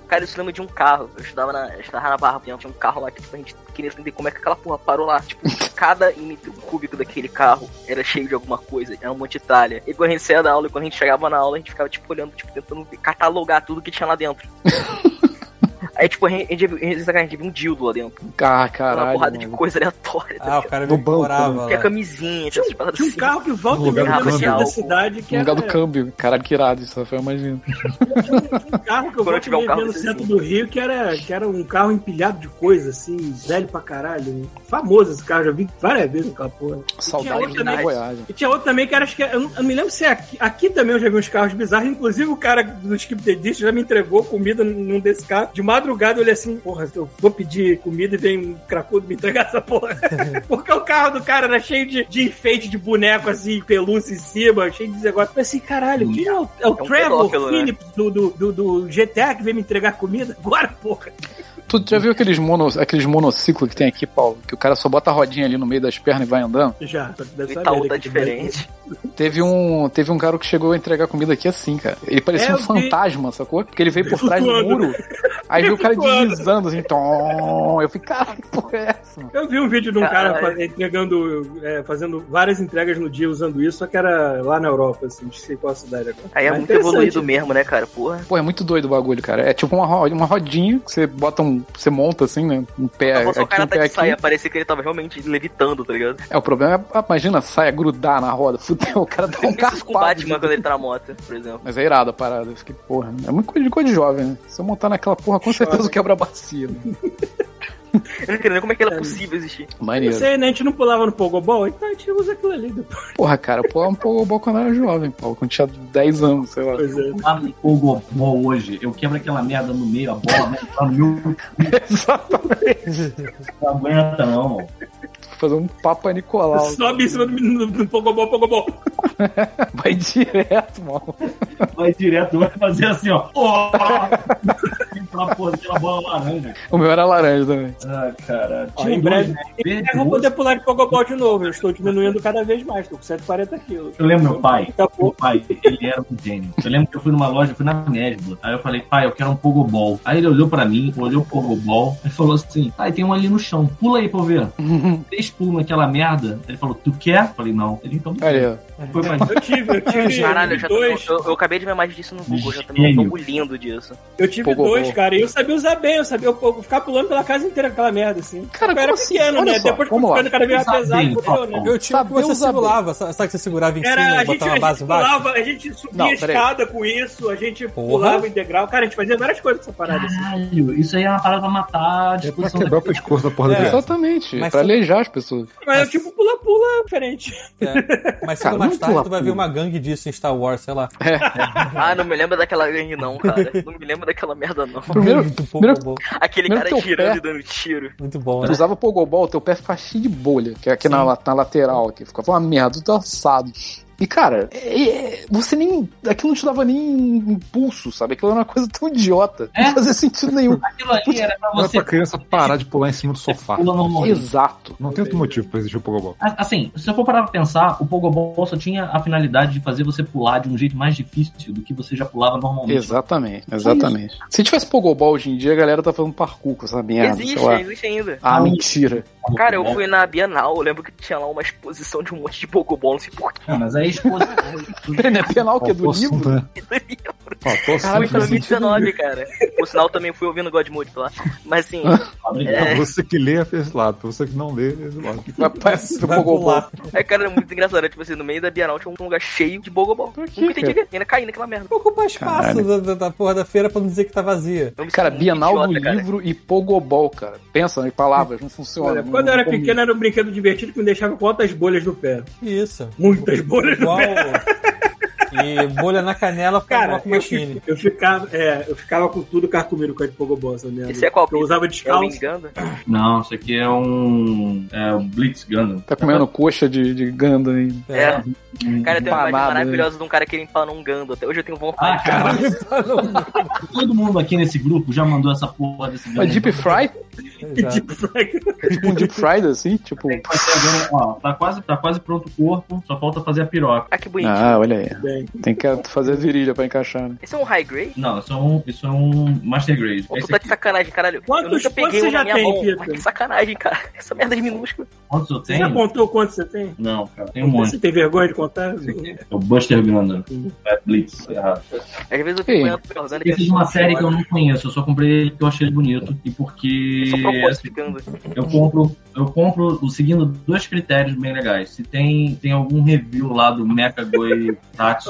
D: Cara, isso lembra de um carro. Eu estudava na, eu estudava na Barra, tinha um carro lá que tipo, a gente queria entender como é que aquela porra parou lá. Tipo, cada metro cúbico daquele carro era cheio de alguma coisa, era um monte de tralha. E quando a gente saía da aula, e quando a gente chegava na aula, a gente ficava, tipo, olhando, tipo, tentando catalogar tudo que tinha lá dentro. Aí, tipo, a gente, a gente, viu- a gente viu um dildo lá dentro.
B: Ah,
D: uma
B: caralho.
D: porrada
B: mano.
D: de coisa aleatória.
A: Ah,
D: tá ligado?
A: o cara
B: No banco, né?
A: decorava
D: Tinha
A: lá.
D: camisinha, tinha essas paradas
C: Tinha um
D: assim.
C: carro que volta
G: No
C: e
G: lugar
C: meia
D: do
C: no centro
D: câmbio.
C: da cidade, que
B: No Um lugar do
C: era
B: câmbio. Caralho, que irado isso, Rafael, imagina.
C: um carro que eu
D: Quando
C: volta e
D: tiver um
C: meia
D: carro
C: via no
D: desse,
C: centro
D: sim.
C: do Rio, que era, que era um carro empilhado de coisa, assim, velho pra caralho. Famoso esse carro, já vi várias vezes aquela porra.
B: Saudade
C: outra,
B: de
D: né?
B: Voyage.
C: E tinha outro também que era, acho que eu não, eu não me lembro se é aqui, aqui também eu já vi uns carros bizarros, inclusive o cara do Skip the Disc já me entregou comida num desse carro. De madrugada eu olhei assim, porra, eu vou pedir comida e vem um cracudo me entregar essa porra. Porque o carro do cara era cheio de, de enfeite de boneco assim, pelúcia em cima, cheio de negócio. Eu falei assim, caralho, quem é o, é o
D: É um
C: Trevor
D: pedófilo, né?
C: Phillips do, do, do, do GTA que veio me entregar comida? Agora, porra.
B: Tu já viu aqueles, mono, aqueles monociclos que tem aqui, Paulo? Que o cara só bota a rodinha ali no meio das pernas e vai andando?
C: Já, só que
D: O
C: deve saber,
D: Itaú
C: né,
D: tá
C: que tem-
D: diferente.
B: Teve um, teve um cara que chegou a entregar comida aqui assim, cara. Ele parecia
C: É,
B: um
C: eu vi.
B: fantasma, sacou? Porque ele veio por trás do
C: Flutuando.
B: muro. Aí viu o cara
C: Flutuando.
B: deslizando assim, tom. Eu falei, cara, que porra é essa? mano?
C: Eu vi um vídeo de um cara
D: Caralho.
C: fa- entregando, é, fazendo várias entregas no dia usando isso, só que era lá na Europa, assim, não sei qual a cidade agora.
D: Aí é
C: Mas
D: muito
C: interessante.
D: evoluído mesmo, né, cara? Porra.
B: Pô, é muito doido o bagulho, cara. É tipo uma, ro- uma rodinha que você bota um. Você monta assim, né? Um pé
D: É,
B: aqui,
D: o cara
B: um
D: tá
B: pé
D: de
B: aqui.
D: saia, parecia que ele tava realmente levitando, tá ligado?
B: É, o problema é, ah, imagina, a saia grudar na roda. Fudeu, o cara dá um
D: Pensa com
B: carpado.
D: o Batman quando ele tá na moto, por exemplo.
B: Mas é irado a parada. Eu fiquei, porra, é muito coisa de coisa de jovem, né? Se eu montar naquela porra, com certeza eu quebra a bacia. Né?
D: Eu não entendo nem como é que era possível existir.
C: Não
B: Maneiro.
C: sei, né? A gente não pulava no Pogobol, então a gente usa aquilo ali depois.
B: Porra, cara, pô, é um pouco bom quando eu era jovem, Paulo. Quando tinha 10 anos, sei lá.
C: Pois é.
H: Lá no Pogobol hoje, eu quebro aquela merda no meio, a bola vai entrar no meu. Não aguenta, não, mano.
B: Fazer um Papa Nicolau.
C: Sobe em cima do, do, do Pogobol, Pogobol.
B: Vai direto, mal.
H: Vai direto, vai fazer assim, ó. Ó! Pra pôr aquela bola laranja.
B: O meu era laranja também.
H: Ah, cara. né?
C: Ó, em breve, em breve eu vou poder pular de Pogobol de novo. Eu estou diminuindo cada vez mais, tô com 140 quilos.
H: Eu lembro meu pai.
C: Daqui a
H: Meu
C: pouco.
H: pai, ele era um gênio. Eu lembro que eu fui numa loja, eu fui na Nesbla. Aí eu falei, pai, eu quero um pogobol. Aí ele olhou pra mim, olhou o pogobol, e falou assim, ah, e tem um ali no chão, pula aí pra eu ver. Três pulos naquela merda. Ele falou, tu quer? Eu falei, não. Ele, então,
B: Olha aí,
H: foi pra
C: Eu tive, eu tive
D: Caralho, eu, já tô,
C: dois.
D: eu, eu acabei de ver mais disso no Google, já tô me
H: Gênio.
D: orgulhando disso.
C: Eu tive
B: Pogobol.
C: dois, cara. E eu sabia usar bem, eu sabia eu, eu ficava pulando pela casa inteira com aquela merda, assim.
B: Cara,
C: eu era
B: como assim?
C: pequeno,
B: Olha
C: né?
B: só,
C: Depois que
B: vamos lá.
C: ficando cada vez mais
H: Usar bem,
C: pesado, fudeu, né?
H: Fafão.
A: Eu tive que
B: Saber
A: você
B: usar bem.
A: segurava, sa- sabe que você segurava em cima
C: Era, a
A: e
C: gente,
A: botava
C: a
A: uma base
C: gente
A: baixa?
C: pulava, a gente subia
B: Não,
C: a
B: peraí.
C: escada com isso, a gente
A: Porra.
C: pulava em degrau. Cara, a gente fazia várias coisas com essa parada. assim.
H: Caralho, isso aí é uma parada pra matar a
G: É pra
H: disposição.
G: quebrar o pescoço da
A: É.
G: porra da criança.
B: Exatamente.
A: Mas
B: pra
A: se-
B: aleijar as pessoas.
C: Mas eu tipo pula-pula diferente.
A: É. Mas cedo
B: Cara,
A: ou mais
B: muito
A: tarde tu vai
B: lapinha.
A: ver uma gangue disso em Star Wars, sei lá.
D: Ah, não me lembra daquela gangue não, cara. Não me lembra daquela merda não.
B: Primeiro-
A: muito, bom,
B: primeiro-
A: bom,
D: Aquele
B: Meu
D: cara
B: teu
D: girando
B: pé.
D: e dando tiro.
A: muito bom,
B: Tu
A: né?
B: usava Pogobol, teu pé ficava cheio de bolha, que é aqui na, la- na lateral, aqui. Ficava uma merda, tudo assado. E, cara, é- é- você nem. Aquilo não te dava nem um impulso, sabe? Aquilo era uma coisa tão idiota.
H: É?
B: Não fazia sentido nenhum.
H: Aquilo ali era pra
G: Não é
H: você
G: pra criança parar de pular em cima do sofá.
H: pula no morrinho.
B: Exato.
G: Não tem outro motivo pra existir o Pogobol.
H: A- Assim, se eu for parar pra pensar, o Pogobol só tinha a finalidade de fazer você pular de um jeito mais difícil do que você já pulava normalmente.
B: Exatamente, exatamente. Se tivesse Pogobol hoje em dia, a galera tá fazendo parkour com essa merda. sei
D: Existe,
B: lá.
D: existe ainda.
B: Ah, mentira.
D: Cara, eu fui na Bienal, eu lembro que tinha lá uma exposição de um monte de Pogobol, não sei porquê.
H: Ah, mas aí a exposição.
B: Não é penal que é do
G: Faltou
B: livro?
G: assunto, né? Faltou
D: Foi em
G: assunto. né?
D: 2019, cara. Por sinal, eu também fui ouvindo Godmode lá. Mas assim,
B: Ah,
G: Pra você que lê é pra esse lado, pra você que não lê é esse lado.
B: Rapaz, do
A: Vai
B: Pogobol.
A: pular.
D: é, cara, era muito engraçado. Era, tipo assim, no meio da Bienal tinha um lugar cheio de Bogobol. Nunca entendi que ainda caí naquela merda.
A: Ocupar espaço da, da- da porra da feira pra não dizer que tá vazia.
D: Eu me
B: Cara,
D: sinto
B: Bienal
D: idiota,
B: do
D: cara.
B: livro e Pogobol, cara. Pensa em palavras, não funciona.
C: Olha,
B: não-
C: quando eu
B: não
C: era
B: combina.
C: pequeno era um brinquedo divertido que me deixava com altas bolhas no pé.
A: Isso.
C: Muitas bolhas no
A: Igual.
C: pé.
A: E bolha na canela pra
C: Cara,
A: uma
C: eu,
A: machine.
C: fi- eu ficava, é, eu ficava com tudo carcomido com a de Pogobol, essa merda.
D: Esse é qual?
C: Eu usava
D: É o
C: descalço.
D: Winganda?
H: Não, isso aqui é um. É um Blitz Gundam.
B: Tá comendo coxa de, de ganda aí.
D: É. Cara, tem uma imagem
B: Empanado,
D: maravilhosa de um cara que ele empanou um Gando. Até hoje eu tenho
H: Ah,
D: vontade.
H: cara, todo mundo aqui nesse grupo já mandou essa porra desse
B: Mas
H: Gundam.
B: É deep fry?
A: Exato.
B: É tipo um deep fried assim? Tipo.
H: Tem que fazer agora, ó, tá quase, tá quase pronto o corpo, só falta fazer a piroca.
D: Ah, que bonito.
B: Ah, olha aí.
C: Bem.
B: Tem que fazer a virilha pra encaixar, né?
D: Esse é um high grade?
H: Não, isso é um, isso é um Master Grade.
D: Ou
H: É
D: tu
H: esse
D: tá de
H: aqui.
D: sacanagem, caralho? eu
C: Quantos
D: nunca
C: pontos
D: peguei
C: você
D: um na
C: já
D: minha
C: tem,
D: mão.
C: Peter?
D: Mas que sacanagem, cara. Essa merda de minúscula.
H: Quantos eu
C: Você já
H: tenho?
C: contou quanto você tem?
H: Não, cara, tem um monte.
C: Você tem vergonha de contar? Um
H: É o Buster Gundam. É Blitz, é errado.
D: Às vezes eu
B: Ei,
D: fico olhando pro Orlando e
H: Esse é de
D: penso,
H: uma série que eu
D: "Olha,
H: não conheço, eu só comprei ele porque eu achei ele bonito. E porque.
D: Só propósito
H: assim,
D: de Gando.
H: eu compro, eu compro o- seguindo dois critérios bem legais. Se tem, tem algum review lá do Mecha Goi Tatsu.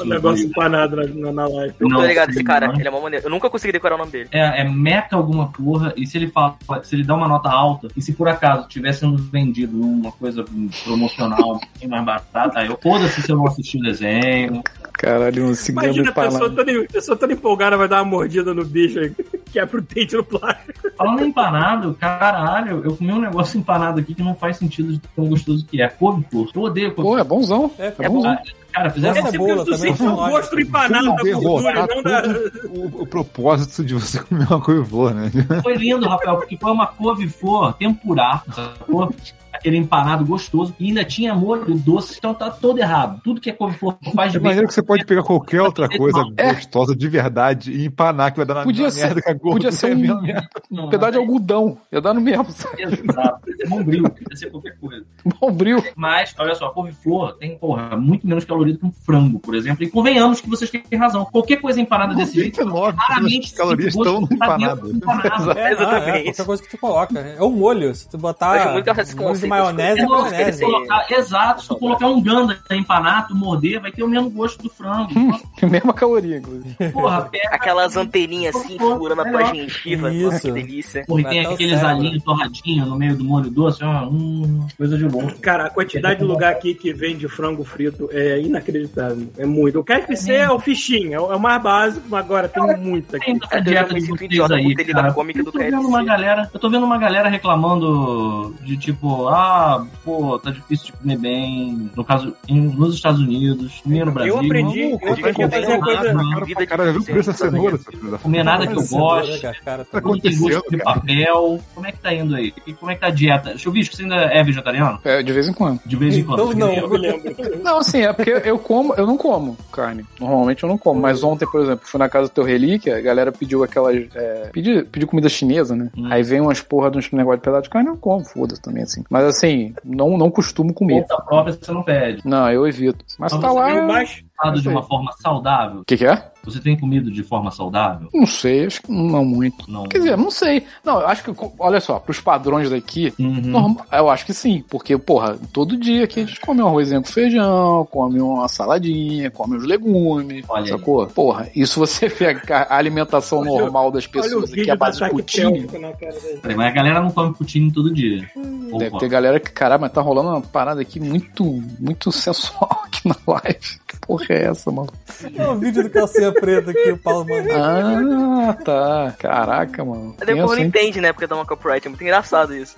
C: O É um negócio empanado na, na, na live.
D: Eu
H: Não,
D: tô ligado esse
H: sim,
D: cara,
H: não.
D: ele é mó maneiro. Eu nunca consegui decorar o nome dele.
H: É, é meca alguma porra, e se ele fala, se ele dá uma nota alta, e se por acaso tivesse sendo vendido uma coisa promocional bem mais barata, aí eu foda-se se eu não assisti o desenho.
B: Caralho, um cigano
C: Imagina a pessoa
B: empalado.
C: toda, a pessoa toda empolgada vai dar uma mordida no bicho aí, é quebra o dente no plástico.
H: Falando em empanado, caralho, eu comi um negócio empanado aqui que não faz sentido de tão gostoso que é. Couve flor. Eu odeio couve
B: Pô, é bonzão.
A: É,
B: É bonzão.
H: Cara, fizeram
A: Essa
H: essa
C: Esse
A: bola
C: pessoal
A: também,
C: sente o
A: lógico.
C: gosto um
B: Ah,
C: empanado
B: tá
C: da gordura,
G: derrotar
C: não da...
G: todo o, o propósito de você comer uma couve-flor, né?
H: Foi lindo, Rafael, porque foi uma couve-flor tempurá, sacou? Aquele empanado gostoso. E ainda tinha molho doce, então tá todo errado. Tudo que é couve-flor faz de
G: Eu
H: bem.
G: imagino que você pode pegar qualquer outra coisa gostosa de verdade e empanar, que vai dar na
B: É. Podia
G: na
B: ser-
G: merda que a gordura
B: Podia ser
G: é
B: um
G: mesmo.
H: Não,
B: pedaço de algodão. Ia dar no mesmo. sabe?
H: Exato. Podia ser bombril, podia ser qualquer coisa.
B: Bombril.
H: Mas, olha só, couve-flor tem, porra, muito menos caloria do que um frango, por exemplo. E convenhamos que vocês têm razão. Qualquer coisa empanada desse jeito,
G: 99
H: raramente
G: as calorias
H: sente o gosto
G: estão no
H: que tá dentro
G: empanado.
H: do empanado.
A: É, não, é,
D: Exatamente.
A: qualquer coisa que tu coloca. né? É o molho. Se tu
D: Hoje
A: botar
D: muito eu faço esse
A: molho de
D: conceito,
A: maionese,
H: É
A: é
D: eu
H: lógico,
A: maionese.
H: se colocar, exato, se tu colocar um ganda empanado, morder, vai ter o mesmo gosto do frango. Então,
B: Mesma caloria, inclusive.
H: Porra, pega.
D: Aquelas anteninhas assim, furando a tua gengiva.
A: Isso.
D: Nossa, que delícia.
H: Porra, e
A: Vai
H: tem
A: até o né?
H: aqueles
A: cérebro.
H: alinhos torradinhos no meio do molho doce, ó, hum, coisa de bom.
C: Cara, a quantidade de lugar aqui que vende frango frito é inacreditável. É muito. O KFC é o fichinho, é o é o mais básico, mas agora tem muito aqui.
H: Ainda essa
D: Eu
H: dieta
D: também
H: de
D: sinto
H: vocês
D: idiota
H: aí,
D: por ter lido a
H: cara.
D: cômica
H: Eu
D: do
H: tô vendo
D: KFC.
H: uma galera, eu tô vendo uma galera reclamando de tipo, ah, pô, tá difícil de comer bem, no caso, em- nos Estados Unidos, nem no Brasil.
C: Eu aprendi,
G: maluco,
C: eu aprendi que fazer
H: não,
C: coisa...
H: não, não.
D: Vida
G: Cara, já viu o
D: difícil,
G: preço da
D: hein?
G: cenoura? essa filha da puta?
H: Comer nada que eu
A: Esse hambúrguer,
H: gosto.
A: cara, cara, tá-
G: Tá
H: Não tem
G: acontecendo,
H: gosto de
G: cara?
H: papel. Como é que tá indo aí? E como é que tá a dieta? Chuvisco, você ainda é vegetariano?
B: É, de vez em quando.
H: De vez em
A: Então
H: quando.
A: não.
H: Eu-
C: Eu lembro.
B: Não, assim, é porque eu como, eu não como carne. Normalmente eu não como. Mas ontem, por exemplo, fui na casa do teu relíquia, a galera pediu aquelas. É, pediu, pediu comida chinesa, né?
H: Hum.
B: Aí vem umas porra de uns negócio de pedaço de carne, eu como, foda-se também, assim. Mas assim, não, não costumo comer.
H: Conta própria você não pede.
B: Não, eu evito. Mas tá lá.
C: Eu
B: O
C: baixo.
H: Fado de
B: sei.
H: uma forma saudável.
B: que, que é?
H: Você tem comido de forma saudável?
B: Não sei, acho que não muito.
H: Não.
B: Quer dizer, não sei. Não, eu acho que, olha só, pros padrões daqui,
H: Uhum.
B: Norma- Eu acho que sim, porque, porra, todo dia aqui a gente come um arrozinho com feijão, come uma saladinha, come uns legumes,
H: Olha aí.
B: sacou? Porra, isso você vê a a alimentação
C: Olha o-
B: normal das
C: Olha o
B: pessoas aqui, é
C: vídeo
B: a
C: do
B: base de
C: ataque
B: cutinho.
C: pélvico na cara dele.
H: Mas a galera não come poutine todo dia. Ou
B: Deve
H: come?
B: ter galera que, caralho, mas tá rolando uma parada aqui muito, muito sensual aqui na live. porra é essa, mano?
A: É o vídeo do calcinha preta que o Paulo mandou.
B: Ah, tá. Caraca, mano.
D: Aí Depois
B: Tenso,
D: não
B: hein?
D: entende, né? Porque dá uma copyright. É muito engraçado isso.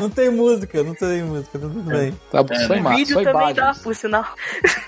A: Não tem música, não tem música, tá tudo bem.
B: Tá
C: É,
B: só, ima
D: Vídeo
B: só
D: também dá,
B: imagens.
D: por sinal.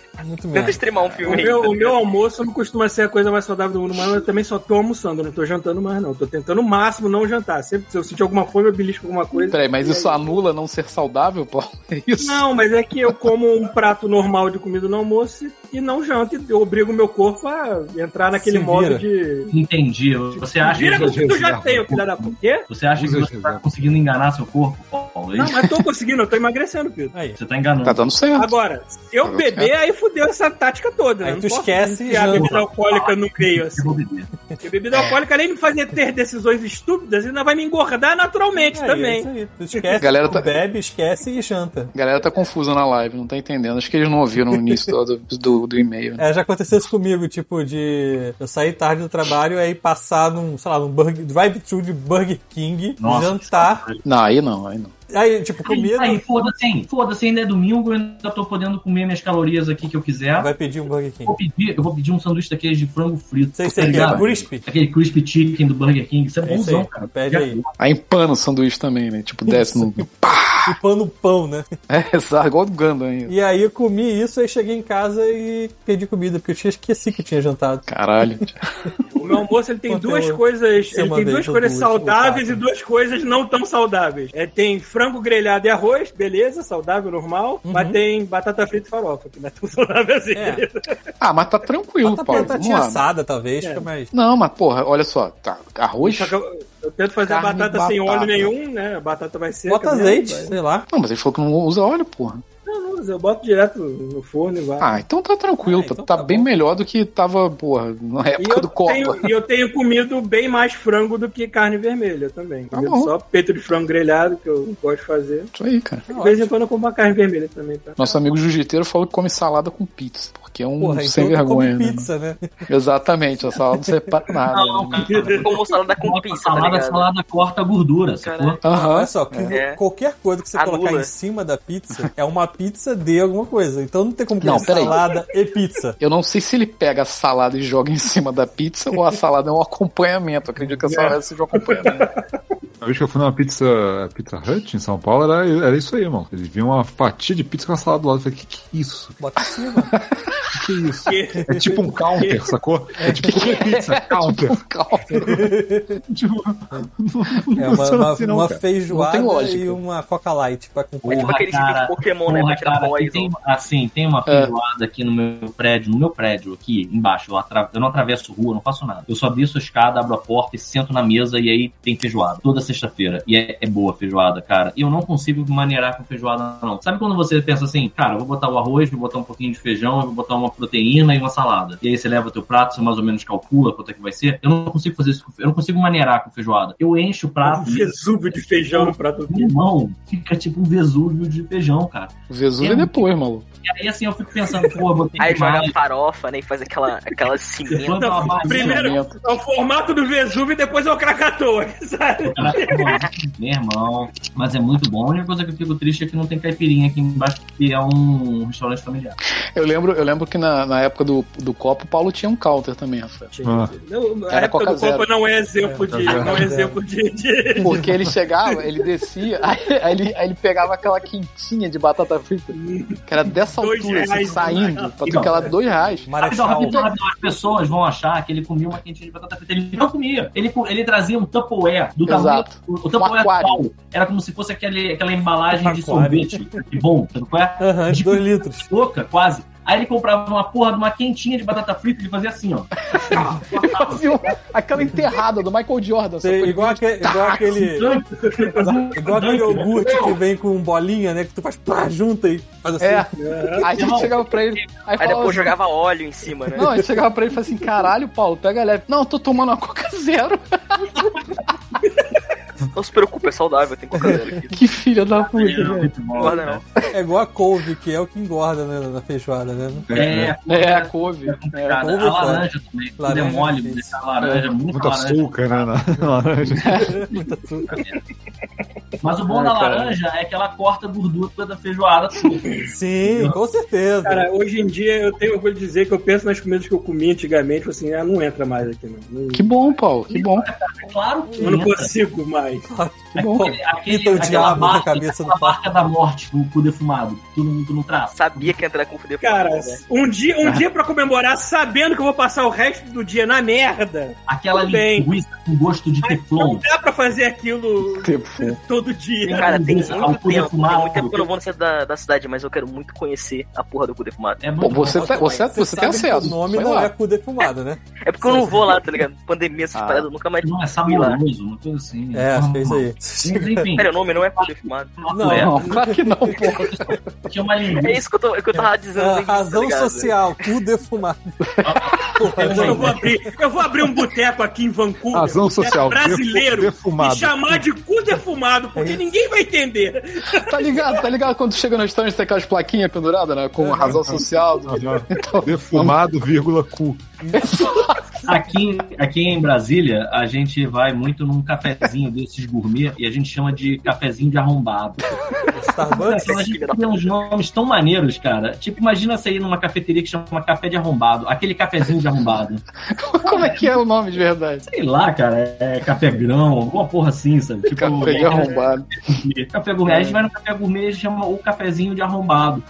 H: É.
A: Muito bem.
D: Tenta streamar um
C: O
D: filme
C: meu,
D: aí.
C: o meu almoço não costuma ser a coisa mais saudável do mundo, mas eu também só tô almoçando, não tô jantando mais, não. Tô tentando o máximo não jantar. Sempre, se eu sentir alguma fome, eu belisco alguma coisa.
B: Peraí, mas isso anula não ser saudável, pô? É isso?
C: Não, mas é que eu como um prato normal de comida no almoço e- e não janto. E eu obrigo o meu corpo a entrar naquele
A: Se vira.
C: modo de.
H: Entendi. Você acha
C: Vira
H: que é
C: com o que
H: você,
C: eu já tenho, filha da puta. Quê?
H: você acha que
G: Usa
H: você
G: esse
H: tá
G: exemplo.
H: conseguindo enganar seu corpo, Paulo? É
C: Não,
H: isso?
C: mas tô conseguindo, eu tô emagrecendo, Pedro.
A: Aí.
H: Você tá enganando.
B: Tá dando certo.
C: Agora, se eu beber, aí fudeu essa tática toda. né?
A: Aí
C: Não
A: tu
C: posso
A: esquece e
C: enfiar a
A: janta.
C: bebida alcoólica no meio, assim.
H: Eu vou beber.
C: Porque bebida
H: É.
C: alcoólica, além de fazer ter decisões estúpidas, ainda vai me engordar naturalmente
A: Aí, é
C: também.
A: isso aí. Tu esquece,
B: Galera
A: tu
B: tá-
A: bebe, esquece e janta.
B: A galera tá confusa na live, não tá entendendo. Acho que eles não ouviram o início do, do- do, do e-mail. né?
A: É, já aconteceu isso comigo, tipo, de eu sair tarde do trabalho aí passar num, sei lá, num burger, drive-thru de Burger King,
H: Nossa. é
A: jantar.
B: Não, aí não, aí não.
A: Aí, tipo, comida,
H: Aí, foda-se, hein? Foda-se, ainda é domingo, eu ainda tô podendo comer minhas calorias aqui que eu quiser.
A: vai pedir um Burger
H: Eu
A: King.
H: vou pedir, eu vou pedir um sanduíche daqueles de frango frito.
A: Sei,
H: tá
A: sei, que é
H: ligado?
A: crispy.
H: Aquele crispy chicken do Burger King. Isso é,
A: É isso
H: bonzão,
A: aí,
H: cara.
A: pede aí.
B: Aí empana o sanduíche também, né? Tipo, desce no.
A: E pano pão, né?
B: É, exato, igual do Gundam aí.
A: E aí eu comi isso, aí cheguei em casa e pedi comida, porque eu tinha esqueci que eu tinha jantado.
B: Caralho.
C: O meu almoço ele tem
A: Conteúdo.
C: duas coisas.
A: Você
C: Ele
A: mandei
C: tem duas
A: pro
C: coisas
A: Guto,
C: saudáveis
A: o
C: e
A: Tato.
C: duas coisas não tão saudáveis. É, tem frango grelhado e arroz, beleza, saudável, normal. Mas tem batata frita e farofa, que não é tão saudável assim.
A: É.
C: beleza?
B: Ah, mas tá tranquilo,
A: Tá
B: Paulo. Vamos
A: batatinha
B: lá.
A: assada, talvez,
C: É.
A: fica mais.
B: Não, mas porra, olha só. Tá, arroz.
C: Só que eu, eu tento fazer a
B: Carne
C: batata,
B: e
C: sem óleo
B: batata.
C: nenhum, né? A batata vai seca.
A: Bota
C: mesmo,
A: azeite,
C: vai.
A: sei lá.
B: Não, mas ele falou que não usa óleo, porra.
C: Não, não, eu boto direto no forno e vai.
B: Ah, então tá tranquilo.
A: Ah,
B: tá-
A: então
B: tá,
A: tá
B: bem
A: bom.
B: melhor do que tava, porra, na
C: E
B: época
C: eu,
B: do Copa.
C: tenho, e eu tenho comido bem mais frango do que carne vermelha também.
B: Tá
C: Comido
B: bom.
C: só peito de frango grelhado, que eu gosto de fazer.
B: Isso aí, cara.
C: De vez em quando eu como uma carne vermelha também. Tá?
B: Nosso amigo jiu-jiteiro falou que come salada com pizza, porque é um
A: Porra,
B: sem
A: então tu come
B: vergonha. né?
A: pizza, né?
B: Exatamente, a salada não separa nada.
H: Não,
B: né?
H: cara.
D: É Como salada com
H: Bota
D: pizza, tá
H: salada,
D: ligado?
H: salada corta a gordura, sacou?
D: Caralho.
B: Aham.
A: Olha só, que
D: É.
A: qualquer coisa que você
D: Anula.
A: colocar em cima da pizza é uma pizza de alguma coisa. Então não tem como comer
B: Não, peraí.
A: salada e pizza.
B: Eu não sei se ele pega a salada e joga em cima da pizza ou a salada é um acompanhamento. Eu acredito que a salada seja um acompanhamento.
G: A vez que eu fui numa pizza, é, pizza Hut em São Paulo, era, era isso aí, mano. Eles viam uma fatia de pizza com a salada do lado. Eu falei, que que é isso?
A: Bota em cima.
G: Que que é isso? É tipo um counter, sacou? É tipo comer pizza, counter.
B: Calma.
G: Tipo, não, não
A: É uma,
G: funciona
A: uma,
G: assim, não,
A: uma
G: cara.
A: feijoada
B: Não tem lógica.
A: e uma Coca Light pra
D: É
A: acompanhar.
D: tipo
H: Porra,
D: aquele skin
H: cara.
D: de Pokémon, né?
H: Porra,
D: Pra tirar
H: cara, aqui
D: boys.
H: tem, assim, tem uma feijoada aqui no meu prédio, no meu prédio aqui embaixo. Eu, atra- eu não atravesso rua, não faço nada. Eu só desço a escada, abro a porta e sento na mesa e aí tem feijoada. Toda sexta-feira. E é, é boa a feijoada, cara. E eu não consigo maneirar com feijoada, não. Sabe quando você pensa assim, cara, eu vou botar o arroz, vou botar um pouquinho de feijão, eu vou botar uma proteína e uma salada. E aí você leva o teu prato, você mais ou menos calcula quanto é que vai ser. Eu não consigo fazer isso, com fe- eu não consigo maneirar com feijoada. Eu encho o
C: Um
H: prato. e
C: Vesúvio de feijão no prato
H: meu irmão, fica tipo um Vesúvio de feijão, cara.
B: O Vesúvio é depois, maluco.
H: E aí, assim, eu fico pensando, pô, eu vou ter
D: Aí
H: que mais.
D: joga farofa, né? E faz aquela, aquela
H: Depois
D: cimenta.
H: dá uma barriga,
C: Primeiro
B: Fermento.
C: é o formato do Vesúvio e depois é o Krakatoa, sabe?
H: cara, pô, Meu irmão. Mas é muito bom. A única coisa que eu fico triste é que não tem caipirinha aqui embaixo, que é um restaurante familiar.
B: Eu lembro, eu lembro que na, na época do, do Copa, o Paulo tinha um counter também, Rafael.
G: Ah.
C: Não, a
B: Era
C: época
B: Coca
C: do
B: Zero.
C: Copa não é exemplo de.
G: Coca
C: Não é
A: Zero.
C: exemplo de. de-
B: Porque ele chegava, ele descia, aí, aí ele, aí ele pegava aquela quentinha de batata frita, que era dessa
C: Dois
B: altura, assim,
C: reais,
B: saindo, pra tu que ela dois reais.
H: Rapidão,
C: Ah,
A: Marechal.
C: então-
H: rapidão, rapidão. As pessoas vão achar que ele comia uma quentinha de batata frita. Ele não comia. Ele, co- ele trazia um Tupperware do tamanho.
B: Exato.
H: O Tupperware
B: aquário.
H: atual era como se fosse aquele, aquela embalagem de
A: Aquário.
H: sorvete. Que bom, sabe qual é?
A: Aham, de dois litros.
H: Louca, quase. Aí ele comprava uma porra de uma quentinha de batata frita e ele fazia assim, ó.
B: Fazia uma- aquela enterrada do Michael Jordan. só
A: Sei,
B: foi-
A: igual, aque- igual aquele. Igual aquele iogurte que vem com bolinha, né? Que tu faz pá, junta e faz assim.
B: É, aí a gente
H: Irmão.
B: chegava pra ele, aí
D: Aí
B: falava
D: depois jogava óleo em cima, né?
B: Não, a gente chegava pra ele e falava assim: caralho, Paulo, pega leve. Não, eu tô tomando uma Coca Zero.
D: Não se preocupe, é saudável, tem coca zero aqui.
B: Que filha da puta, velho.
H: Muito
D: Não
H: bom,
D: guarda
H: cara.
D: não.
A: É igual a couve, que é o que engorda né, na feijoada, né?
H: É,
B: É, a couve. É.
H: cara,
A: couve
H: a
A: fora.
H: laranja também. Tudo é
A: Laranja
H: mole,
A: difícil. É,
H: deixar a laranja, muito
G: Muito
H: laranja.
G: açúcar, né? Na, na laranja.
A: Muita açúcar.
H: Mas o bom
B: Ai,
H: da
B: cara.
H: laranja é que ela corta a gordura da feijoada toda.
A: Sim, com certeza.
B: É,
C: Cara, hoje em dia eu tenho orgulho de dizer que eu penso nas comidas que eu comi antigamente, tipo assim, ah, não entra mais aqui, não. Não-
B: Que bom, Paulo, que bom.
H: É claro que
C: eu não
H: entra.
C: consigo mais.
B: Que bom.
H: Aquele- aquele-
A: Pinta o
H: aquela
A: diabo Então, na
H: marca-
A: cabeça do
H: aquela marca da morte no cu defumado. que Todo mundo não traça.
D: Sabia que ia entrar com o fudeu.
C: Cara,
D: né?
C: um dia, um dia pra comemorar sabendo que eu vou passar o resto do dia na merda.
H: Aquela
C: Tudo bem.
H: linguiça com gosto de
C: Não
H: teflon.
C: dá pra fazer aquilo
B: Tempo foi.
C: todo dia.
D: Cara, tem muito
H: Ah, o cu
D: tempo, tem
H: defumado.
D: muito tempo que eu não vou no centro da, da cidade, mas eu quero muito conhecer a porra do cu defumado.
H: É
B: Pô,
H: muito
B: você,
H: bom.
B: tá- você, você, tem
A: sabe que
B: acesso.
A: O nome
B: sei
A: não
B: lá.
A: é cu defumado, né?
D: É porque eu não vou lá, tá ligado? Pandemia, essas
B: Ah.
D: paradas, eu nunca mais.
H: Não é saboroso, uma coisa assim.
A: É, acho que é isso aí.
H: Mas enfim,
D: Sério, o nome não é cu defumado.
A: Não,
H: não é.
B: Não, claro que não, porra.
H: Que é uma
D: É
H: linguiça.
D: isso que eu, tô, que eu tava dizendo.
A: Ah,
D: no início, tá
A: razão
D: ligado?
A: social, cu defumado. Porra,
H: Eu
C: Então eu
A: gente.
C: vou abrir, eu vou abrir um boteco aqui em Vancouver. um
G: Razão
C: boteco
G: social,
C: É brasileiro.
G: defu- defumado.
C: E chamar de cu defumado, porque ninguém vai entender.
B: Tá ligado? Tá ligado quando chega no restaurante tem aquelas plaquinhas penduradas, né? Com razão social. do- Então,
G: Defumado, vírgula, cu.
H: Aqui, aqui em Brasília, a gente vai muito num cafezinho desses gourmet e a gente chama de cafezinho de arrombado.
A: Starbucks?
H: Então, a gente tem uns nomes tão maneiros, cara. Tipo, imagina você ir numa cafeteria que chama café de arrombado. Aquele cafezinho de arrombado.
B: como é que é o nome de verdade?
H: Sei lá, cara. É café grão, alguma porra assim, sabe? Tipo,
B: Café de arrombado.
H: Café gourmet. A gente vai no café gourmet e chama o cafezinho de arrombado.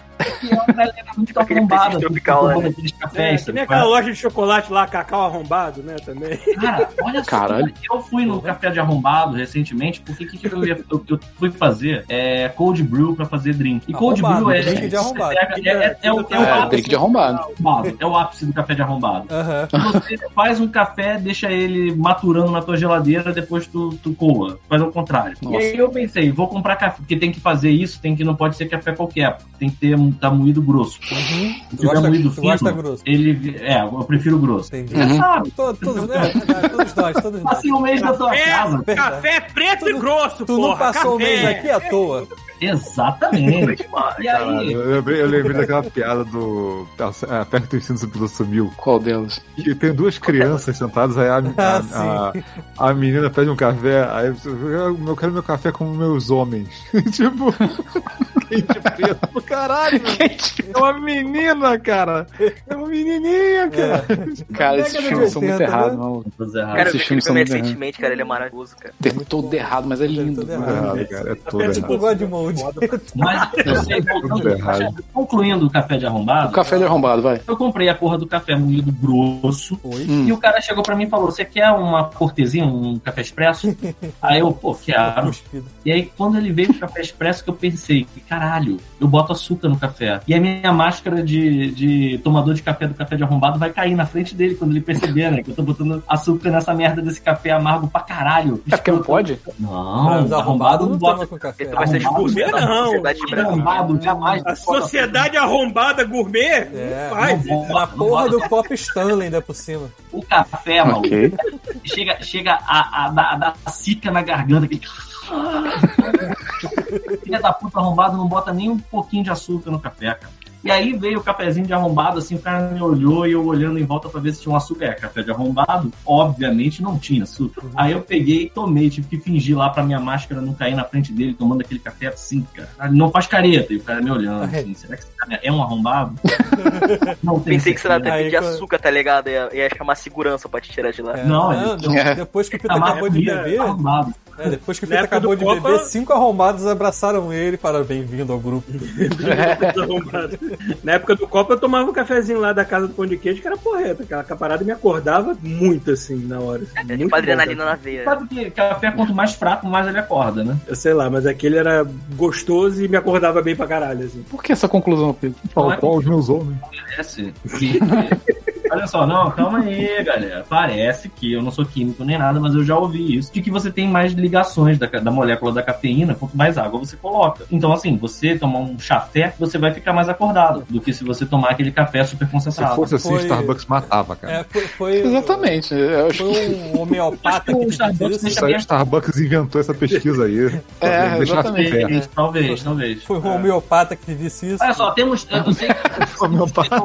H: E é uma galera muito
D: Aquele
H: arrombada.
D: peixe tropical,
H: assim,
D: né?
H: aqueles
C: É,
H: cafés,
C: que
H: sabe?
C: nem aquela loja de chocolate lá, cacau arrombado, né, também.
H: Cara, olha só,
B: Caralho.
H: eu fui no café de arrombado recentemente, porque o que, que eu, ia, eu, eu fui fazer? É cold brew pra fazer drink. E cold
A: Arrombado,
H: brew é.
A: drink de arrombado.
H: É, é, é, é o, é
A: um
H: o
B: É,
H: ápice
A: assim.
B: drink de arrombado.
H: do arrombado. É o ápice do café de arrombado.
A: Aham.
H: Você faz um café, deixa ele maturando na tua geladeira, depois tu, tu coa. Faz ao contrário.
B: Nossa.
H: E aí eu pensei, vou comprar café, porque tem que fazer isso, tem que não pode ser café qualquer, porque tem que ter tá moído grosso.
A: Tu
C: Uhum.
H: Se tiver
A: gosta-
H: moído
A: Tu gosta
H: fino,
A: grosso.
H: ele. É, eu prefiro grosso.
A: Entendi.
B: Uhum.
H: Você sabe,
A: To- Todos, né? Todos nós, todos nós.
H: passei um mês na tua casa.
C: É, Assim, café preto e
A: Tu-
C: grosso,
A: Tu
C: porra.
A: não passou o
C: café. é
A: mês aqui à toa?
H: Exatamente. e aí,
G: Eu lembrei, eu lembrei daquela piada do. Aperta os cintos e o piloto sumiu.
B: Qual delas?
G: E tem duas crianças sentadas, aí a, a,
A: Ah,
G: a, a menina pede um café, aí eu, eu quero meu café como meus homens. tipo, quente preto. Caralho, é uma menina, cara. É uma menininha, cara.
B: Cara,
A: Década
B: esses
A: de
B: filmes são muito
A: 80, né?
B: errados, maluco.
H: Coisa errada.
D: Cara, eu
B: Esses
D: vi aquele
B: filmes são
D: filme
B: muito
D: recentemente, cara, ele é maravilhoso, cara.
B: Tem todo errado, mas é lindo.
A: Todo
G: É
A: errado.
G: errado, cara. É todo
A: É tipo
G: errado.
A: God Mode.
H: mas eu sei, voltando,
G: Tudo errado.
H: concluindo o café de
B: O
H: arrombado,
B: café de arrombado, vai.
H: eu comprei a porra do café moído grosso.
B: Hum.
H: E o cara chegou pra mim e falou: Você quer uma cortesia, um café expresso? aí eu, pô, quero.
A: Cuspido.
H: E aí, quando ele veio com o café expresso, que eu pensei: que Caralho, eu boto açúcar no café. E a minha máscara de, de tomador de café do café de arrombado vai cair na frente dele quando ele perceber, né? Que eu tô botando açúcar nessa merda desse café amargo pra caralho.
B: É porque não pode?
H: Não,
A: Mas
H: arrombado não bota
A: toma com café.
D: Ele vai ser
H: Arrombado,
D: expulso, né, da
C: não.
D: sociedade
H: Não,
D: brasileira.
H: arrombado, jamais.
C: A sociedade arrombada gourmet
A: É,
C: não faz.
H: não bota,
A: Na
H: não
A: porra
H: bota.
A: do copo Stanley ainda por cima.
H: O café, maluco. Chega, chega a, a, da, da cica na garganta. aquele- Filha da puta arrombado não bota nem um pouquinho de açúcar no café, cara. E aí veio o cafezinho de arrombado, assim, o cara me olhou e eu olhando em volta pra ver se tinha um açúcar. É, café de arrombado, obviamente não tinha açúcar. Aí eu peguei e tomei, tive que fingir lá pra minha máscara não cair na frente dele, tomando aquele café assim, cara. Ah, Não faz careta. E o cara me olhando, assim, será que esse cara é um arrombado? não tem
D: Pensei que você ia
H: certeza.
D: até
A: Aí,
D: pedir
A: quando-
D: açúcar, tá ligado? Ia, ia chamar segurança pra te tirar de lá.
A: É,
H: Não,
A: né?
H: ele-
A: De-
B: É.
A: Depois que o Pita
H: A máscara
A: acabou de
H: é
A: beber,
H: arrombado.
A: é, depois que o
C: Na
A: Pita
C: época
A: acabou
C: do é-
A: de
C: Copa-
A: beber, cinco arrombados abraçaram ele e falaram bem-vindo ao grupo.
C: Arrombado. Na época do Copa, eu tomava um cafezinho lá da casa do pão de queijo, que era porreta. Aquela caparada me acordava muito, assim, na hora. assim,
D: É
C: muito
D: tipo adrenalina
C: bom,
D: na veia.
H: É. Sabe que café, quanto mais fraco, mais ele acorda, né?
C: cara. Eu sei lá, mas aquele era gostoso e me acordava bem pra caralho, assim.
B: Por que essa conclusão, Pedro?
A: é
G: Qual, qual os meus homens?
H: Então, Parece que. Olha só, não, calma aí, galera. Parece que eu não sou químico nem nada, mas eu já ouvi isso. De que você tem mais ligações da, ca- da molécula da cafeína quanto mais água você coloca. Então, assim, você tomar um chafé, você vai ficar mais acordado do que se você tomar aquele café super
G: Se
H: concentrado.
G: fosse assim,
A: Foi-
G: Starbucks matava, cara.
A: É, foi, foi-
B: Exatamente. Eu acho
A: Foi um homeopata
H: Acho que
A: que
H: o
A: te
H: Starbucks
A: disse
H: deixa-
G: Isso aí, o Starbucks inventou essa pesquisa aí.
B: É,
G: Deixar
B: exatamente.
G: café.
H: Talvez, talvez, talvez.
A: Foi um
H: É.
A: homeopata que te disse isso.
H: Olha só, temos. Eu sei que
G: Homeopata.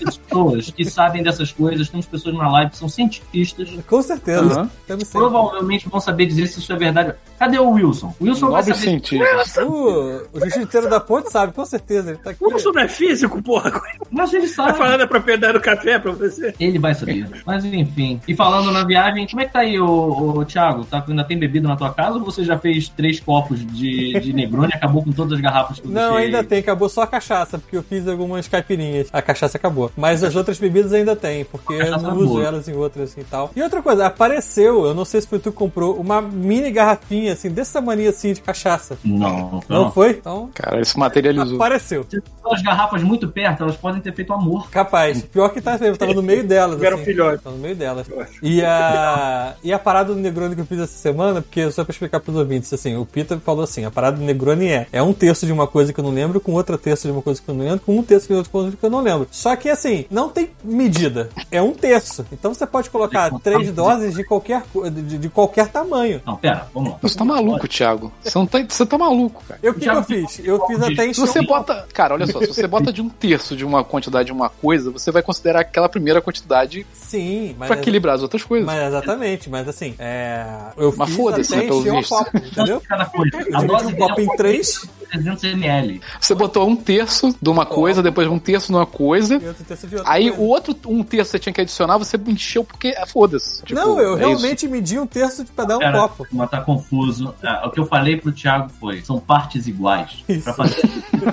H: pessoas que sabem sabem dessas coisas, temos pessoas na live que são cientistas,
A: Com certeza.
B: Aham.
A: Temos sim.
H: provavelmente vão saber dizer se isso é verdade. Cadê o Wilson? O Wilson vai
B: Nove
H: saber.
B: cientistas.
A: Uh, o Justiceiro da Ponte sabe, com certeza. Ele tá aqui.
C: O Wilson não é físico, porra.
H: Mas ele
C: Tá
H: sabe.
C: falando a propriedade do café pra você?
H: Ele vai saber. Mas enfim. E falando na viagem, como é que tá aí, ô, ô, Thiago? Tá, ainda tem bebida na tua casa ou você já fez três copos de, de Negroni e acabou com todas as garrafas que eu
A: Não,
H: deixei?
A: ainda tem. Acabou só a cachaça, porque eu fiz algumas caipirinhas. A cachaça acabou. Mas as outras bebidas ainda tem, porque eu
H: cachaça tá
A: não
H: acabou.
A: uso elas em outras assim, e tal. E outra coisa, apareceu, eu não sei se foi tu que comprou, uma mini garrafinha, assim, dessa mania assim de cachaça.
H: Não,
A: Não,
H: não.
A: foi? Então,
B: Cara, isso materializou.
A: apareceu.
H: As garrafas muito perto, elas podem ter feito amor.
A: Capaz. Pior que tá mesmo, tava no meio delas.
C: Tiveram
A: assim.
C: filhote.
A: Tá no meio delas. E a, e a parada do Negroni que eu fiz essa semana, porque só pra explicar pros ouvintes, assim, o Pita falou assim: a parada do Negroni é, é um terço de uma coisa que eu não lembro, com outra terço de uma coisa que eu não lembro, com um terço de outra coisa que eu não lembro. Só que assim, não tem medida. É um terço. Então você pode colocar três doses de qualquer, co- de, de qualquer tamanho.
H: Não, pera, vamos lá.
B: Você tá maluco, Thiago. Você, não tá, você tá maluco, cara.
A: Eu o que, que eu fiz? Eu fiz até
B: Se você
A: encher. um
B: bota. Cara, olha só, se você bota de um terço de uma quantidade de uma coisa, você vai considerar aquela primeira quantidade
A: Sim, mas. é
B: pra equilibrar as outras coisas.
A: Mas exatamente, mas assim, é. Eu
B: Mas
A: fiz
B: foda-se,
A: até
B: né, pelo
A: encher o
B: visto.
A: copo, entendeu?
H: Cada coisa.
A: Eu
H: A
A: dividi
H: dose
A: um copo em três
H: 300 ml.
B: Você botou um terço de uma coisa, depois um terço de uma coisa.
A: e outro terço de outra.
B: Aí
A: coisa.
B: o outro um terço que você tinha que adicionar, você encheu porque é foda-se. Tipo,
A: não, eu
B: é
A: realmente medi um terço de- pra dar um
H: Cara,
A: copo.
H: Mas tá confuso. Ah, o que eu falei pro Thiago foi: são partes iguais.
A: Isso.
H: Pra fazer. Só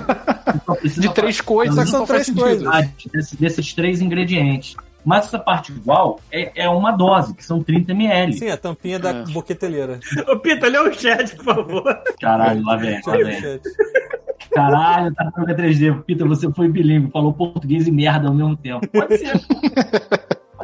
B: isso.
H: precisa
B: De três coisas,
A: Só que são
B: não faz
A: três coisas.
B: sentido.
H: quantidade desse- desses três ingredientes. Mas essa parte igual é, é uma dose, que são 30 ml.
A: Sim, a tampinha da
B: É.
A: boqueteleira.
C: Ô, Pita, lê o chat, por favor.
H: Caralho, lá vem, lá vem.
A: Gente,
H: Caralho, tá tartaruga 3D. Pita, você foi bilíngue, falou português e merda ao mesmo tempo. Pode ser. Pode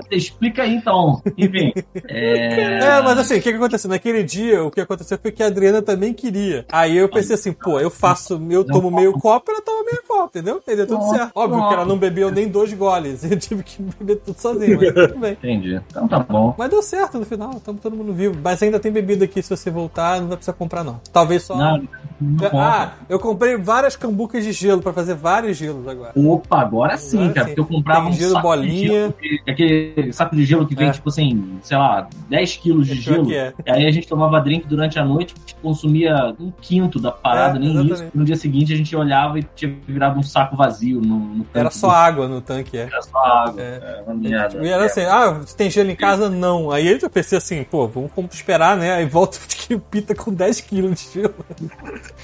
H: ser. Explica aí então. Enfim. É...
A: É, mas assim, o que que aconteceu? Naquele dia, o que aconteceu foi que a Adriana também queria. Aí eu pensei assim, pô, eu faço, eu tomo meio copo, ela toma meio copo, entendeu? E deu tudo
H: Nossa,
A: certo. Óbvio que
H: nossa.
A: ela não bebeu nem dois goles, eu tive que beber tudo sozinho, mas tudo bem.
H: Entendi. Então tá bom.
A: Mas deu certo no final, estamos todo mundo vivo. Mas ainda tem bebida aqui, se você voltar, não vai precisar comprar não. Talvez só...
H: Não, não conta.
A: ah, eu comprei várias cambucas de gelo pra fazer vários gelos agora.
H: Opa, agora sim,
A: Agora
H: cara.
A: sim.
H: Porque eu comprava
A: Tem
H: um
A: gelo
H: saco
A: bolinha.
H: de gelo. que- Aquele saco de gelo que vem,
A: É.
H: tipo assim, sei lá, 10 quilos de
A: Pior
H: gelo.
A: que é.
H: E aí a gente tomava drink durante a noite, consumia um quinto da parada,
A: É,
H: nem
A: exatamente.
H: isso. No dia seguinte a gente olhava e tinha virado um saco vazio no, no canto
A: Era
H: do-
A: só água no tanque, é.
H: Era só água.
A: É.
H: É, uma merda.
A: E era assim, ah, você tem gelo em casa? Não. Aí eu pensei assim, pô, vamos como esperar, né? Aí volta o pita com 10 quilos de gelo.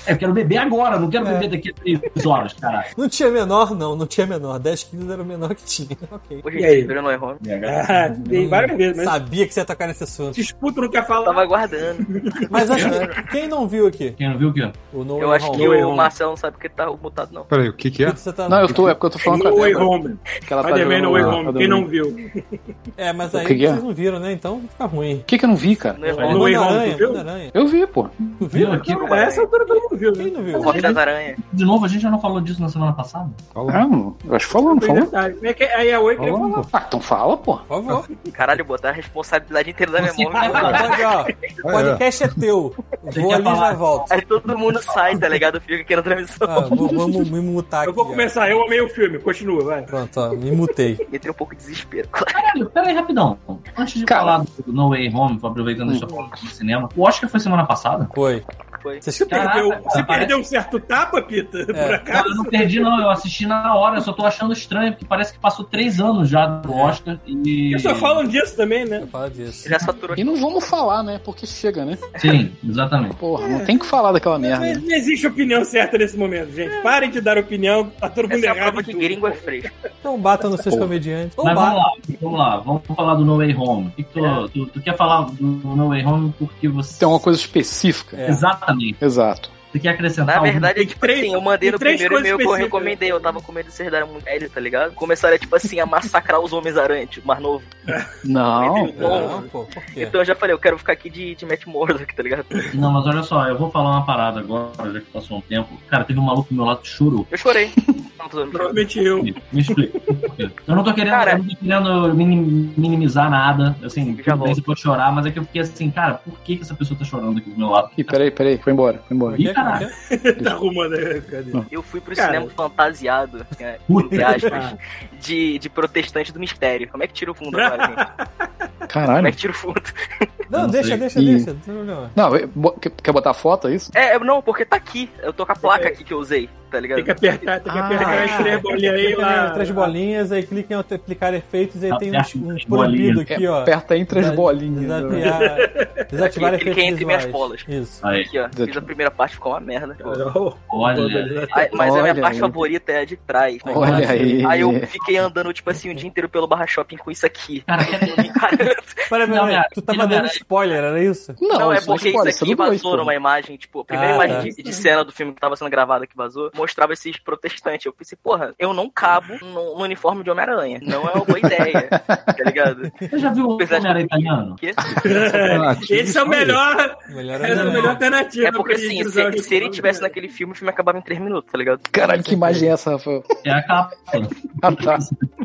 H: É, eu quero beber agora, não quero
A: É.
H: beber daqui a 3 horas, cara.
A: Não tinha menor, não, não tinha menor. 10 quilos era o menor que tinha. Ok.
D: Hoje
C: E
D: em
C: aí?
D: dia, Bruno é home.
C: Ah, tem várias vezes, mas
A: Sabia que você ia tocar nesse assunto.
C: esse escuto não quer falar.
D: Tava aguardando.
A: Mas acho que quem não viu aqui?
H: Quem não viu o quê?
A: O No
D: Eu
A: Way
D: acho
A: Home.
D: que
C: Não, eu
D: o
C: não.
D: Marcel não sabe porque tá mutado, não.
G: Peraí, o que que é?
A: Pita, você tá-
B: Não, eu tô, é porque eu tô falando com a
C: No Way
B: Débora,
C: Home.
B: que ela tá
C: Spider-Man
B: jogando
C: No Way
B: lá,
C: Home.
B: tá
C: Quem não
B: jogando.
C: viu?
A: É, mas
B: O
A: aí
B: que que é?
A: vocês não viram, né? Então fica ruim.
B: O que que eu não vi, cara?
D: Não é
H: No
D: home.
C: Way Home,
A: Homem-Aranha,
C: tu viu?
A: Homem-Aranha.
B: Eu vi, pô.
A: Tu viu?
H: Viu aqui?
C: Não, essa altura todo mundo viu,
A: Quem
C: né?
A: não viu?
D: O Rock das Aranhas.
H: De novo, a gente já não falou disso na semana passada?
G: Fala.
B: Ah, mano, eu acho que falou, não
C: Foi
B: falou?
C: detalhe. É que- Aí a Oi queria
G: Fala,
C: falar.
G: pô.
B: Ah, então né? fala, pô.
A: Por favor.
D: Caralho, botar a responsabilidade inteira da
H: Não sei
C: Ah,
D: memória.
C: tá.
H: falar.
A: Pode, ó, o podcast é teu. Vou
H: que
A: ali e já
H: falar.
A: volto.
D: Aí todo mundo sai, tá ligado? Fica aqui na transmissão.
A: Ah, vou- vamos me mutar aqui.
C: "Ah, Eu vou
A: ó.
C: começar, eu amei o filme, continua, vai.
A: Pronto, ó, me mutei.
D: Entrei um pouco de desespero.
H: Caralho, peraí, rapidão. Antes de
B: Cara.
H: falar do No Way Home, aproveitando a gente tá falando de cinema, o Oscar foi semana passada?
A: Foi.
D: Foi.
A: Vocês
H: Caraca,
C: Perdeu-
H: cara,
C: você
H: parece-
C: perdeu um certo tapa, Pita, por
H: Cara,
C: acaso?
H: eu não perdi, não. Eu assisti na hora, eu só tô achando estranho, porque parece que passou três anos já do
A: É.
H: Oscar e.
C: Eles só falam disso também, né?
A: Fala disso.
D: Já saturou.
B: E não vamos falar, né? Porque chega, né?
H: Sim, exatamente.
B: Porra, não tem que falar daquela merda.
C: Mas não existe opinião certa nesse momento, gente. Parem de dar opinião, tá todo mundo
D: Essa é a
C: errado.
D: prova
C: em
D: que
C: tudo.
D: gringo é fresco.
A: Então batam nos seus
B: Pô.
A: comediantes.
D: Então
A: Ou
H: Mas vamos
A: batam.
H: lá, vamos lá, vamos falar do No Way Home. O que que tu,
D: É.
H: tu- tu quer falar do No Way Home porque você.
B: Tem uma coisa específica.
A: É.
H: Exatamente.
B: Exato.
H: Tu quer acrescentar
D: Na
H: alguma-
D: verdade, é
C: Tem
D: tipo
C: três-
D: assim, eu mandei
C: tem
D: no
C: três
D: primeiro e-mail que eu
C: coisas
D: recomendei. Eu tava com medo de vocês darem muito velho, tá ligado? Começaram, tipo assim, a massacrar os Homens-Aranha, tipo, mais novo.
B: Não.
A: Não, pô, por quê?
D: Então eu já falei, eu quero ficar aqui de, de Matt Murdock, tá ligado?
H: Não, mas olha só, eu vou falar uma parada agora, já que passou um tempo. Cara, teve um maluco do meu lado que chorou.
D: Eu chorei. Não, tô zoando, chorei.
C: Provavelmente eu.
H: Me, me explica. Por quê? Eu não tô querendo,
D: Cara.
H: eu não tô querendo minim- minimizar nada. Assim,
D: Fica
H: tudo bem,
D: bom.
H: você pode chorar, mas é que eu fiquei assim, cara, por que, que essa pessoa tá chorando aqui do meu lado?
B: Ih, peraí, peraí, foi embora, foi embora.
H: Ih,
A: Por quê? Por quê?
C: Tá arrumando aí, cadê?
D: Eu fui pro
C: Cara.
D: cinema fantasiado, né,
H: Puta.
D: entre aspas, de, de protestante do mistério. Como é que tira o fundo agora, gente? Como é
B: Caralho.
D: que tira o fundo?
A: Não,
H: Não
A: deixa,
H: sei.
A: deixa,
B: Ih.
A: deixa. Não tem problema.
B: Não, eu- bo- quer quer botar a foto, é isso?
D: É, é, não, porque tá aqui. Eu tô com a placa aqui que eu usei, tá ligado?
C: Tem que apertar, tem que
B: Ah.
C: apertar as três bolinhas aí lá.
A: Três bolinhas, aí clica em aplicar efeitos, aí tem
H: Aperte
A: um, um
H: três
A: proibido
H: bolinhas.
A: aqui, ó.
B: É, Aperta entre as
A: Desa-
B: bolinhas. né?
A: Desafiar, desativar
D: Aqui, clica
A: efeitos
D: entre minhas
A: visuais.
D: bolas.
A: Isso.
H: Aí,
D: Aqui, ó. Fiz a primeira parte, ficou uma merda.
C: Tá.
H: olha.
D: Ai, mas a
B: Olha
D: minha parte
B: aí.
D: favorita é a de trás. né?
B: Olha aí.
D: Aí eu fiquei andando, tipo assim, o dia inteiro pelo barra shopping com isso aqui.
H: Cara, cadê?
A: Peraí,
H: Não,
A: peraí,
H: cara,
A: tu tava
H: ele
A: dando
H: não era-
A: spoiler, era isso?
B: Não,
D: Não, é
B: isso não
D: porque
B: spoiler,
D: isso
B: é
D: aqui
B: do dois,
D: vazou
B: pô.
D: numa imagem, tipo, a primeira
A: Ah,
D: imagem
A: tá.
D: de, de cena do filme que tava sendo gravada que vazou, mostrava esses protestantes. Eu pensei, porra, eu não cabo no, no uniforme de Homem-Aranha. Não é uma boa ideia, tá ligado?
H: Você já viu o
D: Apesar de-
H: Homem-Era italiano?
D: Porque-
C: Esse é o melhor,
A: Melhor
C: essa é a melhor alternativa.
D: É porque
C: pra gente
D: assim,
C: usar
D: se,
C: os
D: se ele
C: nomes,
D: tivesse
C: né?
D: naquele filme, o filme acabava em 3 minutos, tá ligado?
B: Caralho, que imagem é essa, Rafael?
H: É a capa.
B: Ah, tá.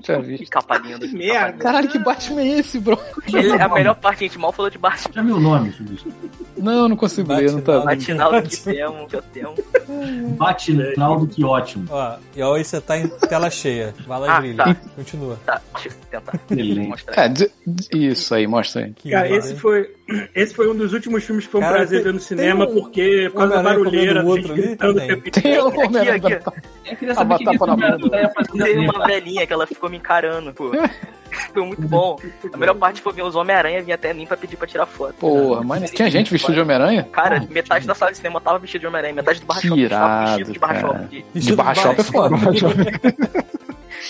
B: Já vi.
D: Que capa linda. que
C: merda.
D: capa linda.
B: Caralho, que Batman é esse, bro?
D: Ele- a melhor parte, a gente mal falou de Batman.
H: Já viu o nome, bicho?
B: Não, não consigo ler, não tá.
A: Batman.
D: Matinal do que temos, que eu tenho. um
H: Batinaldo, que ótimo.
A: Ó, e aí você tá em tela cheia. Vai lá,
D: Ah,
A: Grilha.
D: tá.
A: Continua.
D: Tá, deixa eu tentar
H: Excelente.
D: mostrar.
B: É, d- d- isso aí, mostra aí.
A: Que
C: Cara,
A: vai.
C: esse foi, esse foi um dos últimos filmes que foi um
A: Cara,
C: prazer
A: tem-
C: ver no cinema,
A: tem um-
C: porque por causa da
A: Homem-Aranha
C: barulheira,
A: comendo o
C: gente
A: outro ali,
C: gritando o
A: tem.
C: tempo
B: Tem o Homem-Aranha
D: aqui,
B: da-
H: Eu queria
B: A
H: saber o que
B: batata
H: que
B: Ah, na
H: esse
B: mão.
H: Homem-Aranha ia
D: Teve
H: fazer ali.
D: uma
C: um.
D: velhinha que ela ficou me encarando, pô. Foi muito bom. A melhor parte foi ver os Homem-Aranha vir até mim pra pedir pra tirar foto.
B: Porra, mas tinha gente vestida de Homem-Aranha?
D: Cara, metade da sala de cinema tava vestida de Homem-Aranha, metade do barra
B: Que
D: shopping tava
B: irado,
D: vestido de barra
B: cara.
D: shopping. de-
B: De barra shopping é foda.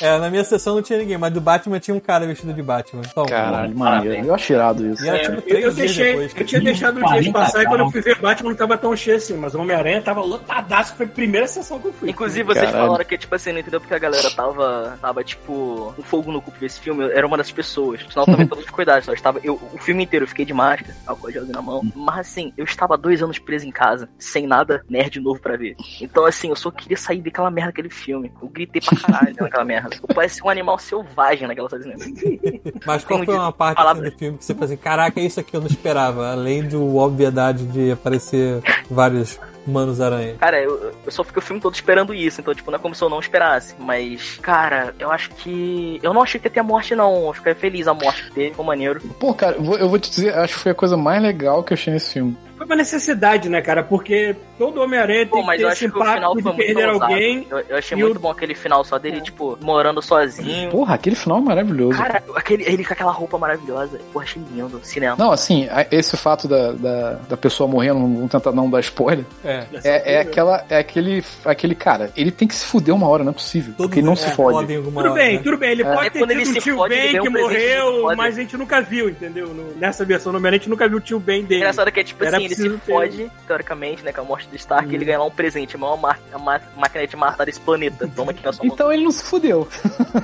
A: É, na minha sessão não tinha ninguém, mas do Batman tinha um cara vestido de Batman. Então,
B: Caralho, maneiro. Eu acho irado isso.
A: E era tipo
C: É, Eu,
A: três
C: eu
A: dias
C: deixei,
A: depois.
C: eu tinha deixado os dias
H: 40
C: passar e quando eu
H: graus.
C: fui ver Batman não tava tão cheio assim, mas o Homem-Aranha tava lotadaço, foi a primeira sessão que eu fui.
D: Inclusive, vocês
B: Caralho.
D: falaram que, tipo assim, não entendeu porque a galera tava, tava tipo, com fogo no cu pra ver esse filme. Eu era uma das pessoas. Senão eu também todos os cuidados. Só estava, eu, o filme inteiro eu fiquei de máscara, álcool gelzinho na mão. Mas assim, eu estava dois anos preso em casa, sem nada nerd novo pra ver. Então, assim, eu só queria sair daquela merda daquele filme. Eu gritei pra caralho naquela merda. Eu parecia um animal selvagem naquela sala de cinema.
A: Mas qual foi uma parte
D: Palavra.
A: assim, do filme que você fazia? Caraca, é isso aqui eu não esperava. Além do obviedade de aparecer vários humanos aranha.
D: Cara, eu, eu só fiquei o filme todo esperando isso, então, tipo, não é como se eu não esperasse. Mas, cara, eu acho que. Eu não achei que ia ter a morte, não. Eu fiquei feliz a morte que teve, ficou maneiro.
B: Pô, cara, eu vou- eu vou te dizer, acho que foi a coisa mais legal que eu achei nesse filme.
C: Foi uma necessidade, né, cara? Porque todo Homem-Aranha
D: Pô,
C: tem que
D: mas
C: ter
D: eu
C: esse
D: acho que o final
C: impacto
D: foi
C: de
D: muito
C: perder
D: ousado.
C: alguém.
D: Eu, eu achei
C: e
D: muito
C: o-
D: bom aquele final só dele, tipo, morando sozinho.
B: Porra, aquele final é maravilhoso.
D: Cara, aquele, ele com aquela roupa maravilhosa. Porra, achei lindo. Cinema.
B: Não, assim, a- esse fato da, da, da pessoa morrendo, não vou tentar não dar spoiler,
A: É.
B: é, é aquela, é aquele, aquele cara, ele tem que se fuder uma hora, não é possível, porque ele não
A: eles
B: se fode.
A: podem alguma
C: Tudo
A: hora,
C: bem,
A: né?
C: tudo bem. Ele pode
D: É
C: ter
D: quando ele
C: tido um
D: se
C: tio
D: fode, ele
C: Ben
D: deu
C: que
D: um presente de
C: morreu,
D: foda.
C: mas a gente nunca viu, entendeu? No- Nessa versão do Homem-Aranha, a gente nunca viu o tio Ben dele.
D: Engraçado que é tipo
C: Era
D: assim, ele se
C: preciso ter- Uhum.
D: fode, teoricamente, né, com a morte do Stark, ele ganha lá um presente, a maior ma- a ma- máquina de matar desse planeta. Toma aqui na sua mão.
B: Então ele não se fudeu.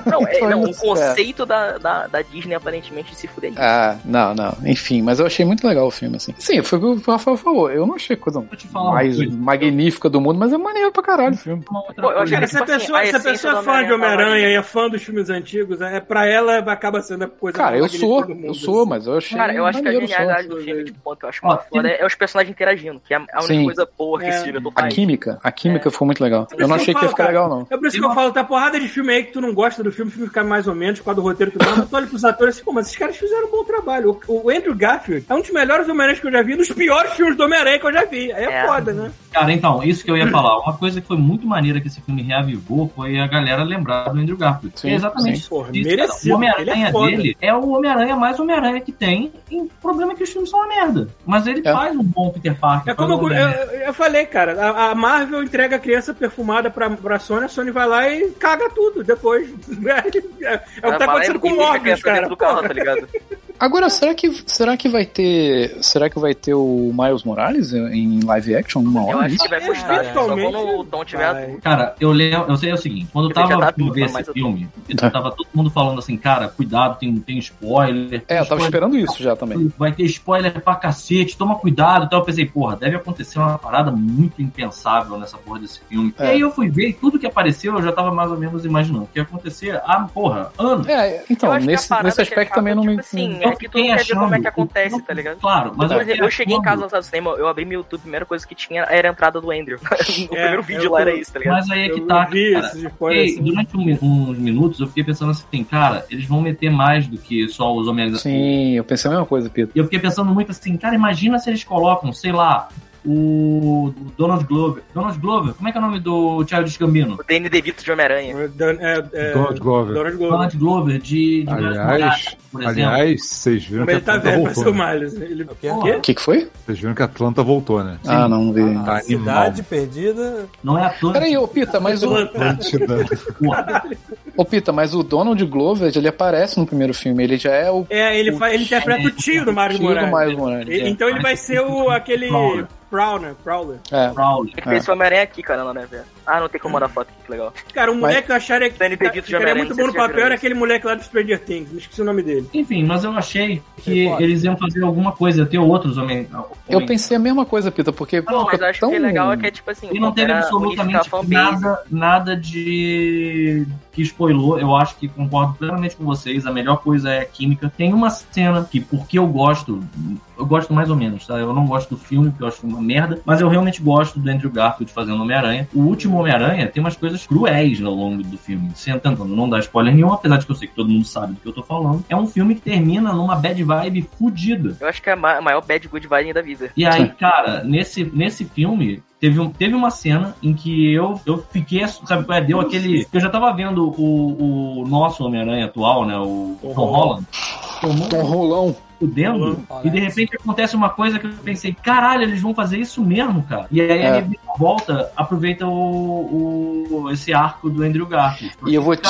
D: Não, é,
B: então
D: não,
B: ele-
D: o conceito da, da, da Disney aparentemente se
C: É,
D: fuder.
B: Ah, não, não. Enfim, mas eu achei muito legal o filme, assim. Sim, foi o que o Rafael falou. Eu não achei a coisa
H: Vou te falar uma
B: mais um.
H: coisa.
B: magnífica do mundo, mas é maneiro pra caralho o filme.
H: Uma outra
D: Pô, eu
H: coisa.
D: achei
C: Cara,
D: que
C: se
D: tipo
C: a
D: assim,
C: pessoa,
D: a
C: se a
D: essência
C: pessoa é
D: do
C: fã de
D: Homem-Aranha tá lá
C: Homem-Aranha e é fã dos filmes antigos, é, pra ela acaba sendo a coisa
B: Cara, eu
C: mais magnífica
B: sou,
C: do mundo,
B: eu sou,
C: assim.
B: mas eu achei.
D: Cara, eu acho que a
B: maneiro só.
D: genialidade do filme, tipo, que eu acho
H: Ó,
D: muito foda, é, é os personagens interagindo, que é a única
B: Sim.
D: coisa boa que esse
C: É.
D: diretor
B: A
D: faz.
B: química, a
D: É.
B: química ficou muito legal.
C: Por
B: Eu não
C: isso
B: achei que
C: eu
B: ia
C: falo,
B: ficar
C: cara.
B: legal, não.
C: É por isso que eu falo, tá porrada de filme aí que tu não gosta do filme, o filme fica mais ou menos, por causa do roteiro que tu gosta, tu olha pros atores assim, pô, mas esses caras fizeram um bom trabalho. O, o Andrew Garfield é um dos melhores Homem-Aranha que eu já vi, e um dos piores filmes do Homem-Aranha que eu já vi. Aí é,
D: É.
C: foda, né?
H: Cara, então, isso que eu ia falar. Uma coisa que foi muito maneira que esse filme reavivou foi a galera lembrar do Andrew Garfield.
B: Sim,
H: é exatamente
B: sim.
H: isso.
C: Porra,
H: Isso, cara.
C: merecido.
H: o Homem-Aranha
C: ele é foda.
H: dele é o Homem-Aranha mais Homem-Aranha que tem. E o problema é que os filmes são uma merda. Mas ele
B: É.
H: faz um bom Peter Parker.
C: É como
H: faz um
C: eu,
H: Homem-Aranha.
C: eu, eu falei, cara, a, a Marvel entrega a criança perfumada pra, pra Sony, a Sony vai lá e caga tudo depois. É, o que tá
D: Vai lá e-
C: acontecendo com
D: e
C: é o
D: deixa a
C: Morbius,
D: criança
C: cara.
D: dentro do carro, tá ligado?
B: Agora, será que, será que vai ter. Será que vai ter o Miles Morales em live action numa
D: Eu
B: hora?
D: acho
B: isso?
D: que
C: É,
D: vai custar. né? Só
C: Eventualmente,
D: quando o Tom tiver adulto.
H: Cara, eu, lembro, eu sei é o seguinte, quando eu
D: Ele já
H: tava
D: tá
H: pra ver
D: adulto,
H: esse
D: mas eu-
H: filme, eu
B: Tá.
H: tava todo mundo falando assim, cara, cuidado, tem, tem spoiler.
B: É, eu tava
H: Spoiler.
B: esperando isso já também.
H: Vai ter spoiler pra cacete, toma cuidado. Então eu pensei, porra, deve acontecer uma parada muito impensável nessa porra desse filme.
B: É.
H: E aí eu fui ver e tudo que apareceu eu já tava mais ou menos imaginando. Que ia acontecer há, porra, anos.
B: É,
D: Eu
B: então,
D: acho que a
B: nesse,
D: parada
B: nesse
D: que
B: aspecto
D: acaba,
B: também não me.
D: tipo assim,
H: Eu
D: é que tu não
H: fiquei
D: quer ver como é que
H: achando-
D: acontece, tá ligado?
H: Claro, mas
D: Por exemplo, eu cheguei em
H: achando-
D: casa no cinema, eu abri meu YouTube, a primeira coisa que tinha era a entrada do Andrew. o
C: É,
D: primeiro vídeo
C: eu
D: lá
C: tô-
D: era isso, tá ligado?
H: Mas aí é que
C: Eu
H: tá,
C: vi
H: cara.
C: esses
H: Fiquei-
C: spoilers assim.
H: durante um- uns minutos eu fiquei pensando assim, cara, eles vão meter mais do que só os homens
B: Sim, eu pensei a mesma coisa, Pedro.
H: E eu fiquei pensando muito assim, cara, imagina se eles colocam, sei lá, o o Donald Glover. Donald Glover, como é que é o nome do Childish Gambino?
D: O Danny DeVito de Homem-Aranha.
C: Dan- é, é,
G: Donald Glover.
C: Donald Glover.
H: Donald Glover de, de Miles Morales,
G: Aliás,
H: por exemplo.
G: aliás, vocês viram
C: Como
G: que
C: ele tá
G: Atlanta
C: velho, parece o
G: voltou. né?
C: Miles. Ele... O
A: é quê?
H: Porra,
B: O que, que foi?
G: Vocês viram que Atlanta voltou, né?
B: Ah, não vi.
A: A
G: Tá
A: cidade perdida.
H: Não é ator.
B: Peraí, ô Pita, mas o,
H: é porra.
B: ô Pita, mas o Donald Glover, ele aparece no primeiro filme, ele já é o
C: É, ele, fa- ele interpreta o tio do Mario
B: tio do
C: Morales.
B: Miles Morales.
C: E-
B: é.
C: Então ele vai ser o, aquele
H: Prowler.
C: Prowler. Prowler.
B: É.
H: Crowley.
D: Tem que ver esse Homem-Aranha aqui, cara, né, velho? Ah, não tem como
H: Hum.
D: mandar foto aqui, que legal.
C: Cara, o moleque que eu acharia que
D: Danny DeVito
C: ficaria
D: Homem-Aranha,
C: muito
D: não sei
C: bom
D: se
C: no
D: já
C: papel
D: viram
C: era
D: isso.
C: aquele moleque lá do Stranger Things. Não esqueci o nome dele.
H: Enfim, mas eu achei que eles iam fazer alguma coisa, ia ter outros homens.
B: Eu pensei a mesma coisa, Pita, porque.
D: Não,
B: pô,
D: mas
B: tá
D: eu acho
B: tão...
D: que o legal é que é tipo assim,
H: E não teve um
D: era unificar a
H: absolutamente
D: fanbase.
H: tipo, nada, nada de que spoilou. Eu acho que concordo plenamente com vocês. A melhor coisa é a química. Tem uma cena que, porque eu gosto, eu gosto mais ou menos, tá? Eu não gosto do filme, porque eu acho uma merda, mas eu realmente gosto do Andrew Garfield fazendo Homem-Aranha. O último Homem-Aranha tem umas coisas cruéis ao longo do filme. Sem- Tentando não dar spoiler nenhum, apesar de que eu sei que todo mundo sabe do que eu tô falando. É um filme que termina numa bad vibe fudida.
D: Eu acho que é a ma- maior bad good vibe da vida. É
H: E aí, cara, nesse, nesse filme. Teve, um, teve uma cena em que eu, eu fiquei, ass- sabe, qual é? deu aquele. Eu já tava vendo o, o nosso Homem-Aranha atual, né? O Tom Holland, tomando
B: Tom Rolão.
H: o
A: Uhum.
H: dedo, e de repente acontece uma coisa que eu pensei, caralho, eles vão fazer isso mesmo, cara. E aí
B: É.
H: ele volta, aproveita o, o- esse arco do Andrew Garfield.
B: E eu vou te,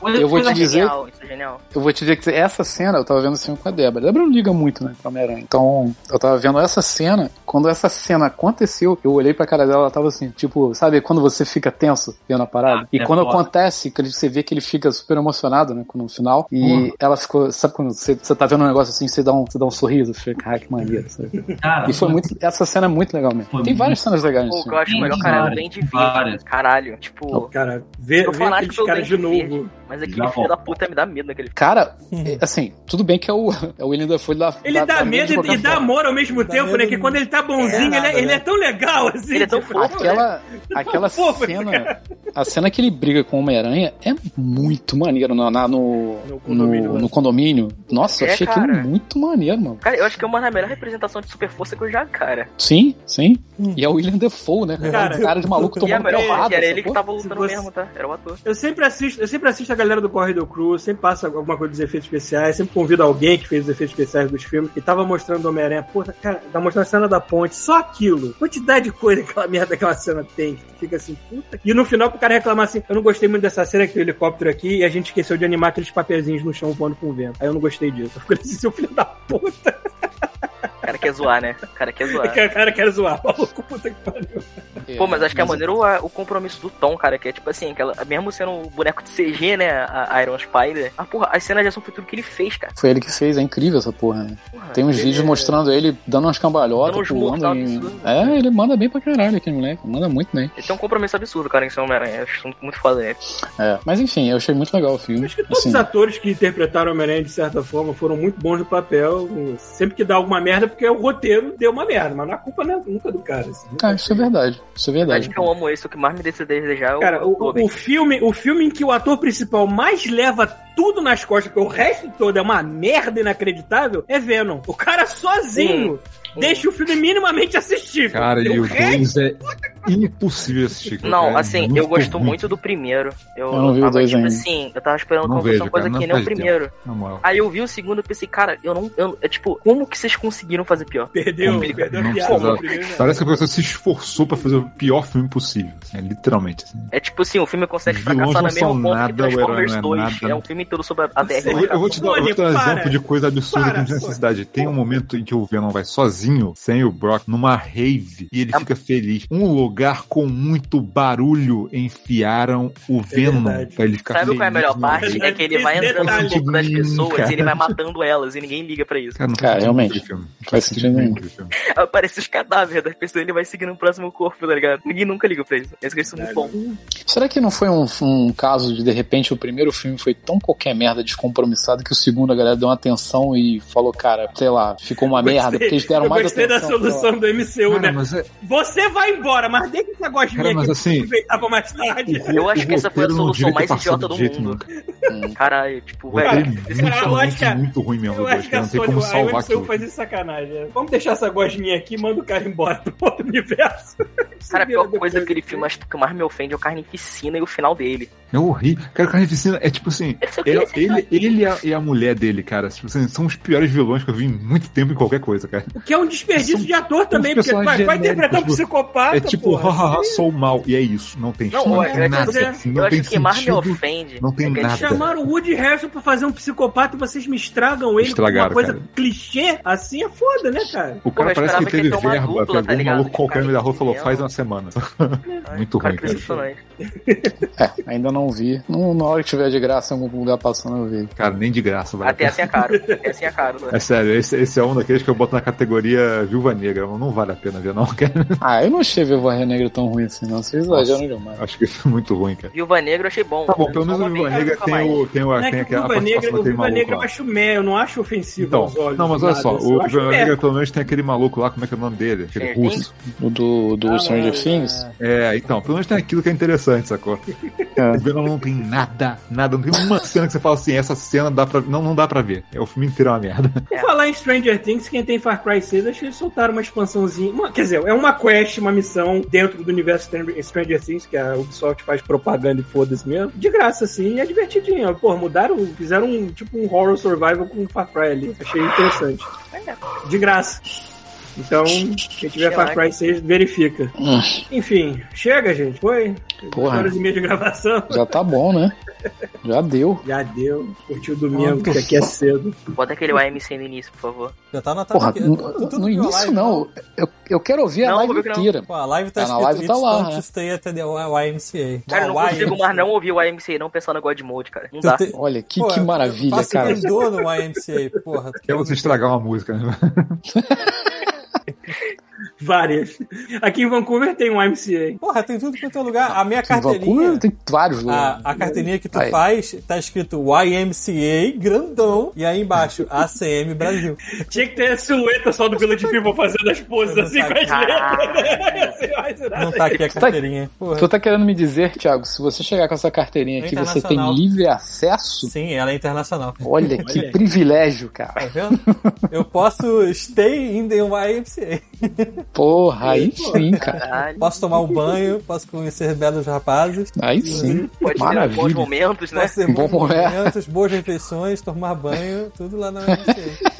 H: Coisa-
B: eu vou te
D: Isso
H: coisa-
D: é
B: dizer-
D: genial, isso é genial.
B: eu vou te dizer que essa cena, eu tava vendo esse filme com a Débora. A Débora não liga muito, né, pra Homem-Aranha. Então, eu tava vendo essa cena. Quando essa cena aconteceu, eu olhei pra cara dela, ela tava assim, tipo, sabe quando você fica tenso vendo a parada?
H: Ah,
B: e
H: é
B: quando
H: foda.
B: acontece, que ele- você vê que ele fica super emocionado, né, no final. E
H: Porra.
B: ela ficou, sabe quando você, você tá vendo um negócio assim, você dá um, você dá um sorriso, fica, caraca, que maneiro, sabe?
H: cara,
B: E foi muito, essa cena é muito legal mesmo.
H: Foi
B: Tem várias cenas legais assim.
D: Pô,
B: nesse
D: o que
B: filme.
D: eu acho melhor,
H: Tem
D: cara, é o
H: várias,
D: Dandy
H: várias.
D: Verde. Caralho, tipo...
C: Cara, vê,
D: Eu
C: vê
D: fanático
C: aqueles
D: pelo
C: caras de
D: Dente
C: novo.
D: Mas
H: Já
D: aquele filho
H: volto.
D: da puta me dá medo naquele
B: Cara, é, assim, tudo bem que é o, é o William Dafoe da
C: Ele
B: da-
C: dá
B: da vida
C: medo
B: de
C: e-
B: qualquer
C: e dá
B: forma.
C: amor ao mesmo
A: Dá
C: tempo, né?
A: medo
C: Que
A: de-
C: quando ele tá
A: É
C: bonzinho, ele,
A: nada,
C: é, ele
A: né?
C: é tão legal, assim.
D: Ele é tão
C: tipo,
D: fofo.
B: Aquela, aquela
C: fofo esse
B: cena. A cena que ele briga com o Homem-Aranha é muito maneiro na, na- no,
C: No
B: no,
C: condomínio, né?
B: no condomínio. Nossa, eu
D: É,
B: achei
D: cara.
B: aquilo muito maneiro, mano.
D: Cara, eu acho que é uma das melhores representações de super força que eu já, vi, cara.
B: Sim, sim. E é o William Defoe, né? Com
C: Cara,
B: cara, cara de maluco
D: E a
B: tomando
D: melhor
B: porrada.
D: parte era ele
B: sacou?
D: que tava
C: Se
D: lutando
C: você-
D: mesmo, tá? Era o ator.
C: Eu sempre assisto, eu sempre assisto a galera do Corre do Cru, sempre passa alguma coisa dos efeitos especiais, sempre convido alguém que fez os efeitos especiais dos filmes e tava mostrando o Homem-Aranha, pô, cara, tá mostrando a cena da ponte, só aquilo. Quantidade de coisa que aquela merda aquela cena tem, que tu fica assim, puta. que- E no final pro cara reclamar assim, eu não gostei muito dessa cena que tem o helicóptero aqui e a gente esqueceu de animar aqueles papeizinhos no chão voando com o vento. Aí eu não gostei disso. Eu fico assim, seu filho da puta,
D: O cara quer zoar, né? O cara quer zoar.
C: que o cara quer zoar, maluco, puta que pariu.
D: Pô, mas acho que é maneiro a- o compromisso do Tom, cara, que é tipo assim, aquela, mesmo sendo o boneco de CG, né, a a Iron Spider, ah, porra, as cenas de ação foi tudo que ele fez, cara.
B: Foi ele que fez, é incrível essa porra, né?
D: Porra,
B: Tem uns vídeos mostrando ele dando umas
D: Ah, é- Dando uns
B: cambalhotas,
D: mortal
B: pulando. e-
D: absurdo.
B: É, ele manda bem pra caralho aquele moleque. Manda muito bem.
D: Ele tem um compromisso absurdo, cara, em ser Homem-Aranha. Eu acho muito foda né? ele.
B: É. Mas enfim, eu achei muito legal o filme.
C: Acho que todos
B: Assim,
C: os atores que interpretaram Homem-Aranha de certa forma foram muito bons no papel. Sempre que dá alguma merda, porque o roteiro deu uma merda, mas não é culpa né, nunca do cara. assim.
B: cara, isso é verdade. Isso é
D: Acho
B: verdade.
C: um
D: que eu amo esse, o que mais me deixa desejar é o,
C: Cara,
D: o
C: o,
D: Tobey.
C: o filme, o filme em que o ator principal mais leva tudo nas costas, que o resto todo é uma merda inacreditável, é Venom. Hum. O cara sozinho deixa o filme minimamente assistível. um
G: Cara, e o
C: resto,
G: 2 é impossível assistir. cara.
D: Não,
G: É
D: assim, eu gosto
G: ruim.
D: muito do primeiro. Eu,
B: Eu não vi o
D: tava,
B: dois
D: tipo
B: ainda.
D: assim, eu tava esperando
G: Não
D: uma
G: vejo,
D: coisa
G: cara,
D: que nem
G: não
D: o
G: faz tempo.
D: primeiro.
G: Na moral.
D: Aí eu vi o segundo e pensei, cara, eu não. Eu, é tipo, como que vocês conseguiram fazer pior?
C: Perdeu,
D: Complica.
C: perdeu
G: Não
C: a piada
G: precisava.
C: no primeiro, né?
G: Parece que a pessoa se esforçou pra fazer o pior filme possível. assim, é literalmente. assim.
D: É tipo assim, o filme consegue
G: Os vilões
D: fracassar no
G: não
D: mesmo
G: são
D: ponto
G: nada,
D: que
G: o herói
D: Transformers
G: não é
D: 2.
G: nada.
D: É um filme todo sobre a Terra.
G: Eu, eu vou te dar, eu vou te dar um
C: Para.
G: exemplo de coisa absurda
C: Para,
G: que não tem necessidade. Tem um momento em que o Venom vai sozinho, sem o Brock, numa rave, e ele
D: Ah.
G: fica feliz. Um lugar com muito barulho enfiaram
B: É
G: o Venom
C: verdade.
G: pra ele ficar
D: Sabe
G: feliz.
D: qual é a melhor
G: né?
D: parte? É que ele vai entrando no
C: Detalhe.
D: corpo das pessoas
G: Cara.
D: e ele vai matando elas e ninguém liga pra isso.
G: Cara, não
B: Cara,
G: faz sentido
B: realmente.
G: aquele filme.
B: Não faz sentido nenhum.
G: aquele filme.
D: Aparece os cadáveres das pessoas e ele vai seguindo o próximo corpo, tá ligado? Ninguém nunca liga pra isso. Esse que é isso muito bom.
B: Será que não foi um, um caso de, de repente, o primeiro filme foi tão qualquer merda descompromissado que o segundo a galera deu uma atenção e falou, cara, sei lá, ficou uma merda, porque eles deram
C: eu
B: mais
C: gostei
B: atenção.
C: da solução do MCU,
G: Cara,
C: né?
G: mas é-
C: Você vai embora, mas deixa essa
G: Cara,
C: gosminha
G: mas
C: aqui
G: assim,
C: pra aproveitar pra mais tarde.
D: Eu acho que essa foi a
G: roteiro não
D: solução
G: devia ter
D: mais
G: passado
D: idiota do
G: de jeito
D: mundo.
G: nenhum.
D: Caralho, tipo,
G: O roteiro
D: velho.
G: é
D: esse
C: cara, eu acho
G: muito,
C: que a-
G: muito, muito ruim mesmo.
C: Eu acho que a
G: não tem
C: Sony,
G: como
C: a
G: salvar aquilo.
C: MCU faz isso sacanagem. né? Vamos deixar essa gosminha aqui, manda o cara embora pro outro universo.
D: Cara, a pior coisa daquele filme, acho que o que mais me ofende é o Carnificina e o final dele.
G: É horrível. Cara, o Carnificina é tipo assim.
D: Eu só
G: é-
D: queria ser
G: ele ele e, a, e a mulher dele, cara. Tipo assim, são os piores vilões que eu vi em muito tempo em qualquer coisa, cara.
C: O que é um desperdício
G: São-
C: de ator também, porque
G: personagens
C: vai, vai
G: genéricos,
C: interpretar um
G: tipo,
C: psicopata,
G: é tipo,
C: porra.
G: hahaha, sou mal. E é isso. Não tem
D: Não,
G: história,
D: olha, eu acho que-
G: assim,
D: eu
G: não
D: acho
G: tem
D: que o que mais me
G: sentido.
D: ofende
G: não tem
D: é que eles
G: nada.
C: Chamaram o Woody Harrison pra fazer um psicopata e vocês me estragam ele com uma
G: Estragaram,
C: coisa
G: cara.
C: clichê? Assim é foda, né, cara?
G: O
D: Pô,
G: cara
D: eu
G: parece que
D: esperava que
G: teve
D: ele tenha uma
G: verba,
D: dupla,
G: pegou
D: tá
G: um
D: ligado?
G: maluco qualquer no meio da rua e falou,
D: Carnificina.
G: faz uma semana. Muito
D: cara,
G: ruim, cara.
D: impressionante.
B: É, ainda não vi. Não, na hora que tiver de graça em algum lugar passando, eu vejo.
G: Cara, nem de graça, vai.
D: Até assim é caro. Até assim é caro, né?
G: É sério, esse, esse é um daqueles que eu boto na categoria Viúva Negra. mas Não vale a pena ver, não, cara.
B: Ah, eu não achei Viúva Negra tão ruim assim, não. Vocês
G: Nossa.
B: exageram demais.
G: Acho que isso é muito ruim, cara.
D: Viúva Negra eu achei bom.
G: Tá bom, pelo menos
D: Só
G: o
D: uma
G: Viúva
D: vez,
G: Negra
D: nunca
G: tem,
D: mais.
G: o, tem, o,
C: Não é
G: tem
C: que
G: aquela
C: o
G: a
C: Viva Negra,
G: participação
C: o
G: daquele
C: Viva
G: maluco
C: Negra eu
G: lá.
C: acho meh, eu não acho ofensivo
G: Então,
C: aos olhos.
G: não, mas olha
C: nada,
G: só,
C: assim, eu
G: o
C: acho
G: Viúva
C: meh.
G: Negra pelo menos tem aquele maluco lá, como é que é o nome dele? Aquele
D: Sim.
G: russo.
B: O do, do
C: Ah,
B: Stranger Things?
G: É, então, pelo menos tem aquilo que é interessante, sacou?
B: É.
G: O Venom não tem nada, nada, não tem uma cena que você fala assim, essa cena dá pra. Não, não dá pra ver. É o filme inteiro é uma merda.
D: É.
C: Por falar em Stranger Things, quem tem Far Cry 6, acho que eles soltaram uma expansãozinha. uma- quer dizer, é uma quest, uma missão dentro do universo Stranger- Stranger Things, que a Ubisoft faz propaganda e foda-se mesmo. De graça, assim, e é divertidinho. Pô, mudaram, fizeram um tipo um horror survival com Far Cry ali. Achei interessante. De graça. Então, quem tiver Far Cry 6, verifica.
B: Hum.
C: Enfim, chega, gente. Foi?
B: Porra.
C: Horas e meia de gravação.
B: Já tá bom, né? Já deu.
C: Já deu. Curtiu o domingo, que aqui é cedo.
D: Bota aquele AMC no início, por favor.
A: Já tá anotado
B: Porra,
A: aqui.
B: no,
A: Tudo- tudo
B: no
A: que é eu
B: início
A: live. então?
B: não. Eu, eu quero ouvir a
D: Não,
B: live
D: comigo não.
B: inteira.
A: Pô, a live tá
B: Tá na live,
A: escrito
B: tá lá,
A: It's
B: né?
A: Don't Stay at the YMCA.
D: Cara, eu não
A: Não,
D: consigo
A: YMCA.
D: mais não ouvir o AMC não pensar no God Mode, cara. Não
A: Tu
D: dá.
A: tem-
B: Olha, que,
A: Pô,
B: que
A: eu
B: maravilha,
A: faço
B: cara.
A: vendedor no YMCA, porra.
G: Quer É você estragar uma música, né?
C: Várias. Aqui em Vancouver tem um MCA.
A: Porra, tem tudo quanto é lugar. A minha
B: Em Vancouver
A: carteirinha...
B: tem vários né? lugares.
A: A, a carteirinha que tu
B: Aí.
A: faz, tá escrito YMCA, grandão, e aí embaixo, ACM Brasil.
C: Tinha que ter a silhueta só do Village People fazendo as poses assim né? com as letras.
A: Não tá aqui a carteirinha. Porra.
B: Tu tá querendo me dizer, Thiago, se você chegar com essa carteirinha aqui, você tem
A: Internacional.
B: livre acesso?
A: Sim, ela é internacional.
B: Olha que privilégio, cara.
A: Tá vendo? Eu posso stay in the YMCA.
B: Porra, aí sim, cara.
D: Caralho.
A: Posso tomar um banho, posso conhecer belos rapazes,
B: Aí sim.
D: Pode ter bons
B: Maravilha.
D: momentos, né?
A: posso ter
B: Bom é.
A: bons
B: momento.
A: momentos, é boas refeições, tomar banho, tudo lá na YMCA.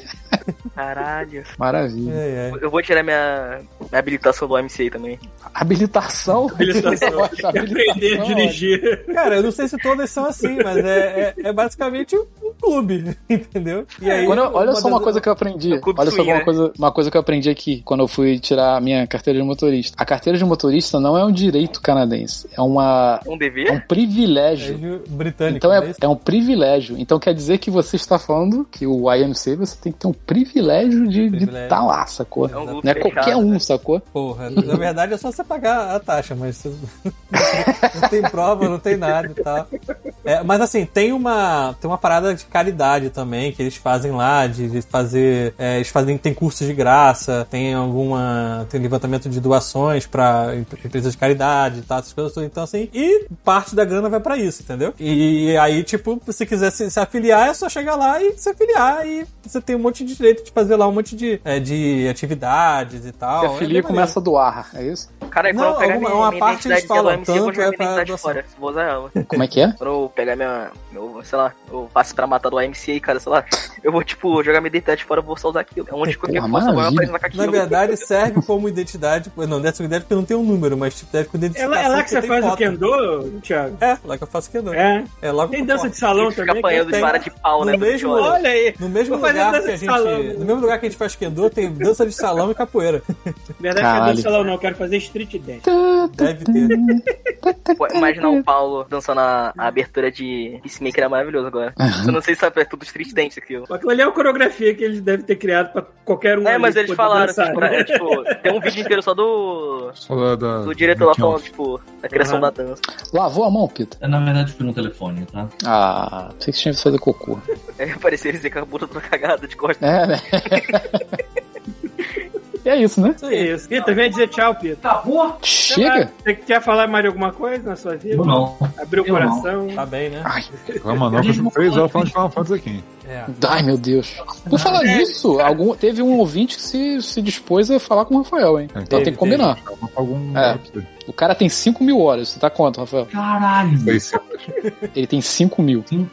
D: Caralho.
B: Maravilha.
A: Ai, ai.
D: Eu vou tirar minha, minha habilitação do AMC também.
B: Habilitação.
C: Habilitação.
B: Eu
A: Ah,
B: acho
C: Aprender a
B: habilitação,
A: é
C: dirigir.
A: Cara, eu não sei se todas são assim, mas é, é, é basicamente um, um clube, entendeu? E aí, é
B: Quando eu- olha só uma coisa que eu aprendi.
D: do clube
B: Olha só
D: swing,
B: uma
D: né?
B: coisa, uma coisa que eu aprendi aqui quando eu fui tirar a minha carteira de motorista. A carteira de motorista não é um direito canadense, é uma
D: Um
B: é
D: dever?
B: um privilégio.
A: Colégio britânico, né?
B: Então
A: não
B: é,
A: isso?
B: é um privilégio. Então quer dizer que você está falando que o IMC você tem que ter um privilégio de
A: Privilégio.
B: estar tá lá, sacou?
D: É um grupo
B: Não é qualquer
D: fechado,
B: um,
D: né?
B: sacou?
A: Porra, na verdade é só você pagar a taxa, mas você- não tem prova, não tem nada e tal. É, mas assim, tem uma, tem uma parada de caridade também que eles fazem lá, de, de fazer. é, eles fazem, tem cursos de graça, tem alguma. tem levantamento de doações pra em- empresas de caridade e tal, essas coisas. todas. Então, assim, e parte da grana vai pra isso, entendeu? E, aí, tipo, se quiser se, se afiliar, é só chegar lá e se afiliar. E você tem um monte de direito de fazer lá um monte de, é, de atividades e tal.
B: Se
A: É
B: afilia
A: bem
B: e começa a doar, é isso?
D: Cara, é quando
A: Não,
D: eu pegar
A: alguma-
D: minha,
A: uma
D: minha
A: parte
D: identidade
A: eles falam
D: pela MC, eu vou jogar
A: tanto,
D: minha
A: é pra
D: identidade
A: doação.
D: fora. Vou usar ela.
B: Como é que é?
D: Quando eu pegar minha. Meu, sei lá, eu passo pra matar do AMC aí, cara, sei lá. Eu vou, tipo, jogar minha identidade fora, vou só usar aquilo. É um único que eu
B: Porra,
D: posso agora
B: maravilha.
D: pra invacar aquilo.
A: Na verdade, serve como identidade. Não, não é identidade porque não tem um número, mas tipo, deve com identificação.
C: Ela, é lá que você
A: tem
C: faz o
A: foto.
C: kendo, Thiago?
A: É, lá que eu faço Kendo. É,
C: É.
A: é logo
C: Tem
A: com
C: dança
A: foto.
C: de salão
D: Fica
C: também. que
D: apanhando de
C: tem.
D: vara de pau, né?
A: No mesmo-
D: Olha,
C: Olha aí.
A: No mesmo
C: Vou fazer
A: lugar
C: dança
A: que a
C: de
A: gente,
C: salão.
A: no mesmo lugar que a gente faz Kendo, tem dança de salão e capoeira.
C: Verdade que não é dança de
B: Caralho.
C: salão, não. Eu quero fazer street dance.
A: Deve ter.
D: pô, imaginar o Paulo dançando a, a abertura de Peacemaker é maravilhoso agora. Eu não sei se sabe, é tudo street dance aquilo.
C: Aquilo ali é uma coreografia que eles devem ter criado pra qualquer um.
D: É,
C: ali
D: mas eles
C: poder
D: falaram,
C: dançar,
D: tipo,
C: né?
D: é, tipo, tem um vídeo inteiro só do,
G: Só da,
D: do diretor lá falando, tipo, a criação
C: Aham.
D: da dança.
B: Lavou a mão, Pita?
H: É, na verdade, foi no telefone, tá?
B: Ah, pensei que tinha que fazer cocô.
D: É, parecia eles com a bunda toda cagada de costas.
B: É, né? e é isso, né?
A: Isso aí.
C: Isso. Pita, vem dizer tchau, Pita.
H: Acabou?
B: Chega?
C: Você quer falar mais de alguma coisa na sua vida?
H: Eu não.
C: Abriu o
H: Eu não.
C: coração.
A: Tá bem, né?
G: Calma, não, que eu fico três horas falando de Final Fantasy aqui.
A: É.
B: Ai, meu Deus. Por falar nisso, algum, teve um ouvinte que se, se dispôs a falar com o Rafael, hein? Então
A: Teve,
B: tem que combinar.
G: Calma, Algum.
B: É. O cara tem 5 mil horas. Você tá quanto, Rafael?
H: Caralho.
G: Seis-
B: Ele tem 5 mil.
H: 5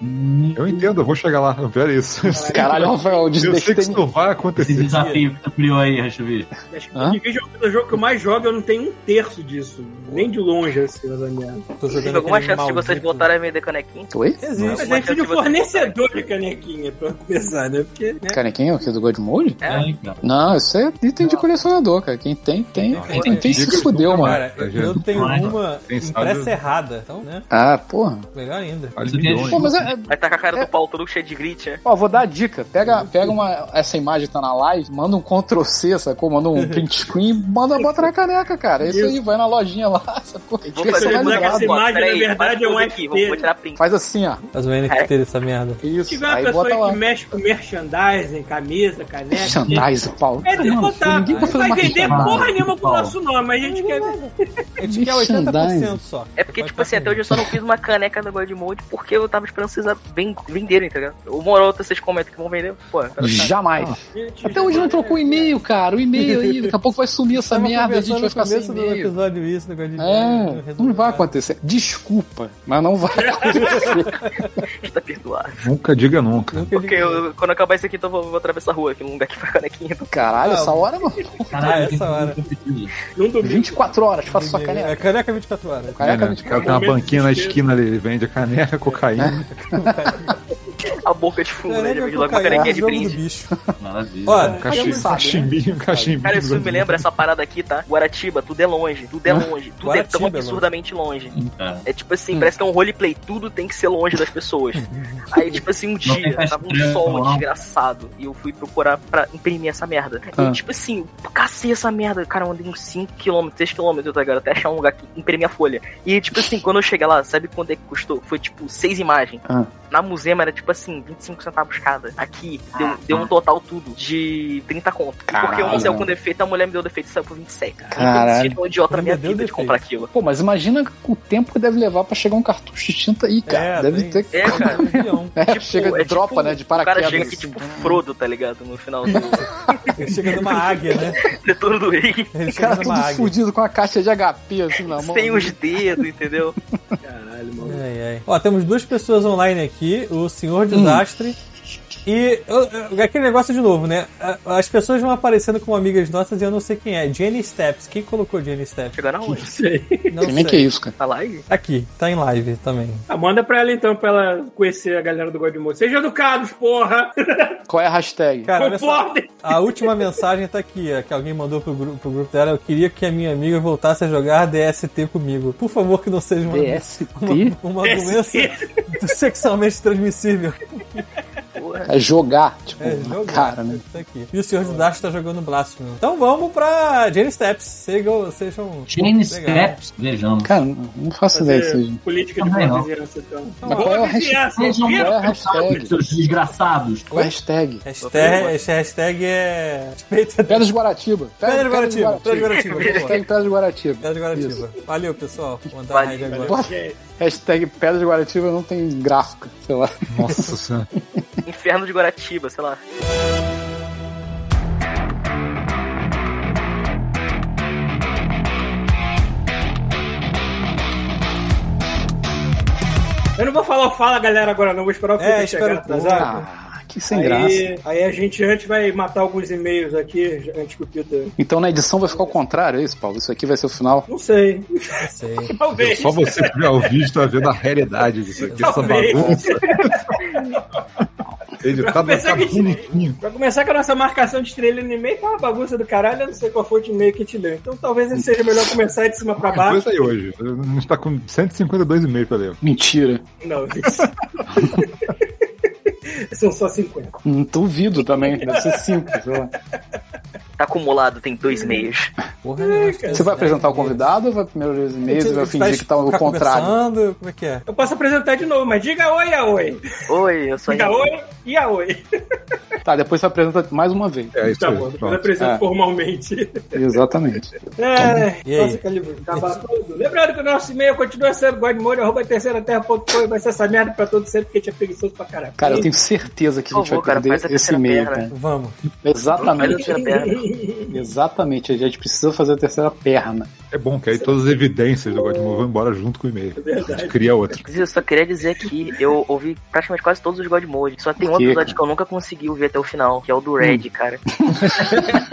H: mil.
G: Eu entendo, eu vou chegar lá. Velho, isso. Eu sei-
B: Caralho, Rafael, diz
G: eu
B: que
G: sei que isso
B: tem...
G: não vai
H: Esse
G: acontecer.
H: desafio que tu criou aí, Rachavi.
C: Acho que
B: Hã?
C: de vídeo é o jogo que eu mais jogo, eu não tenho um terço disso. Nem de longe, assim, mais ou menos.
A: Tô jogando
D: Tive alguma
A: aquele
D: chance de
A: maldito.
D: vocês voltarem a vender canequinha?
B: Oi?
A: Existe.
C: Mas
D: Mas
C: a gente
D: eu
C: de
D: tive outra
C: fornecedor de canequinha, pra começar, né? Porque, né?
B: Canequinha, o que do Gold Mode?
H: É, cara.
B: Não, isso é item de colecionador, cara. Quem tem, tem.
A: Não,
B: Quem tem, tem,
A: diga
B: se
G: isso
B: fudeu,
G: nunca
B: mano.
A: Cara, eu tenho uma
G: Quem sabe-
A: impressa errada. Então, né?
B: Ah, porra.
A: Melhor ainda.
G: Vale
H: Isso aqui é
G: milhões.
B: Pô, mas é, é-
D: Vai tá com a cara do Paulo todo cheio de grit, né?
B: Ó, vou dar a dica. Pega, pega uma, essa imagem que tá na live, manda um Ctrl C, sacou? Manda um print screen, manda bota na caneca, cara. É Isso aí, vai na lojinha lá, sacou?
D: Vou
B: Vai ser
C: Esse
D: fazer um
C: moleque
B: lembrado.
C: essa
D: foto,
C: imagem,
D: peraí,
C: na verdade, é um
D: faz coisa
C: FT.
D: aqui, vou tirar print.
B: Faz assim, ó.
A: Faz
D: É.
A: o NFT dessa merda.
C: Se
B: Isso.
C: tiver uma
B: Aí
C: pessoa
B: bota
C: aí
B: lá.
C: que mexe com merchandising, camisa, caneca.
B: Merchandise, Paulo.
C: É de botar.
B: Ninguém
C: Não
B: vai fazer
C: vai
B: uma
C: vender
B: merchandise.
C: porra nenhuma com o nosso nome, a gente quer.
B: É
A: A gente quer 80% só.
D: É porque,
A: Vai
D: tipo
A: tá
D: assim, até
A: com-
D: hoje eu só não fiz uma caneca no God Mode porque eu tava esperando vocês a- ven- venderem, entendeu? Uma hora ou outra vocês comentam que vão vender, pô. eu quero-
B: Jamais. Até um hoje não trocou o e-mail, cara. O e-mail aí, daqui a pouco vai sumir essa
A: Tava
B: merda, a gente
A: conversando
B: vai ficar
A: no
B: sem
A: começo do
B: e-mail.
A: episódio isso, negócio de
B: É, não vai acontecer. Desculpa, mas não vai acontecer.
D: Tá perdoado.
G: Nunca diga nunca.
A: Nunca
D: Porque eu- quando acabar isso aqui, então eu vou, vou atravessar a rua aqui, num lugar que faz canequinha.
B: Caralho,
A: Não.
B: essa hora, mano.
A: Ah,
H: Caralho,
A: essa hora.
C: Num domingo.
B: 24 horas, faça sua
A: É
B: caneca.
A: caneca 24 horas.
B: Caneca
G: É, né?
B: 24
G: O cara tem uma banquinha na esquina ali, ele vende a caneca, a cocaína.
D: A boca de
C: É,
D: fumo, né? Já
A: Caneca
D: vendi logo
A: cocaína,
D: uma
B: é
D: canequinha de
A: jogo do
D: brinde.
A: bicho.
H: Maravilha.
A: Olha,
G: Um
B: Aí
G: cachimbo,
B: não
G: um
B: sabe, né?
G: cachimbinho, um cachimbinho.
D: Cara, isso me lembra essa parada aqui, tá? Guaratiba, tudo é longe, tudo é longe, tudo é tão
A: Guaratiba,
D: absurdamente longe.
H: Cara,
D: É tipo assim, parece que é um roleplay, tudo tem que ser longe das pessoas. Aí, tipo assim, um
H: tem
D: dia,
H: mais
D: tava um
H: preço,
D: sol
H: não.
D: desgraçado, e eu fui procurar pra imprimir essa merda.
B: Ah.
D: E, tipo assim, cacei essa merda, cara, eu andei uns 5km, 6km, tá ligado? Até achar um lugar que imprimir a folha. E, tipo assim, quando eu cheguei lá, sabe quanto é que custou? Foi, tipo, seis imagens.
B: Ah.
D: Na Musema era, tipo assim, 25 centavos cada. Aqui, deu,
H: Ah,
D: deu
H: tá.
D: um total tudo de 30 conto. Porque uma
B: Caralho.
D: saiu com defeito, a mulher me deu defeito e saiu por 27. cara.
B: Caralho.
D: Eu me senti um idiota na minha
A: Ainda deu
D: vida de
A: defeito.
D: comprar aquilo.
B: Pô, mas imagina o tempo que deve levar pra chegar um cartucho de tinta aí, cara.
A: É,
B: deve
A: tem-
B: ter que.
D: É, cara.
A: Um milhão.
B: É,
D: Tipo,
B: chega,
D: é
B: dropa,
D: tipo,
B: né? De
D: O cara
B: paraquedas.
D: chega aqui,
B: assim.
D: tipo, Frodo, tá ligado? No final do
A: Chega numa águia, né?
D: retorno do rei.
A: Ele
B: O cara
A: chega
B: tudo
A: numa águia.
B: fudido com a caixa de HP assim na mão.
D: Sem os dedos, entendeu?
C: Caralho, mano.
A: Ai, ai. Ó, temos duas pessoas online aqui, o Senhor
B: Hum.
A: Desastre. E eu- eu- aquele negócio de novo, né? A- As pessoas vão aparecendo como amigas nossas e eu não sei quem é. Jenny Steps. Quem colocou Jenny Steps?
D: Chegaram aonde?
A: Não
B: Nem que é isso, cara.
D: Tá lá e.
A: Aqui, tá em live também.
C: Ah, manda pra ela então, pra ela conhecer a galera do Godmode. Seja educados, porra!
B: Qual é a hashtag?
A: Cara, olha só.
C: Comportem!
A: A última mensagem tá aqui, ó, que alguém mandou pro, gru- pro grupo dela. Eu queria que a minha amiga voltasse a jogar DST comigo. Por favor, que não seja uma,
B: DST?
A: uma, uma doença sexualmente transmissível.
D: Porra.
B: É jogar, tipo,
A: É,
B: na
A: jogo.
B: cara, né?
A: Isso aqui. E o Senhor do Dash tá jogando Blasphemy. Então vamos pra Jane Steps. Sejam. sejam...
H: Jane
A: Legal.
H: Steps, vejamos.
B: Cara, não faço ideia disso aí.
C: política de
H: Também não.
C: vizinhança, então.
A: Mas
C: Boa
B: qual é o
C: vizinhança,
H: Sejam
C: viu?
B: qual é a hashtag?
H: seus desgraçados.
B: Qual é a hashtag?
A: Hashtag, esse hashtag é. Respeita.
B: Pedras de Guaratiba.
A: Pedra de Guaratiba. Pedra de Guaratiba. boa.
B: Hashtag Pedras de Guaratiba.
A: Pedra de
B: Isso.
A: Guaratiba. Valeu, pessoal. Vou mandar
D: Valeu,
A: raid agora.
D: valeu.
B: Bota- Hashtag Pedras de Guaratiba não tem gráfica, sei lá.
G: Nossa senhora.
D: Inferno de Guaratiba, sei lá.
C: Eu não vou falar o fala, galera, agora não. Vou esperar o
A: É,
C: Peter
A: espera
C: chegar
A: um pouco.
C: atrasado.
B: Ah, que sem graça.
C: Aí, aí a gente antes vai matar alguns e-mails aqui, antes que o Peter...
B: Então na edição vai ficar ao contrário, é isso, Paulo? Isso aqui vai ser o final.
C: Não sei.
A: Não sei.
C: Talvez.
G: Só você que já ouviu está vendo a realidade disso aqui, essa
C: Talvez.
G: bagunça. Editado vai ficar bonitinho.
C: Pra começar com a nossa marcação de estrela no e-mail, tá uma bagunça do caralho, eu não sei qual foi o e-mail que te leu. Então talvez seja melhor começar de cima pra
G: Depois
C: baixo.
G: aí hoje. A gente tá com 152,5 pra ler.
B: Mentira.
C: Não, isso. São só 50.
B: Hum, duvido também. Deve ser cinco, sei lá.
D: Tá acumulado, tem dois meios.
A: Porra, né?
B: Você vai apresentar o convidado ou vai primeiro ler os e-mails e vai fingir que tá ao contrário?
A: conversando? Como é que é?
C: Eu posso apresentar de novo, mas diga oi, Aoi.
D: Oi,
G: Tá
D: eu sou
C: Diga
D: Henrique.
C: oi e Aoi.
B: Tá, depois você apresenta mais uma vez.
G: É isso
C: Tá
G: aí.
C: bom, depois
G: pronto.
C: eu apresento
B: É.
C: formalmente.
B: Exatamente.
C: É,
A: E aí?
C: nossa, Calibur, acabar tudo. Lembrando que o nosso e-mail continua sendo godmode.terceiraterra.com e vai ser essa merda pra todo sempre, porque a gente é preguiçoso pra caralho.
B: Cara, eu tenho certeza que a
D: Por
B: gente vai
D: favor, cara,
B: perder
D: faz a
B: esse
D: terceira
B: e-mail,
D: perna.
B: cara.
A: Vamos.
D: Faz a
B: Exatamente.
D: terceira perna.
B: Exatamente. A gente precisa fazer a terceira perna.
G: É bom que aí todas as evidências do Godmove vão embora junto com o e-mail. A gente cria outro.
D: Inclusive, eu só queria dizer que eu ouvi praticamente quase todos os God Mode. Só tem um
B: Por quê,
D: episódio
B: cara?
D: que eu nunca consegui ouvir até o final, que é o do Red,
G: Hum.
D: cara.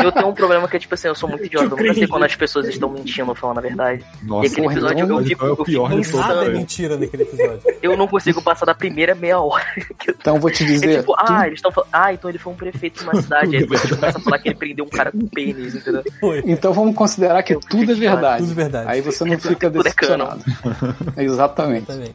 D: eu tenho um problema que é tipo assim, eu sou muito idiota. Eu nunca sei quando as pessoas estão mentindo ou falando a verdade.
G: Nossa,
D: aquele
B: episódio
G: então,
D: eu vi-
G: então é
D: eu
G: o pior
D: vi
G: de todos.
A: Nada é
G: também.
A: mentira naquele episódio.
D: Eu não consigo passar da primeira meia hora.
B: Então eu vou te
D: É
B: dizer.
D: tipo,
B: tudo-
D: ah, eles estão falando. Ah, então ele foi um prefeito de uma cidade. Aí depois a gente começa a falar que ele prendeu um cara com pênis, entendeu?
A: Foi.
B: Então vamos considerar que
D: Eu
B: tudo é
D: fiquei
B: verdade.
A: Tudo verdade.
B: Aí você não fica
D: Tudo é
B: decepcionado. Exatamente.
A: Também.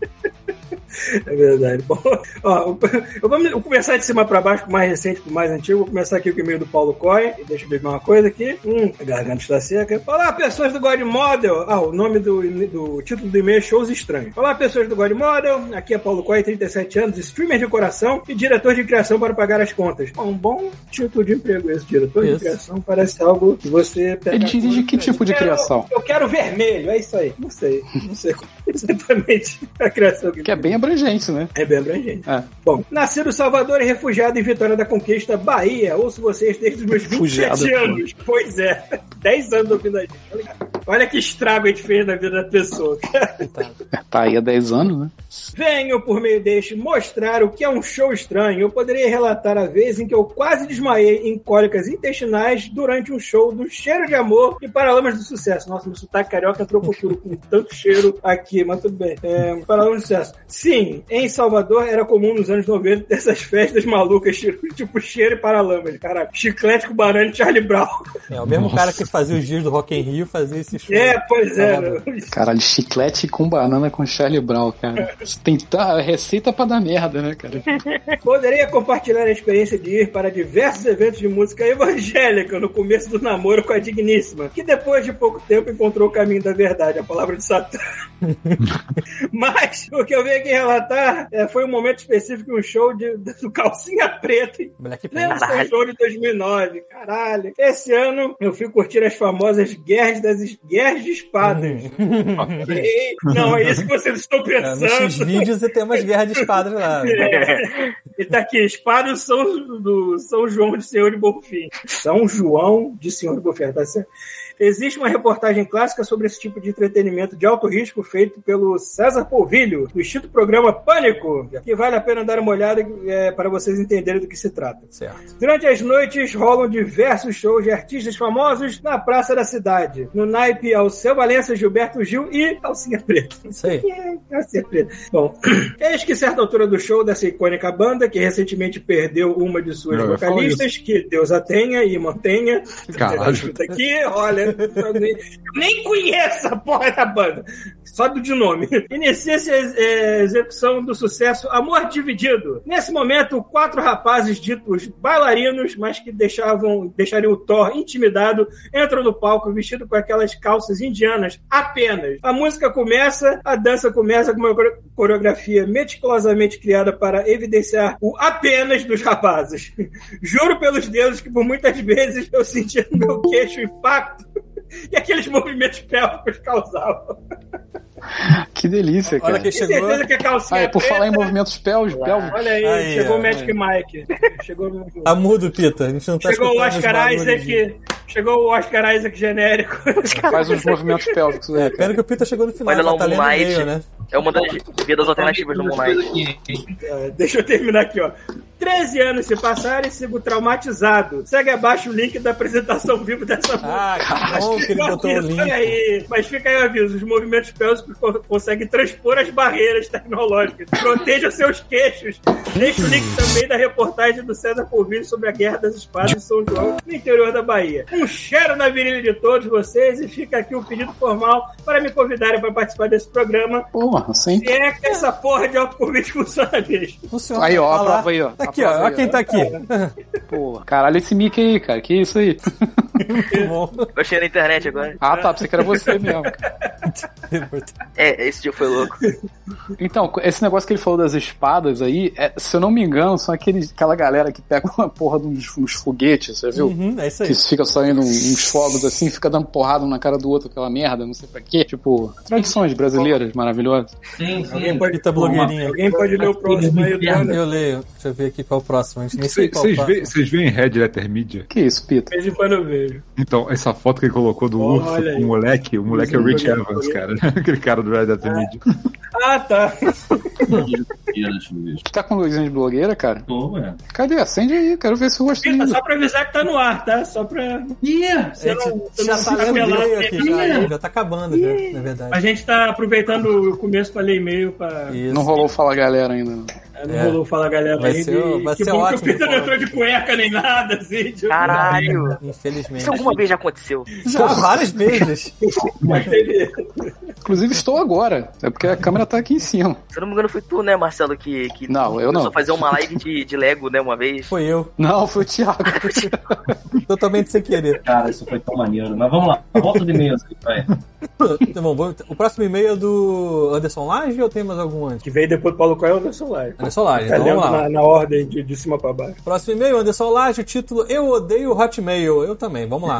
C: É verdade. Bom, ó, eu vou eu vou começar de cima pra baixo, com o mais recente pro mais antigo. Vou começar aqui com o e-mail do Paulo Coy. Deixa eu beber uma coisa aqui. Hum, a garganta está seca. Olá, pessoas do God Model. Ah, o nome do, e- do título do e-mail é Shows Estranhos. Olá, pessoas do God Model. Aqui é Paulo Coy, 37 anos, streamer de coração e diretor de criação para pagar as contas. Bom, Um bom título de emprego esse, diretor
A: Isso.
C: de criação. Parece algo que você... pega-
B: Ele dirige que tipo de
C: Eu quero-
B: criação?
C: Eu quero vermelho, é isso aí. Não sei, não sei qual é exatamente a criação que
B: Que é bem abrangente, né?
C: é bem abrangente.
B: É.
C: Bom, nascido Salvador e refugiado em Vitória da Conquista, Bahia. Ouço vocês desde os meus 27
B: Refugiado,
C: anos. Pois é, 10 anos ouvindo a gente. Olha- Olha que estrago a gente fez na vida da pessoa.
B: Tá aí há 10 anos, né?
C: Venho, por meio deste, mostrar o que é um show estranho. Eu poderia relatar a vez em que eu quase desmaiei em cólicas intestinais durante um show do Cheiro de Amor e Paralamas do Sucesso. Nossa, meu sotaque carioca entrou pro furo com tanto cheiro aqui, mas tudo bem. É, Paralamas do Sucesso. Sim, em Salvador era comum nos anos 90 ter essas festas malucas, tipo Cheiro e Paralamas. Caraca, chiclete com banana e Charlie Brown.
A: É, o mesmo cara que fazia os dias do Rock in Rio fazia esse show.
C: É, pois é. né?
B: Caralho, chiclete com banana com Charlie Brown, cara. Isso Tem tá, a receita pra dar merda, né, cara?
C: Poderia compartilhar a experiência de ir para diversos eventos de música evangélica no começo do namoro com a Digníssima, que depois de pouco tempo encontrou o caminho da verdade, a palavra de Satã. Mas o que eu venho aqui relatar é, foi um momento específico, um show de, do Calcinha Preta em pleno
A: Blackpink.
C: São João de 2009. Caralho. Esse ano eu fui curtir as famosas guerras, das, es- guerras de espadas. Ei, não, é isso que vocês estão
A: É, né? nos X
C: pensando.
A: vídeos você tem umas guerras de espadas lá. né?
C: Ele tá aqui, espada do São, do São João de Senhor de Bonfim. São João de Senhor de Bonfim, tá certo? Existe uma reportagem clássica sobre esse tipo de entretenimento de alto risco feito pelo César Polvilho, do extinto programa Pânico, que vale a pena dar uma olhada é, para vocês entenderem do que se trata.
A: Certo.
C: Durante as noites rolam diversos shows de artistas famosos na praça da cidade, no naipe ao Valença, Gilberto Gil e Alcinha Preta.
A: Isso aí.
C: É, Calcinha preta. Bom, eis que certa altura do show dessa icônica banda, que recentemente perdeu uma de suas
G: Não, eu ia falar
C: vocalistas, que Deus a tenha e mantenha.
G: Caralho.
C: Escuta aqui, olha, eu nem, eu nem conheço a porra da banda, só do de nome. Inicia-se a ex- eh, execução do sucesso Amor Dividido. Nesse momento, quatro rapazes ditos bailarinos, mas que deixavam, deixariam o Thor intimidado, entram no palco vestido com aquelas calças indianas apenas. A música começa, a dança começa com uma core- coreografia meticulosamente criada para evidenciar o apenas dos rapazes. Juro pelos deuses que por muitas vezes eu sentia no meu queixo o impacto e aqueles movimentos pélvicos causavam.
B: Que delícia, cara.
A: Olha que
C: Tem
A: chegou.
C: certeza que a calcinha
B: Ah, é por
C: preta-
B: falar em movimentos pélvicos, pélvicos.
C: Olha aí,
A: Aí,
C: chegou
A: ó,
C: o Magic Mike. Chegou,
A: Tá mudo, Pita. A gente não tá
C: chegou o
A: escutando os
C: Oscar ah, é
A: barulhos.
C: Isaac. Chegou o Oscar Isaac genérico.
B: faz uns movimentos pélvicos aí, cara.
A: Pena que o Pita chegou no final,
D: Olha lá
A: tá
D: o
A: lendo
D: Moonlight.
A: meio, né?
D: É uma das vidas alternativas do Moonlight.
C: É, Deixa eu terminar aqui, ó. 13 anos se passarem, sigo traumatizado. Segue abaixo o link da apresentação vivo dessa música.
A: Ah, que bom que ele botou o
C: Olha
A: link.
C: aí. Mas fica aí o aviso: os movimentos pélvicos co- conseguem transpor as barreiras tecnológicas. Proteja seus queixos. Deixa o link
A: Hum.
C: também da reportagem do César Polvilho sobre a Guerra das Espadas em São João, no interior da Bahia. Um cheiro na virilha de todos vocês e fica aqui o pedido formal para me convidarem para participar desse programa.
B: Porra, sim.
C: E é que essa porra de autoconvite funciona, bicho.
A: Funciona.
B: Aí, ó, a
A: Olha lá.
B: prova aí, ó.
A: Tá
B: A
A: aqui,
B: prova
A: ó.
B: aí,
A: Olha quem tá aqui.
B: Porra. Caralho, esse Mickey aí, cara. Que isso aí?
A: Muito bom.
D: Eu achei na internet agora.
B: Ah, tá. Pensei que era você mesmo, cara.
D: É, esse dia foi louco.
B: Então, esse negócio que ele falou das espadas aí, é, se eu não me engano, são aqueles, aquela galera que pega uma porra de uns, uns foguetes, você viu?
A: Uhum, é isso aí.
B: Que fica saindo uns fogos assim, fica dando porrada um na cara do outro, aquela merda, não sei pra quê. Tipo, tradições brasileiras maravilhosas.
H: Sim, sim.
C: Alguém pode,
A: Pita blogueirinha.
C: alguém pode ler o próximo aí, Eduardo?
A: Eu leio. Deixa eu ver aqui qual é o próximo. A gente nem sei qual é o
G: Vocês veem-
A: próximo.
G: vocês veem Red Letter Media?
B: Que isso, Pita?
C: De vez em quando eu vejo.
G: Então, essa foto que ele colocou do
C: Olha
G: urso
C: aí.
G: com o moleque, o moleque é o Rich Evans, cara. Aquele cara do Red
C: É.
G: Letter Media.
C: Ah, tá.
H: Sim.
B: Tu tá com luzinha de blogueira, cara?
H: Pô, é.
B: Cadê? Acende aí, quero ver se eu gostei.
C: Pita, só pra avisar que tá no ar, tá? Só pra. Você Então, não, você não
A: Já tá
C: se né?
A: lendo
C: revelar.
A: meio aqui, já, já tá acabando, já, na
C: A
A: verdade.
C: gente tá aproveitando o começo pra ler e-mail, pra.
A: Isso.
B: Não rolou falar galera ainda. não.
C: Não
A: É.
C: rolou falar galera
A: Vai
C: ainda.
A: ser o-
C: e
A: vai
C: que
A: ser
C: bom que
A: ótimo,
C: o Pita não
A: Paulo.
C: entrou de cueca nem nada, assim. Tipo,
D: Caralho.
A: Infelizmente.
D: Isso alguma vez já aconteceu?
A: Já várias vezes.
C: mas teve-
B: Inclusive, estou agora. É porque a câmera tá aqui em cima.
D: Se eu não me engano, foi tu, né, Marcelo, que, que
B: Não, eu não.
D: começou a fazer uma live de, de Lego, né, uma vez.
A: Foi eu.
B: Não, foi o Thiago.
A: Totalmente sem querer.
H: Cara, isso foi tão maneiro. Mas vamos lá, volta de meia assim, vai.
A: Tá bom, vamos- o próximo e-mail é do Anderson Lage ou tem mais algum antes?
C: Que veio depois do Paulo Coelho no celular.
A: Anderson Lage,
C: Tá
A: então
C: lendo
A: vamos lá.
C: na, na ordem de, de cima pra baixo.
A: Próximo e-mail, Anderson Lage, o título Eu Odeio Hotmail. Eu também, vamos lá.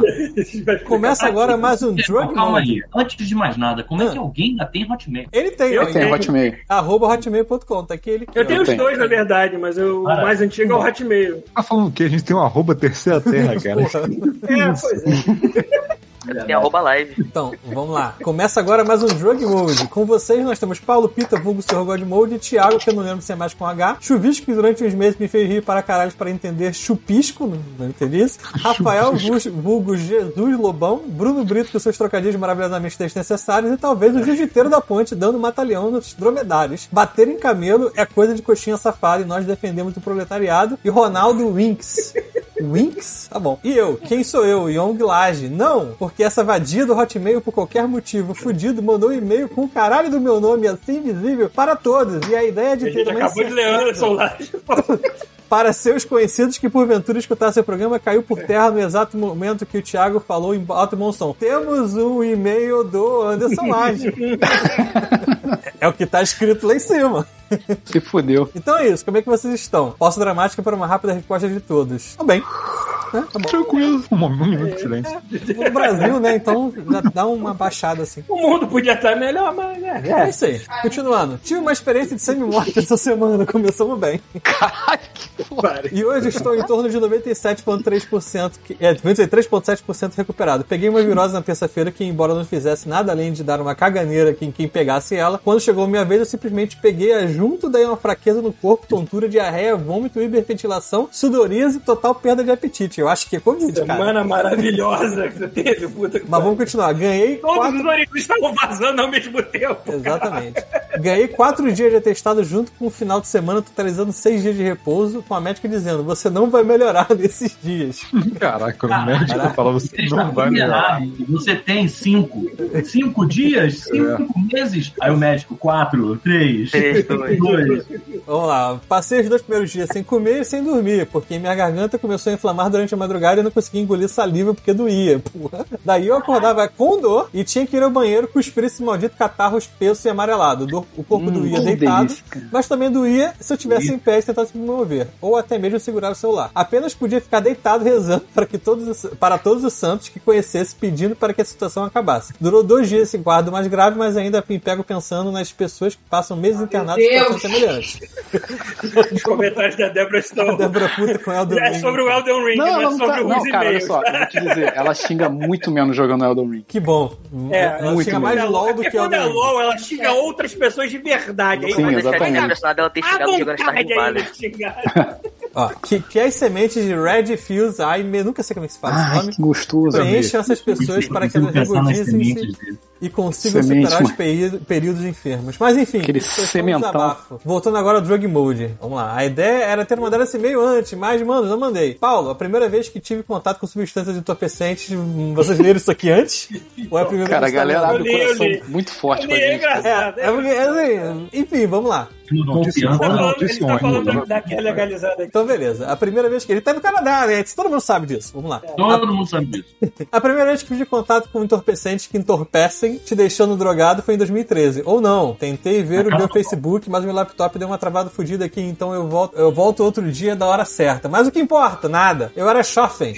A: Começa agora mais um Drug Ah.
H: Calma
A: Monday.
H: aí. Antes de mais nada, como é que alguém ainda tem Hotmail?
A: Ele tem,
C: Eu
A: ó,
B: Eu tenho
A: ele-
B: Hotmail.
A: arroba hotmail.com, tá aqui ele.
C: Eu tenho os
B: tenho.
C: dois, na verdade, mas eu, o
H: Ah,
C: mais antigo é o Hotmail.
G: Tá falando que a gente tem um arroba terceira terra, cara.
C: É, pois é.
D: Tem arroba live.
A: Então, vamos lá. Começa agora mais um Drug Mode. Com vocês nós temos Paulo Pita, vulgo Sr. God Mode, e Thiago, que eu não lembro se é mais com H, Chuvisco, que durante uns meses me fez rir para caralho para entender chupisco, não, não entendi isso, Rafael Gus- vulgo Jesus Lobão, Bruno Brito com seus trocadilhos maravilhosamente desnecessários e talvez o jiu-jiteiro da ponte dando matalhão nos dromedários. Bater em camelo é coisa de coxinha safada e nós defendemos o proletariado e Ronaldo Winks. Winx? Tá bom. E eu? Quem sou eu? Yong Laje? Não! Porque essa vadia do Hotmail, por qualquer motivo, fudido, mandou um e-mail com o caralho do meu nome, assim invisível, para todos. E a ideia
C: A
A: de ter
C: gente
A: uma
C: acabou de ler Anderson Laje.
A: para seus conhecidos que porventura escutassem o programa caiu por terra no exato momento que o Thiago falou em alto e bom som. Temos um e-mail do Anderson Laje. é o que tá escrito lá em cima.
B: Se fudeu.
A: Então é isso. Como é que vocês estão? Posso dramática para uma rápida resposta de todos. Tá bem. Né? Tá bom.
G: Tranquilo. Um, um
C: É.
G: minuto de silêncio.
A: no Brasil, né? Então já dá uma baixada assim.
C: O mundo podia estar melhor, mas é.
A: É isso aí. Continuando. Tive uma experiência de semi-morte essa semana, começamos bem. E hoje estou em torno de 97,3%, que- é, 93,7% recuperado. Peguei uma virose na terça-feira que, embora não fizesse nada além de dar uma caganeira em quem pegasse ela, quando chegou a minha vez, eu simplesmente peguei a junto, daí uma fraqueza no corpo, tontura, diarreia, vômito, hiperventilação, sudorese e total perda de apetite. eu acho que é Covid, cara.
C: Semana maravilhosa que você teve, puta que
A: Mas vamos continuar. Ganhei
C: Todos
A: quatro...
C: os origins estavam vazando ao mesmo tempo.
A: Exatamente. Ganhei quatro dias de atestado junto com o final de semana, totalizando seis dias de repouso, com a médica dizendo: você não vai melhorar nesses dias.
G: Caraca, o médico fala, você não vai melhorar.
H: Miserável, Você tem cinco. Cinco dias?
A: É.
H: Cinco meses? Aí o médico, quatro, três,
D: Três, dois.
H: dois.
A: Vamos lá, passei os dois primeiros dias sem comer e sem dormir, porque minha garganta começou a inflamar durante a madrugada e eu não conseguia engolir saliva porque doía. Porra. Daí eu acordava com dor e tinha que ir ao banheiro cuspir esse maldito catarro espesso e amarelado. Dor- O corpo doía deitado, mas também doía se eu tivesse em pé e tentasse me mover, ou até mesmo segurar o celular. Apenas podia ficar deitado rezando para, que todos, os- para todos os santos que conhecesse pedindo para que a situação acabasse. Durou dois dias esse guardo mais grave, mas ainda me pego pensando nas pessoas que passam meses internadas em
I: Deus.
A: situações semelhantes.
C: Os comentários da Débora estão.
A: Débora puta com Elden
C: É
A: Ring.
C: sobre o Elden Ring, não,
B: Não,
C: é
B: ela não
C: sobre
B: tá.
C: os
B: Não, cara, olha
C: e-mails.
B: só, eu vou te dizer, ela xinga muito menos jogando Elden Ring.
A: Que bom.
C: É,
A: Ela
B: muito
A: chega
B: bom.
A: mais LOL do
C: Porque
A: que
C: quando é
A: Elden Ring.
C: LOL, ela xinga outras pessoas de verdade. Ah, Aí
B: Sim,
C: vai
D: Vou deixar
B: exatamente.
D: de impressionado dela ter
C: à
D: chegado jogando Star
C: vontade aí
D: Valley.
C: de xingar.
A: Ó, que, que as sementes de Red Fuse, ai, me- nunca sei como é que se fala esse
B: Ai,
A: nome,
B: que gostoso, amigo.
A: preencham essas
B: é
A: pessoas para que
H: Eu
A: elas
H: consigo pensar nas
A: regozizem-se
H: sementes dele.
A: e consigam
B: Semente,
A: superar os
B: mano.
A: peri- períodos enfermos. Mas enfim,
B: Aquele
A: isso foi só um
B: semental.
A: desabafo. Voltando agora ao Drug Mode. Vamos lá. A ideia era ter mandado esse e-mail antes, mas, mano, não mandei. Paulo, a primeira vez que tive contato com substâncias entorpecentes, hum, vocês leram isso aqui antes? Ou é a primeira
B: Cara, a
A: vez que tá
B: galera
A: lendo?
B: abre o
C: Eu li, eu
B: coração
C: li.
B: muito forte pra
C: É
B: gente.
C: engraçado.
A: É, é porque, é assim, enfim, vamos lá.
G: Notícia
H: Confiança. né?
G: boa,
C: Ele tá falando-
G: notícia
C: Ele tá falando
A: né?
G: ruim.
C: daquela legalizada aqui.
A: Então, beleza. A primeira vez que ele tá no Canadá, né? Todo mundo sabe disso. Vamos
C: É.
A: lá.
H: Todo mundo sabe disso.
A: A primeira vez que tive contato com entorpecentes que entorpecem, te deixando drogado, foi em 2013. Ou não. Tentei ver o meu Facebook, mas meu laptop deu uma travada fodida aqui, então eu volto, eu volto outro dia da hora certa. Mas o que importa? Nada. Eu era shopping.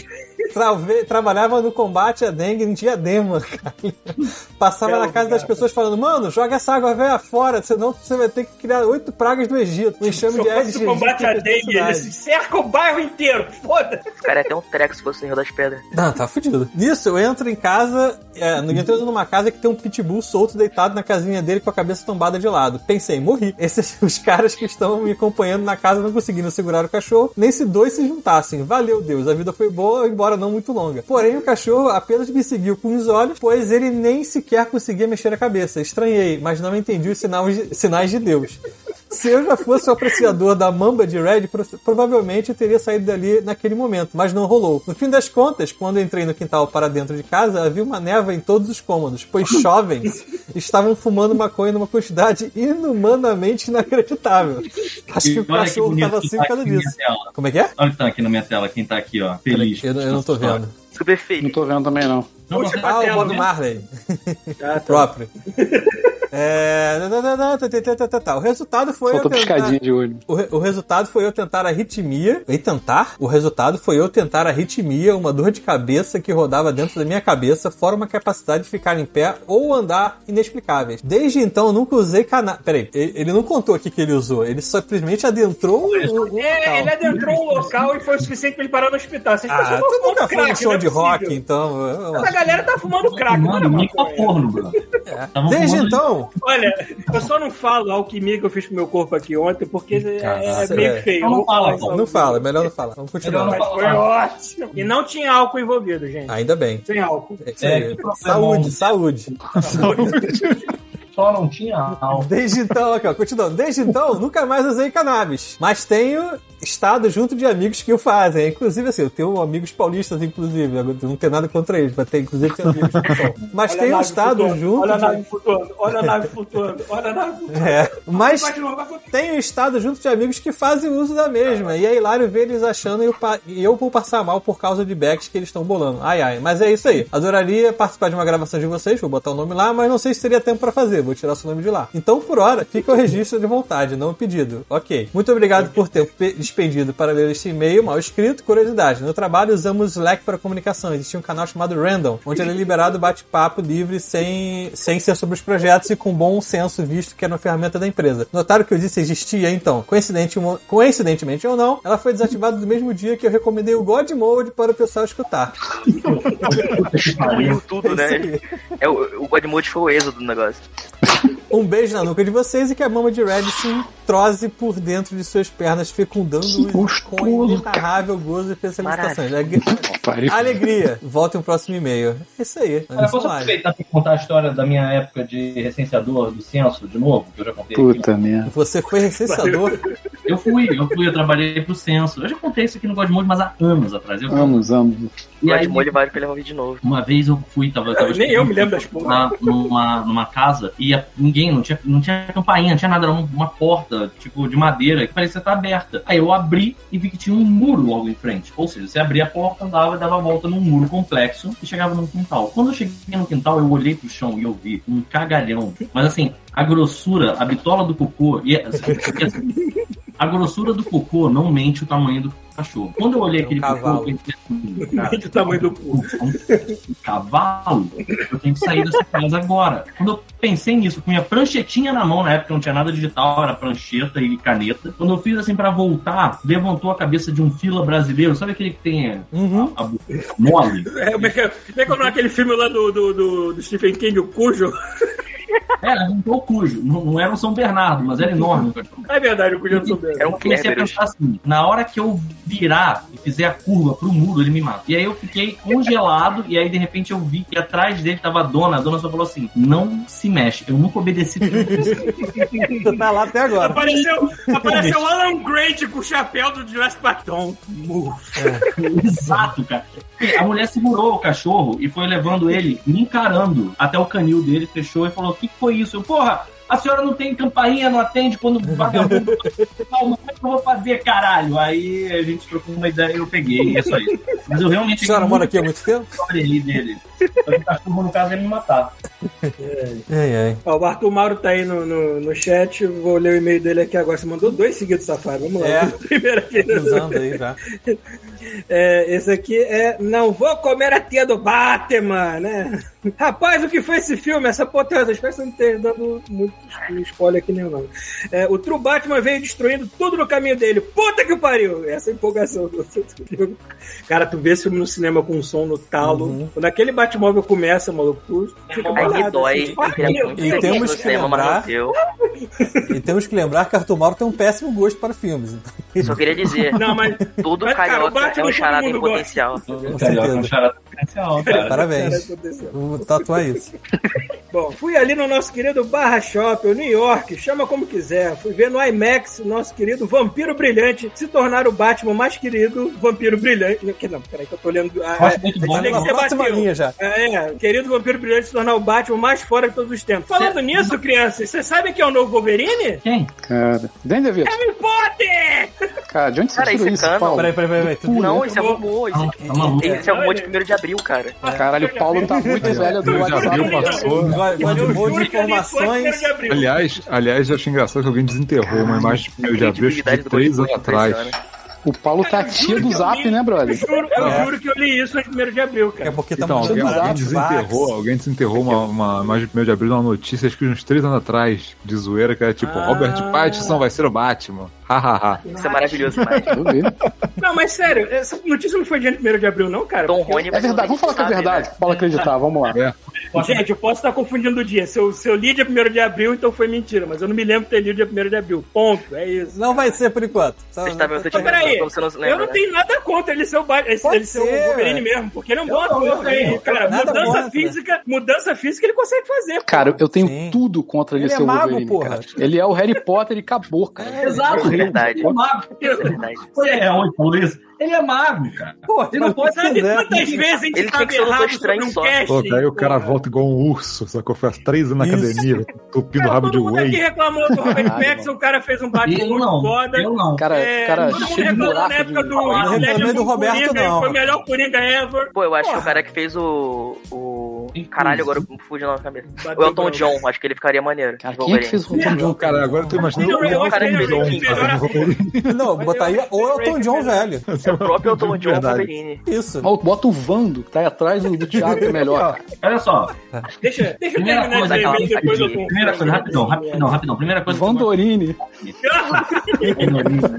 A: Trave- trabalhava no combate à dengue em Diadema, cara. Passava na casa das pessoas falando, mano, joga essa água velha fora, senão você vai ter que criar oito pragas do Egito. Um enxame
C: Se
A: de
C: eu
A: Aedes
C: fosse o combate à
A: aegypti na
C: dengue,
A: cidade."
C: eles cercam o bairro inteiro. Foda-se.
D: Esse cara é até um treco se fosse o Senhor das Pedras.
A: Não, tá fudido. Nisso, eu entro em casa, é, no- eu entro numa casa que tem um pitbull solto deitado na casinha dele com a cabeça tombada de lado. Pensei, morri. Esses os caras que estão me acompanhando na casa não conseguiram segurar o cachorro, nem se dois se juntassem. Valeu, Deus, a vida foi boa, embora não muito longa. Porém, o cachorro apenas me seguiu com os olhos, pois ele nem sequer conseguia mexer a cabeça. Estranhei, mas não entendi os sinais de- sinais de Deus. Se eu já fosse o apreciador da mamba de Red, pro- provavelmente eu teria saído dali naquele momento, mas não rolou. No fim das contas, quando eu entrei no quintal para dentro de casa, havia uma neva em todos os cômodos, pois jovens estavam fumando maconha numa quantidade inumanamente inacreditável. Acho que o
H: E olha que
A: cachorro
H: bonito
A: estava
H: que
A: assim
H: tá
A: por causa
H: aqui na
A: disso.
H: tela.
A: Como é que é?
H: Olha o que tá aqui na minha tela, quem tá aqui, ó. Feliz. Tá
A: Eu, eu não tô vendo.
D: Super
B: Não
D: feio.
B: tô vendo também, não.
H: Não, não,
A: Ah, o
H: né?
A: Bob Marley.
H: Ah, tá.
A: Próprio. É... tá, O resultado foi.
B: Só tô
A: eu tentar-
B: piscadinha de olho.
A: O, re- o resultado foi eu tentar arritmia. E tentar? O resultado foi eu tentar arritmia, uma dor de cabeça que rodava dentro da minha cabeça, fora uma capacidade de ficar em pé ou andar inexplicáveis. Desde então, eu nunca usei cana. Peraí, e- ele não contou o que, que ele usou, ele simplesmente adentrou o. o- o
C: É, ele
A: local.
C: adentrou o local e foi o suficiente pra ele parar no hospital. Essas
A: Ah,
C: pessoas não
A: tu nunca
C: fumam
A: foi em
C: crack,
A: show
C: não é
A: de rock,
C: possível.
A: então. eu- eu-
C: Essa galera tá fumando crack, não é
H: Mano, muito
C: maconha.
H: porno, bro. Tavam
A: É. Desde
H: fumando
A: então,
C: Olha, eu só não falo a alquimia que eu fiz com o meu corpo aqui ontem, porque é- é,
A: Caraca.
C: meio feio.
H: Não fala,
C: só-
A: não fala, melhor não falar. Vamos
H: Melhor
A: continuar.
C: Mas foi ótimo. E não tinha álcool envolvido, gente.
A: Ainda bem.
C: Sem álcool.
A: É isso aí.
H: que problemão.
A: saúde, saúde.
H: Só não tinha álcool.
A: Desde então, aqui, ó, continuando. Desde então, nunca mais usei cannabis. Mas tenho estado junto de amigos que o fazem. Inclusive, assim, eu tenho amigos paulistas, inclusive. Eu não tenho nada contra eles, mas tenho, inclusive, tenho amigos que são. Mas
C: Olha a
A: tenho
C: nave
A: estado
C: flutuando,
A: junto.
C: Olha a
A: de-
C: nave flutuando, olha a nave flutuando, olha a nave flutuando.
A: É, mas
C: Vai de novo, vai flutuando.
A: tenho um estado junto de amigos que fazem uso da mesma. E é hilário ver eles achando e eu, pa- e eu vou passar mal por causa de backs que eles estão bolando. Ai, ai. Mas é isso aí. Adoraria participar de uma gravação de vocês, vou botar o nome lá, mas não sei se teria tempo pra fazer. Vou tirar seu nome de lá. Então, por hora, fica o registro de vontade, não o pedido. Ok. Muito obrigado por ter pe- despendido para ler este e-mail mal escrito. Curiosidade. No trabalho usamos Slack para comunicação. Existia um canal chamado Random, onde era liberado bate-papo livre sem, sem ser sobre os projetos e com bom senso, visto que era uma ferramenta da empresa. Notaram que eu disse existia, então, coincidente- coincidentemente ou não, ela foi desativada no mesmo dia que eu recomendei o God Mode para o pessoal escutar. então,
D: Tudo, né? É, o, o Godmode foi o êxodo do negócio.
A: Um beijo na nuca de vocês e que a mama de Red se entrose por dentro de suas pernas, fecundando
B: Que
A: com
B: gostoso,
A: inenarrável gozo e É especializações. Alegria.
B: Pariu.
A: Alegria. Volta no próximo e-mail. É isso aí.
H: Cara, posso
A: Vamos lá.
H: aproveitar pra contar a história da minha época de recenseador do censo de novo, que eu já contei. aqui?
B: Puta merda.
A: Você foi recenseador.
H: Eu fui, eu fui, eu trabalhei pro censo. Eu já contei isso aqui no Godmode, mas há anos atrás. Eu fui.
B: Vamos, vamos.
D: E
H: E aí,
D: aí, ele vai pra ele ouvir de novo.
H: uma vez eu fui, tava, tava
C: Nem eu me lembro das porra.
H: na- numa, numa casa e a- ninguém, não tinha, não tinha campainha, não tinha nada, era um- uma porta, tipo, de madeira, que parecia estar aberta. Aí eu abri e vi que tinha um muro logo em frente. Ou seja, você abria a porta, andava e dava a volta num muro complexo e chegava num quintal. Quando eu cheguei no quintal, eu olhei pro chão e eu vi um cagalhão. Mas assim, a grossura, a bitola do cocô, e, e assim, a grossura do cocô não mente o tamanho do cachorro. Quando eu olhei
A: É um
H: aquele cocô, eu
A: cavalo.
H: pensei assim, cara,
C: Mente o tamanho do cu.
H: um cavalo, eu tenho que sair dessa casa agora. Quando eu pensei nisso, com minha pranchetinha na mão, na época não tinha nada digital, era prancheta e caneta. Quando eu fiz assim pra voltar, levantou a cabeça de um fila brasileiro, sabe aquele que tem
A: Uhum.
H: a, a boca mole?
C: É, como é que é como é que é o nome daquele filme lá do, do, do, do Stephen King, o Cujo?
H: É, levantou o cujo. Não, não era um São Bernardo, mas era enorme. o cachorro.
C: É verdade, o Cujo não soube.
D: Era um
H: Eu comecei a
D: Kerberos.
H: pensar assim, na hora que eu virar e fizer a curva pro muro, ele me mata. E aí eu fiquei congelado, e aí de repente eu vi que atrás dele tava a dona, a dona só falou assim, não se mexe, eu nunca obedeci
A: Você tá lá até agora.
C: Apareceu, apareceu o Alan Grant com o chapéu do Jurassic Park. Don't move.
H: Exato, cara. A mulher segurou o cachorro e foi levando ele, me encarando até o canil dele, fechou e falou: O que que foi isso? Eu, porra, a senhora não tem campainha, não atende quando o vagabundo. Calma, como é que eu vou fazer, caralho? Aí a gente trocou uma ideia e eu peguei, é só isso. Mas eu
A: A
H: realmente.
A: senhora mora aqui há muito tempo?
H: ali dele. Só que O cachorro, no caso, ia me matar.
A: Ai, ai.
C: Ó, o Arthur Mauro tá aí no, no, no chat. Vou ler o e-mail dele aqui agora. Você mandou dois seguidos, safado. Vamos lá.
A: É.
C: Primeiro aqui.
A: Usando aí já.
C: É, esse aqui é Não Vou Comer a Tia do Batman, né? Rapaz, o que foi esse filme? Essa potência. Espero que você não esteja dando muito spoiler aqui nenhum, não. É, o True Batman veio destruindo tudo no caminho dele. Puta que pariu! Essa é a empolgação do do filme. Cara, tu vê esse filme no cinema com um som no talo. Quando aquele Batmóvel começa, maluco, tu fica
D: Aí
C: bolado,
D: me dói.
C: assim.
D: Eu queria muito
A: E
D: ter
A: temos
D: visto no
A: que
D: cinema, mas não
A: lembrar-
D: deu.
A: E temos que lembrar que Arthur Mauro tem um péssimo gosto para filmes. Então,
D: Só queria dizer,
C: Não, mas
D: todo
C: Mas, cara, o
D: carioca
C: Batman
D: é um
C: todo
D: charada
C: mundo
D: em potencial.
H: Carioca é um charada potencial, cara.
C: cara,
A: Parabéns.
C: aconteceu.
A: Vou tatuar isso.
C: Bom, fui ali no nosso querido Barra Shopping, New York, chama como quiser. Fui ver no IMAX o nosso querido Vampiro Brilhante se tornar o Batman mais querido, Vampiro Brilhante. Não, que- Não, peraí, que eu tô olhando. A,
H: Acho muito
C: a
H: bom.
A: Tá na
C: dislexia
A: próxima
C: bateu.
A: linha já.
C: É, é, querido Vampiro Brilhante se tornar o Batman mais fora de todos os tempos. Falando nisso, crianças, vocês sabem quem é o novo Wolverine?
H: Quem?
B: Cara. Danny DeVito.
C: Harry Potter!
B: Cara, de onde você
D: Cara,
B: tirou
D: esse
B: isso,
D: cano-
B: Paulo?
A: Peraí, peraí, peraí. peraí.
D: Não, isso é
C: bom.
D: robô. Isso
H: Tá maluco.
D: é, esse é um monte de primeiro de abril, cara.
B: Caralho, o Paulo tá muito velho do
G: Já
B: WhatsApp.
G: viu, passou.
A: Vai- vai de um monte de informações.
C: de abril.
G: Aliás, aliás, eu achei engraçado que alguém desenterrou uma imagem que eu já vi acho que de três anos atrás.
C: né?
B: O Paulo tá tia do zap, né,
C: Eu
B: brother?
C: juro, eu
A: É.
C: juro que eu li isso no primeiro de abril,
A: É
C: cara.
A: porque
G: Então,
A: estamos
G: alguém,
B: mandando
G: alguém
B: zap,
G: desenterrou,
A: Vax.
G: alguém desenterrou uma, uma imagem primeiro de abril numa notícia, acho que uns três anos atrás, de zoeira, que era tipo,
C: Ah.
G: Robert Pattinson vai ser o Batman. Hahaha.
D: Isso é maravilhoso demais.
B: Eu vi.
C: Não, mas sério, essa notícia não foi dia primeiro de abril, não, cara.
D: Tom Rony né?
B: É verdade, vamos falar que é verdade. Paulo acreditar, vamos lá.
C: Gente, eu posso estar confundindo o dia. Se eu, se eu li dia 1 de abril, então foi mentira. Mas eu não me lembro de ter lido dia 1 de abril. Ponto. É isso.
A: Não vai ser por enquanto. Tá, Só-
D: Você está me
C: Mas peraí,
D: você não se
C: eu
D: lembra,
C: não
D: né?
C: tenho nada contra ele ser o, ba... esse-
A: Pode
C: ele ser o
A: ser, ué.
C: Wolverine mesmo, porque ele é um bom ator.
H: não tenho.
C: hein, cara,
A: Nada
C: mudança
A: contra.
C: física, mudança física ele consegue fazer.
B: Cara, eu- eu tenho
A: Sim.
B: tudo contra ele,
A: Ele é
B: ser o
A: mago,
B: Wolverine,
A: porra.
B: cara. Ele é o Harry Potter e acabou, cara.
H: Exato,
D: É verdade.
H: Ele é mago.
D: Isso é verdade.
H: Você é onde falou isso? Ele é mago, cara.
A: Pô,
H: Ele não pode
C: Sabe
A: quiser.
C: quantas vezes a gente
D: Ele tem
C: tava
D: que ser um
C: errado
D: doutor
C: sobre um
D: estranho só.
C: cast?
G: Pô, daí o cara
C: porra?
G: volta igual um urso, sacou? Foi há três anos na
A: Isso.
G: academia, tupindo o
C: Cara,
G: rabo de um
C: todo mundo aqui
G: whey.
C: reclamou do Robert
B: Caralho,
C: Pattinson, o cara fez um Batman
H: Eu
C: muito
H: não.
C: foda.
H: Eu não.
B: Cara,
C: É,
B: cara
C: todo mundo
B: cheio de
C: reclamou na
B: buraco.
C: época
B: de-
C: do
A: não
C: Heath
A: reclamei
C: Ledger
A: do
C: com
A: Roberto,
C: Coringa, ele
A: não.
C: Foi o melhor Coringa ever.
D: Pô, eu acho que
C: Porra.
D: o cara é que fez o. o...
H: Inclusive.
D: Caralho, agora eu fugi na cabeça.
C: Bateu
D: O Elton
C: branco.
D: John, acho que ele ficaria maneiro.
B: Cara, quem é que
D: de Wolverine.
B: fez o Elton John?
G: Cara, agora eu tô imaginando
C: Então, Eu-
G: o
C: eu
G: Elton
C: acho que
G: John
C: ele é
G: fazendo Wolverine.
A: tá. Não, botar aí ou é o Tom John velho.
D: O próprio Elton John
G: É Verdade.
D: Wolverine.
A: Isso.
B: Mas Bota o Vando, que tá aí atrás do, do Thiago, que é melhor.
H: Olha só,
C: Deixa, deixa eu
H: Primeira
C: terminar de
H: coisa,
C: ler
H: aquela
C: e depois eu conto.
H: Primeira coisa, rapidão, rapidão, rapidão. Primeira coisa. que eu
B: Vandorini.
H: gosto de fazer. Primeira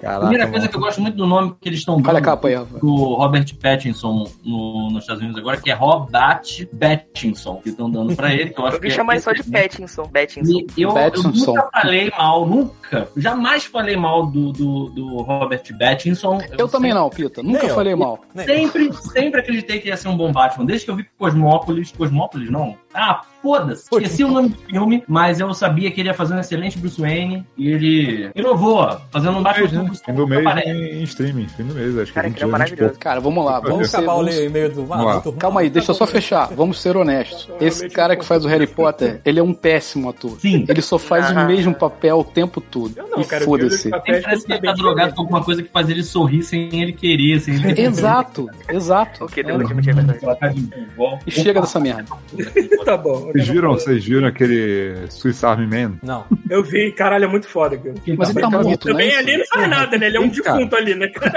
B: Caraca,
H: coisa
B: mano.
H: que eu gosto muito do nome que eles estão dando
B: Olha a capa aí, Rafa.
H: do Robert Pattinson no- nos Estados Unidos agora, que é Robert Pattinson, que estão dando pra ele, que eu acho
D: Eu
H: que
D: vim
H: é
D: chamar isso só de Pattinson. Pattinson.
H: E Eu, eu
B: Pattinson.
H: nunca falei mal, nunca, jamais falei mal do, do, do Robert Pattinson.
B: Eu também não, Pita. Nunca
A: Nem eu.
B: falei mal.
A: Né?
H: Sempre, sempre acreditei que ia ser um bom Batman. Desde que eu vi Cosmópolis, Cosmópolis não. Ah, foda-se. Esqueci o nome do filme, mas eu sabia que ele ia fazer um excelente Bruce Wayne e ele inovou, fazendo um Batman
G: Mês, né?
H: que
G: Fim do mês
H: aparece.
G: em, em streaming, fim do mês, acho que tipo.
D: Cara, que é
G: 20 dias, 20 e pouco.
D: maravilhoso.
B: Cara, vamos lá. Vamos
A: Vamos
B: ser,
A: acabar o
B: vamos-
A: ler o e-mail do
G: Vamos lá.
A: Maluco.
B: Calma aí, deixa eu só fechar. Vamos ser honestos. Esse cara que faz o Harry Potter, ele é um péssimo ator.
H: Sim.
B: Ele só faz
D: Ah.
B: o mesmo papel o tempo todo.
C: Eu não,
B: e
C: cara. eu vi
B: foda-se.
C: os papéis
H: Sempre parece que ele tá
C: completamente
H: drogado com alguma coisa que faz ele sorrir sem ele querer, sem ele
B: Exato, exato.
D: Ok, deu pra admitir, é verdade.
H: Ela tá de futebol.
B: E chega dessa merda.
C: diferentes. Tá bom.
G: Vocês viram, vocês viram aquele Swiss Army Man?
A: Não.
C: Eu vi, caralho, é muito foda, cara.
B: Mas ele tá
C: Também-
B: morto, né?
C: Também ali não faz nada, né? Ele é um
B: Cara.
C: defunto ali, né, cara?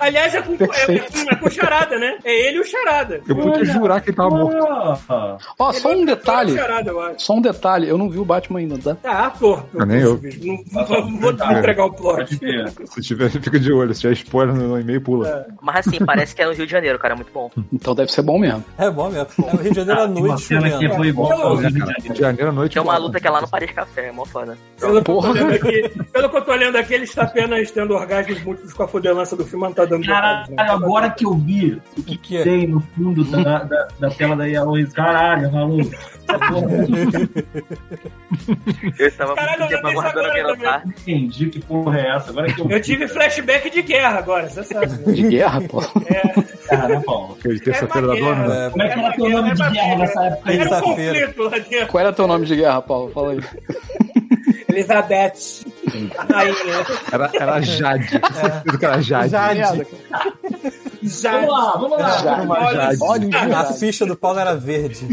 C: Aliás, é com, é, é com o Charada, né? É ele e o Charada.
G: Eu podia jurar que ele tava morto.
H: Ah,
B: Ó, só um detalhe.
C: É o Charada, eu acho.
B: Só um detalhe, eu não vi o Batman ainda, tá?
C: Tá, pô.
G: Ah, nem eu.
C: Não, não vou, vou te entregar o plot.
H: pode ver.
G: Se tiver, fica de olho. Se tiver spoiler no e-mail, pula.
D: Mas assim, parece que é no Rio de Janeiro, cara. é Muito bom.
B: Então deve ser bom mesmo.
A: É bom mesmo. É o Rio de Janeiro à
H: Tá, Uma
A: noite
B: é
H: cena que
A: chovendo.
H: foi bom.
C: Não,
H: fazer, né?
G: Rio de Janeiro à noite.
D: Tem uma
G: pula.
D: luta que é lá no Paris Café, é mó foda.
C: Pelo que, eu tô
B: Porra.
C: lendo aqui, pelo que eu tô lendo aqui, ele está apenas tendo orgasmos múltiplos com a fodelança do filme, mas não tá dando vontade,
H: Caralho,
C: né?
H: agora que eu vi o que,
A: que é?
H: tem no fundo da, da, da tela da Yaoiz, caralho, maluco. Tá
D: Eu estava
C: Caralho, eu
D: muito tempo
C: lembrei
D: aguardando a
C: agora
D: minha
C: também.
D: parte.
H: Entendi que porra é essa. Agora que eu
C: Eu
H: vi,
C: tive flashback de guerra agora, você sabe. né? é
B: De guerra, pô.
H: cara, né, Paulo?
G: Aquele terça-feira da dona, né?
A: É,
H: Como é que era teu nome de guerra nessa época? aí?
C: É Era um
A: Terça-feira.
C: conflito lá dentro.
B: Qual era teu nome de guerra, Paulo? Fala aí.
C: Elizabeth. Rainha.
G: Era, era Jade. Do que era Jade.
A: Jade.
C: Já.
H: Vamos lá, vamos lá.
B: Jade.
H: Olha,
G: Jade.
B: Olha o
A: A
B: Jade.
A: ficha do Paulo era verde.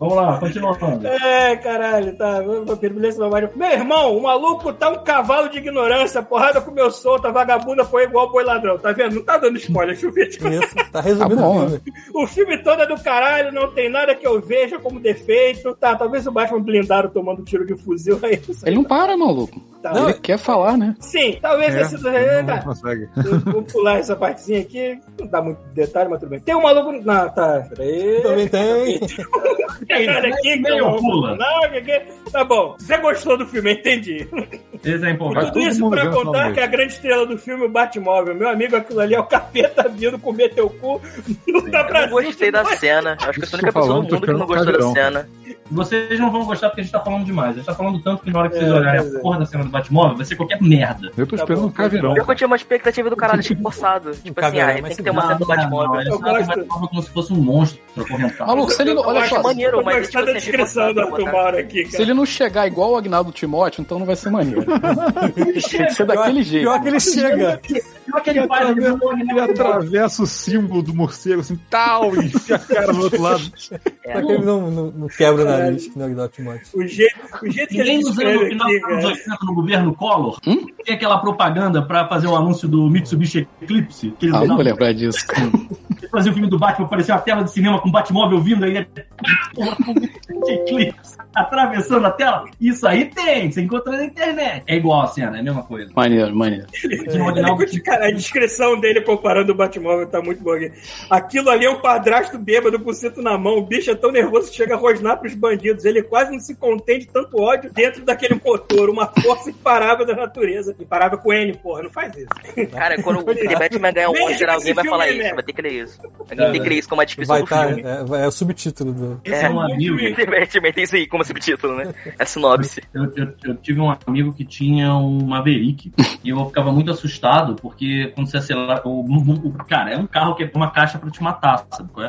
H: Vamos lá, continuando.
C: É, caralho, tá. Turbulência babaria. Meu irmão, o maluco tá um cavalo de ignorância. Porrada comeu solta, vagabunda foi igual boi ladrão. Tá vendo? Não tá dando spoiler, chuvete.
A: Isso. Tá resumindo
B: Tá bom,
A: o filme.
C: O filme todo é do caralho, não tem nada que eu veja como defeito. Tá, talvez o Batman blindado tomando tiro de fuzil é isso.
B: Ele não para, maluco.
C: Tá.
A: Não.
B: Ele quer falar, né?
C: Sim, talvez
G: É,
C: esse. É,
G: não
C: tá.
G: consegue.
C: Eu Vou pular essa partezinha aqui, não dá muito detalhe, mas tudo bem. Tem um maluco. Não, tá. Peraí.
A: Também tem.
C: Cara, aqui,
H: Meio pula.
C: Não, aqui. Tá bom. Você gostou do filme, entendi.
H: Esse é
G: Vai
H: empolgado.
C: Tudo
G: todo
C: isso
G: mundo ver
C: pra
G: no final
C: contar
G: do
C: que a grande estrela do filme é o Batmóvel. Meu amigo, aquilo ali é o capeta vindo comer teu cu. Não dá
D: Eu
C: pra
D: não gostei da cena. Acho que eu sou a única
G: Isso que
D: pessoa
G: eu tô
D: no
G: falando, tô
D: mundo que não
G: esperando
D: gostou da
G: o Caveirão.
D: cena.
H: Vocês não vão gostar porque a gente tá falando demais. A gente tá falando tanto que na hora que vocês
C: É,
H: olharem
C: pois é.
H: a porra da cena do Batmóvel, vai ser qualquer merda.
G: Eu tô
C: Tá
G: esperando
C: bom.
G: um caveirão.
D: Eu tinha uma expectativa do caralho, achei forçado. Tipo assim,
A: Caveirão,
D: ah,
A: mas
D: tem que
A: se
D: ter uma
A: dá,
D: cena do Batmóvel.
H: Ele
C: Eu
H: trata o
C: gosto.
H: é Batmóvel como se fosse um monstro acorrentado.
B: Maluco, se ele não. Olha
C: acho
B: só.
D: maneiro.
C: Eu
D: mas,
C: gostei
D: tipo,
C: da
D: assim,
C: descrição do
D: reforçado,
C: Arthur Mauro aqui,
B: Se
C: cara.
B: ele não chegar igual o Agnaldo Timóteo, então não vai ser maneiro. Tem que ser daquele jeito.
A: Pior que ele chega.
H: Pior que ele faz, né? ele não morre
G: Ele atravessa o símbolo do morcego assim, tal, e enfia a cara do outro lado.
A: Só que ele não, não, não quebra o nariz, que não dá o Timóteo.
C: O jeito, o jeito que ele
H: Ninguém usando
C: descreve
H: no final
C: né?
H: né?
C: aqui,
H: dos anos
C: cara.
H: 80 no governo Collor,
B: Hum?
H: tem aquela propaganda pra fazer um anúncio do Mitsubishi Eclipse, que eles
B: Ah, não vou
H: usavam
B: lembrar disso, cara.
H: fazer o filme do Batman, aparecer uma tela de cinema com o Batmóvel vindo aí, né? Eclipse atravessando a tela. Isso aí tem, você encontra na internet. É igual a cena, é a mesma coisa. um
B: Maneiro, maneiro.
H: De
C: é.
H: original,
C: Cara, a descrição dele comparando o Batmóvel tá muito boa aqui. Aquilo ali é um padrasto bêbado com o cinto na mão. O bicho é tão nervoso que chega a rosnar pros bandidos. Ele quase não se contém de tanto ódio dentro daquele motor. Uma força imparável da natureza. Imparável com N, porra. Não faz isso.
D: Cara, quando o The Batman ganhar um
C: Nem
D: Oscar, alguém
C: esse
D: vai
C: filme
D: falar
C: é
D: isso.
C: merda.
D: Vai ter que ler isso. Alguém tem que ler isso como a descrição
A: Vai
D: do
A: estar.
D: filme.
A: É, é o subtítulo do.
H: esse é um amigo.
D: The Batman tem isso aí como subtítulo, né? É sinopse.
H: Eu, eu- eu tive um amigo que tinha um Maverick e eu ficava muito assustado porque quando você acelera. O, o- cara, é um carro que é uma caixa pra te matar, sabe? Qual é?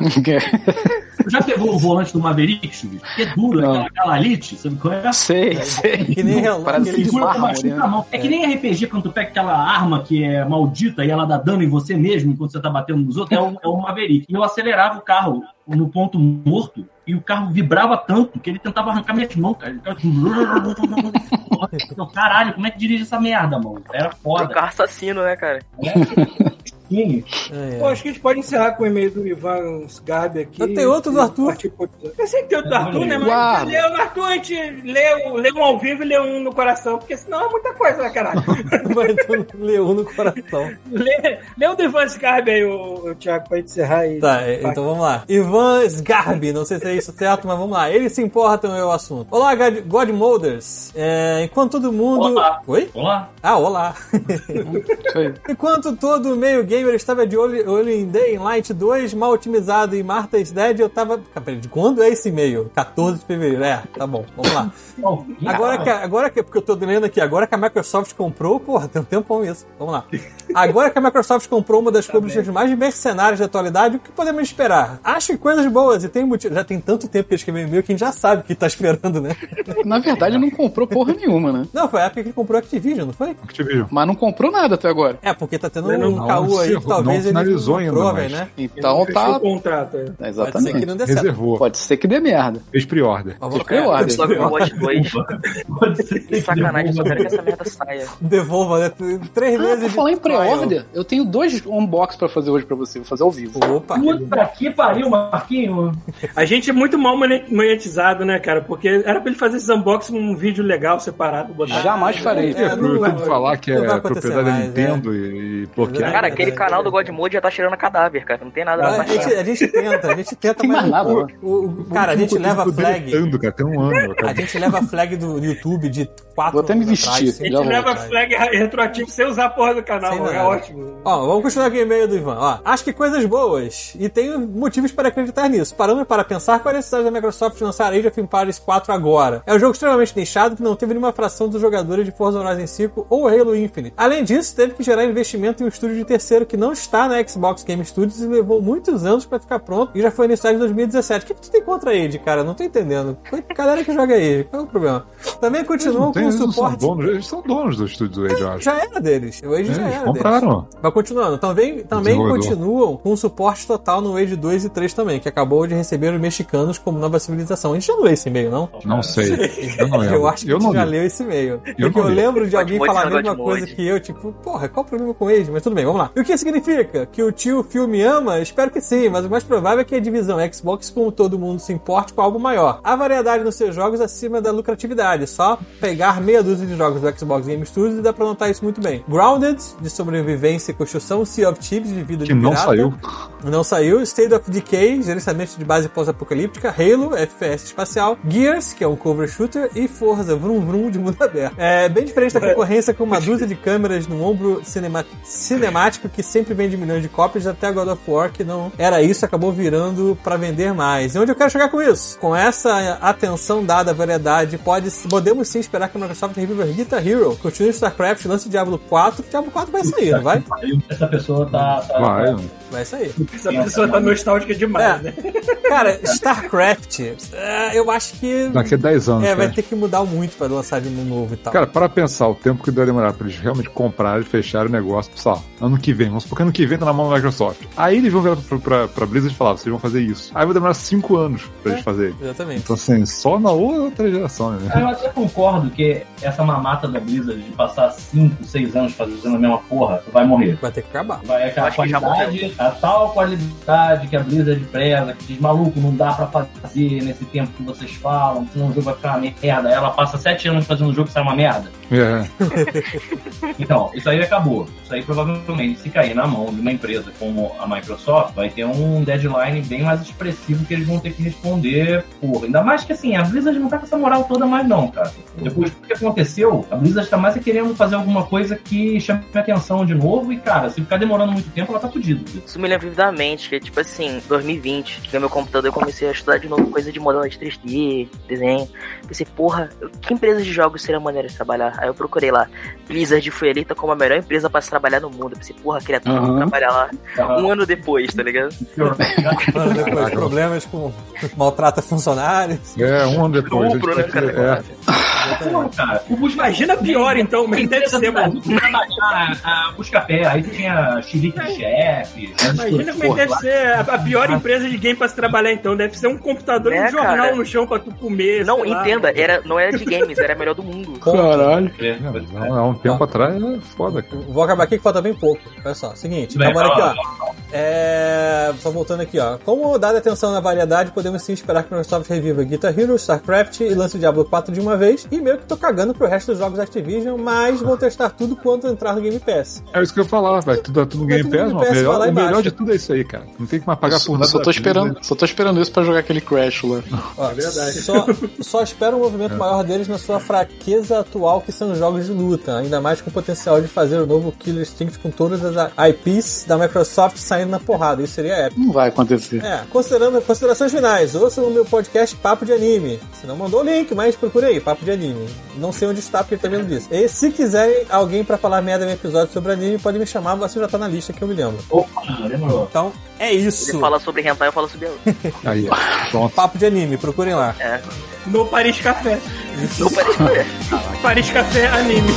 H: Já pegou o volante do Maverick, Chubi? Que é duro,
B: Não.
H: aquela galalite, sabe qual é?
B: Sei, sei.
A: Que nem relógio,
B: Parece
A: aquele
B: que de
H: Segura com a
B: mármore,
H: machina
B: né?
H: na mão. É que nem RPG quando tu pega aquela arma que é maldita e ela dá dano em você mesmo enquanto você tá batendo nos outros, é um, é um Maverick. E eu acelerava o carro no ponto morto e o carro vibrava tanto que ele tentava arrancar minhas mãos, cara. Então, Ele ficava tipo, Caralho, como é que dirige essa merda, mano? Era
D: É um
H: foda.
D: carro assassino, né, cara?
H: pouquinho.
A: É.
C: Pô, acho que a gente pode encerrar com o e-mail do Ivan Gabi aqui.
A: Eu tenho outro do Arthur.
C: Participou- Eu sei que tem outro do Arthur, né? Mas
B: Guarda.
C: leu no Arthur, a gente leu, leu um ao vivo e leu um no coração, porque senão é muita coisa, né, caralho?
A: Mas tu leu um no coração.
C: lê, lê um o do Ivan Scarbi aí, o, Thiago, pra gente encerrar aí.
A: Tá, é, então vamos lá. Ivan Sgarbi, não sei se é isso certo, mas vamos lá. Ele se importa é o assunto. Olá, God- Godmolders. É, enquanto todo mundo.
H: Olá.
A: Oi?
H: Olá.
A: Ah, olá.
B: Isso aí.
A: Enquanto todo o meio gamer estava de olho, olho em Day Light 2, mal otimizado e Martha's Dead, eu tava. Ah, peraí, de quando é esse e-mail? 14 de fevereiro. É, tá bom, vamos lá.
H: Bom,
A: Agora que, agora que, porque eu tô lendo aqui, agora que a Microsoft comprou, porra, tem um tempão isso. Vamos lá. Agora que a Microsoft comprou uma
G: Tá
A: das publishers mais mercenárias da atualidade, o que podemos esperar? Acho que coisas boas e tem motivo. Já tem tanto tempo que eu escrevi e-mail que a gente já sabe o que tá esperando, né?
B: Na verdade, não comprou porra nenhuma, né?
A: Não, foi a época que ele comprou a Activision, não foi?
G: Activision.
B: Mas não comprou nada até agora.
A: É, porque tá tendo
C: Não,
A: um
G: não,
A: caô aí que
G: encerrou, não
A: talvez ele
G: finalizou ainda,
A: provem,
G: mas-
A: né?
B: Então
C: Fechou
B: tá.
C: o contrato. é.
B: tá,
A: Pode ser que
B: Exatamente.
A: não dê certo.
G: Reservou.
B: Pode ser que dê merda.
G: Fez pre-order.
A: Mas vamos-
B: Foi
A: é,
B: ordem.
D: Só que o Watch 2.
H: Pode ser
D: Que sacanagem, eu só quero que
H: devolva.
D: essa merda saia.
A: Devolva, né? Tu- Três
B: Ah,
A: meses
B: pra
A: de
B: falar em
A: trial.
B: pré-order, eu tenho dois unbox pra fazer hoje pra você. Vou fazer ao vivo.
A: Opa!
H: Puta que pariu, Marquinho.
C: A gente é muito mal mone- monetizado, né, cara? Porque era pra ele fazer esses unboxing num vídeo legal separado, botar.
B: Jamais farei.
A: É,
G: É, pro
A: não vai-
G: YouTube falar que
A: não vai
G: é
A: acontecer
G: propriedade da
A: mais,
G: Nintendo e, e bloquear.
D: Cara, aquele
A: Verdade,
D: canal do
A: verdade.
D: Godmode já tá cheirando a cadáver, cara. Não tem nada
A: A
D: lá.
A: gente, a gente tenta, a gente tenta,
B: Tem
A: mas
B: mais nada,
A: o-
B: né?
A: o- o- cara, a gente leva
G: Ficou
A: flag.
G: deletando, um cara, tem um ano.
A: A
G: Cara.
A: gente leva a flag do YouTube de quatro
B: Vou até me
A: anos
B: vestir.
A: cinco
C: A gente
B: Já
A: anos
C: leva
A: atrás.
C: flag re- retroativo sem usar a porra do canal,
A: Sem
C: é
A: nada.
C: ótimo.
A: Ó, vamos continuar aqui o e-mail do Ivan. Ó, acho que coisas boas. E tenho motivos para acreditar nisso. Parando para pensar qual é a necessidade da Microsoft de lançar Age of Empires 4 agora. É um jogo extremamente nichado que não teve nenhuma fração dos jogadores de Forza Horizon 5 ou Halo Infinite. Além disso, teve que gerar investimento em um estúdio de terceiro que não está na Xbox Game Studios e levou muitos anos para ficar pronto e já foi iniciado em 2017. O que, que tu tem contra a Age, cara? Não tô entendendo. Qual- é Galera que joga Age, qual é o problema? Também
G: Eles
A: continuam
G: não,
A: com
G: tem,
A: o
G: eles não são
A: suporte...
G: donos, eles são donos do estúdio do Age, eu acho.
A: Já era deles. O Age
G: É,
A: já
G: eles
A: era deles.
G: compraram.
A: Mas continuando, também, também
G: Desenvolvedor.
A: continuam com suporte total no Age 2 e 3 também, que acabou de receber os mexicanos como nova civilização. A gente já leu esse e-mail, não?
G: Não sei. Eu não lembro.
A: Eu acho que a
G: eu não
A: gente já
G: li.
A: leu esse e-mail.
G: Eu
A: Porque eu
G: não li.
A: lembro de alguém
D: Godmode
A: falar a
D: sendo
A: mesma
D: Godmode.
A: coisa que eu, tipo, porra, qual o problema com o Age? Mas tudo bem, vamos lá. E o que significa? Que o tio Phil me ama? Espero que sim, mas o mais provável é que a divisão Xbox, como todo mundo, se importe com algo maior. A variedade nos seus jogos acima da lucratividade. Só pegar meia dúzia de jogos do Xbox Game Studios e dá pra notar isso muito bem. Grounded, de sobrevivência e construção, Sea of Thieves, de vida de
G: Que não
A: pirata.
G: saiu.
A: Não saiu. State of Decay, gerenciamento de base pós-apocalíptica. Halo, FPS espacial. Gears, que é um cover shooter. E Forza, Vrum Vrum de mundo aberto. É bem diferente da concorrência com uma dúzia de câmeras no ombro cinema- cinemático que sempre vende milhões de cópias. Até God of War, que não era isso, acabou virando pra vender mais. E onde eu quero chegar com isso? Com essa atenção dada à variedade, pode, podemos sim esperar que a Microsoft reviva Guitar Hero, continue StarCraft, lance Diablo 4. Diablo 4 vai sair, não vai?
H: Essa pessoa tá. tá-
G: Vai.
A: Vai sair.
C: Essa pessoa tá nostálgica demais, né?
A: É. Cara, StarCraft, é, eu acho que.
G: Daqui a 10 anos.
A: É,
G: cara.
A: vai ter que mudar muito pra lançar de um novo e tal.
G: Cara, para pensar o tempo que deve demorar pra eles realmente comprarem, fecharem o negócio, sei lá, ano que vem, vamos supor que ano que vem tá na mão da Microsoft. Aí eles vão virar pra, pra, pra Blizzard e falar, vocês vão fazer isso. Aí vai demorar 5 anos pra eles fazerem.
A: Exatamente.
G: Então assim, só na outra geração, né?
H: Ah, Eu até concordo que essa mamata da Blizzard de passar 5, 6 anos fazendo a mesma porra vai morrer.
A: Vai ter que acabar.
H: Vai aquela
D: Acho que já então.
H: qualidade, a tal qualidade que a Blizzard preza, que diz, maluco, não dá pra fazer nesse tempo que vocês falam, senão o jogo vai ficar uma merda. Ela passa 7 anos fazendo um jogo que sai uma merda.
G: É.
H: Então, isso aí acabou. Isso aí provavelmente, se cair na mão de uma empresa como a Microsoft, vai ter um deadline bem mais expressivo que eles vão ter que responder por. Ainda mais que assim, a Blizzard não tá com essa moral toda mais, não, cara. Depois do que aconteceu, a Blizzard tá mais é querendo fazer alguma coisa que chame a atenção de novo. E, cara, se ficar demorando muito tempo, ela tá fudida.
D: Isso me lembra vividamente, que é tipo assim, 2020, que no meu computador eu comecei a estudar de novo coisa de modelo de 3D, desenho. Pensei, porra, eu- que empresa de jogos seria maneira de trabalhar? Aí eu procurei lá. Blizzard foi eleita como a melhor empresa pra se trabalhar no mundo. Eu pensei, porra, queria tanto
B: Aham.
D: trabalhar lá. Um ano depois, tá ligado?
A: Mano, depois,
G: Caraca.
A: problemas com maltrata funcionários.
G: É, um ano depois.
D: Estupro,
G: a
D: né,
G: gente vai ter-
D: cara?
G: é.
H: Porra,
A: exatamente.
H: cara. O Busca
C: Imagina pior, então, mas deve ser, mano.
H: Trabalhar a ah, Buscapé, aí tinha xilique de né? chefe. essas
C: Imagina
H: coisas.
C: como é que deve ser a, a pior empresa de game pra se trabalhar, então. Deve ser um computador e
D: É,
C: um jornal
D: cara.
C: no chão pra tu comer.
D: Não,
C: sei lá.
D: entenda, era, não era de games, era a melhor do mundo.
B: Caralho.
G: Não, Há um tempo atrás é foda, cara.
A: Vou acabar aqui que falta bem pouco. Olha só, seguinte,
H: Bem,
A: agora aqui,
H: fala,
A: ó. É... Só voltando aqui, ó. Como dada atenção na variedade, podemos sim esperar que a Microsoft reviva Guitar Hero, StarCraft e lance o Diablo 4 de uma vez. E meio que tô cagando pro resto dos jogos da Activision, mas vou testar tudo quanto entrar no Game Pass.
G: É isso que eu ia falar, velho. Tudo, tudo
A: Vai
G: Game
A: tudo no
G: Pass,
A: Game
G: mano.
A: Pass, vai lá
G: Melhor- o melhor
A: embaixo.
G: de tudo é isso aí, cara. Não tem que mais
B: Eu
G: pagar por nada.
B: só tô
G: da vida, né?
B: esperando, só tô esperando isso pra jogar aquele Crash lá.
A: Ó, Só, só espero um movimento maior deles na sua fraqueza atual, que são os jogos de luta. Ainda mais com o potencial de fazer o novo Killer Instinct com todas as IPs da Microsoft saindo na porrada. Isso seria épico.
B: Não vai acontecer.
A: É, considerando considerações finais, ouça o meu podcast Papo de Anime. Se não mandou o link, mas procura aí, Papo de Anime. Não sei onde está, porque ele tá vendo disso. E se quiserem alguém pra falar merda no episódio sobre anime, pode me chamar, você já tá na lista que eu me lembro.
H: Opa, demorou.
A: Então, é isso.
D: Ele fala sobre hentai, eu falo sobre ela.
G: Aí, ó. pronto.
A: Papo de anime, procurem lá.
C: No Paris Café.
D: Não parece que é.
C: Paris Café Anime.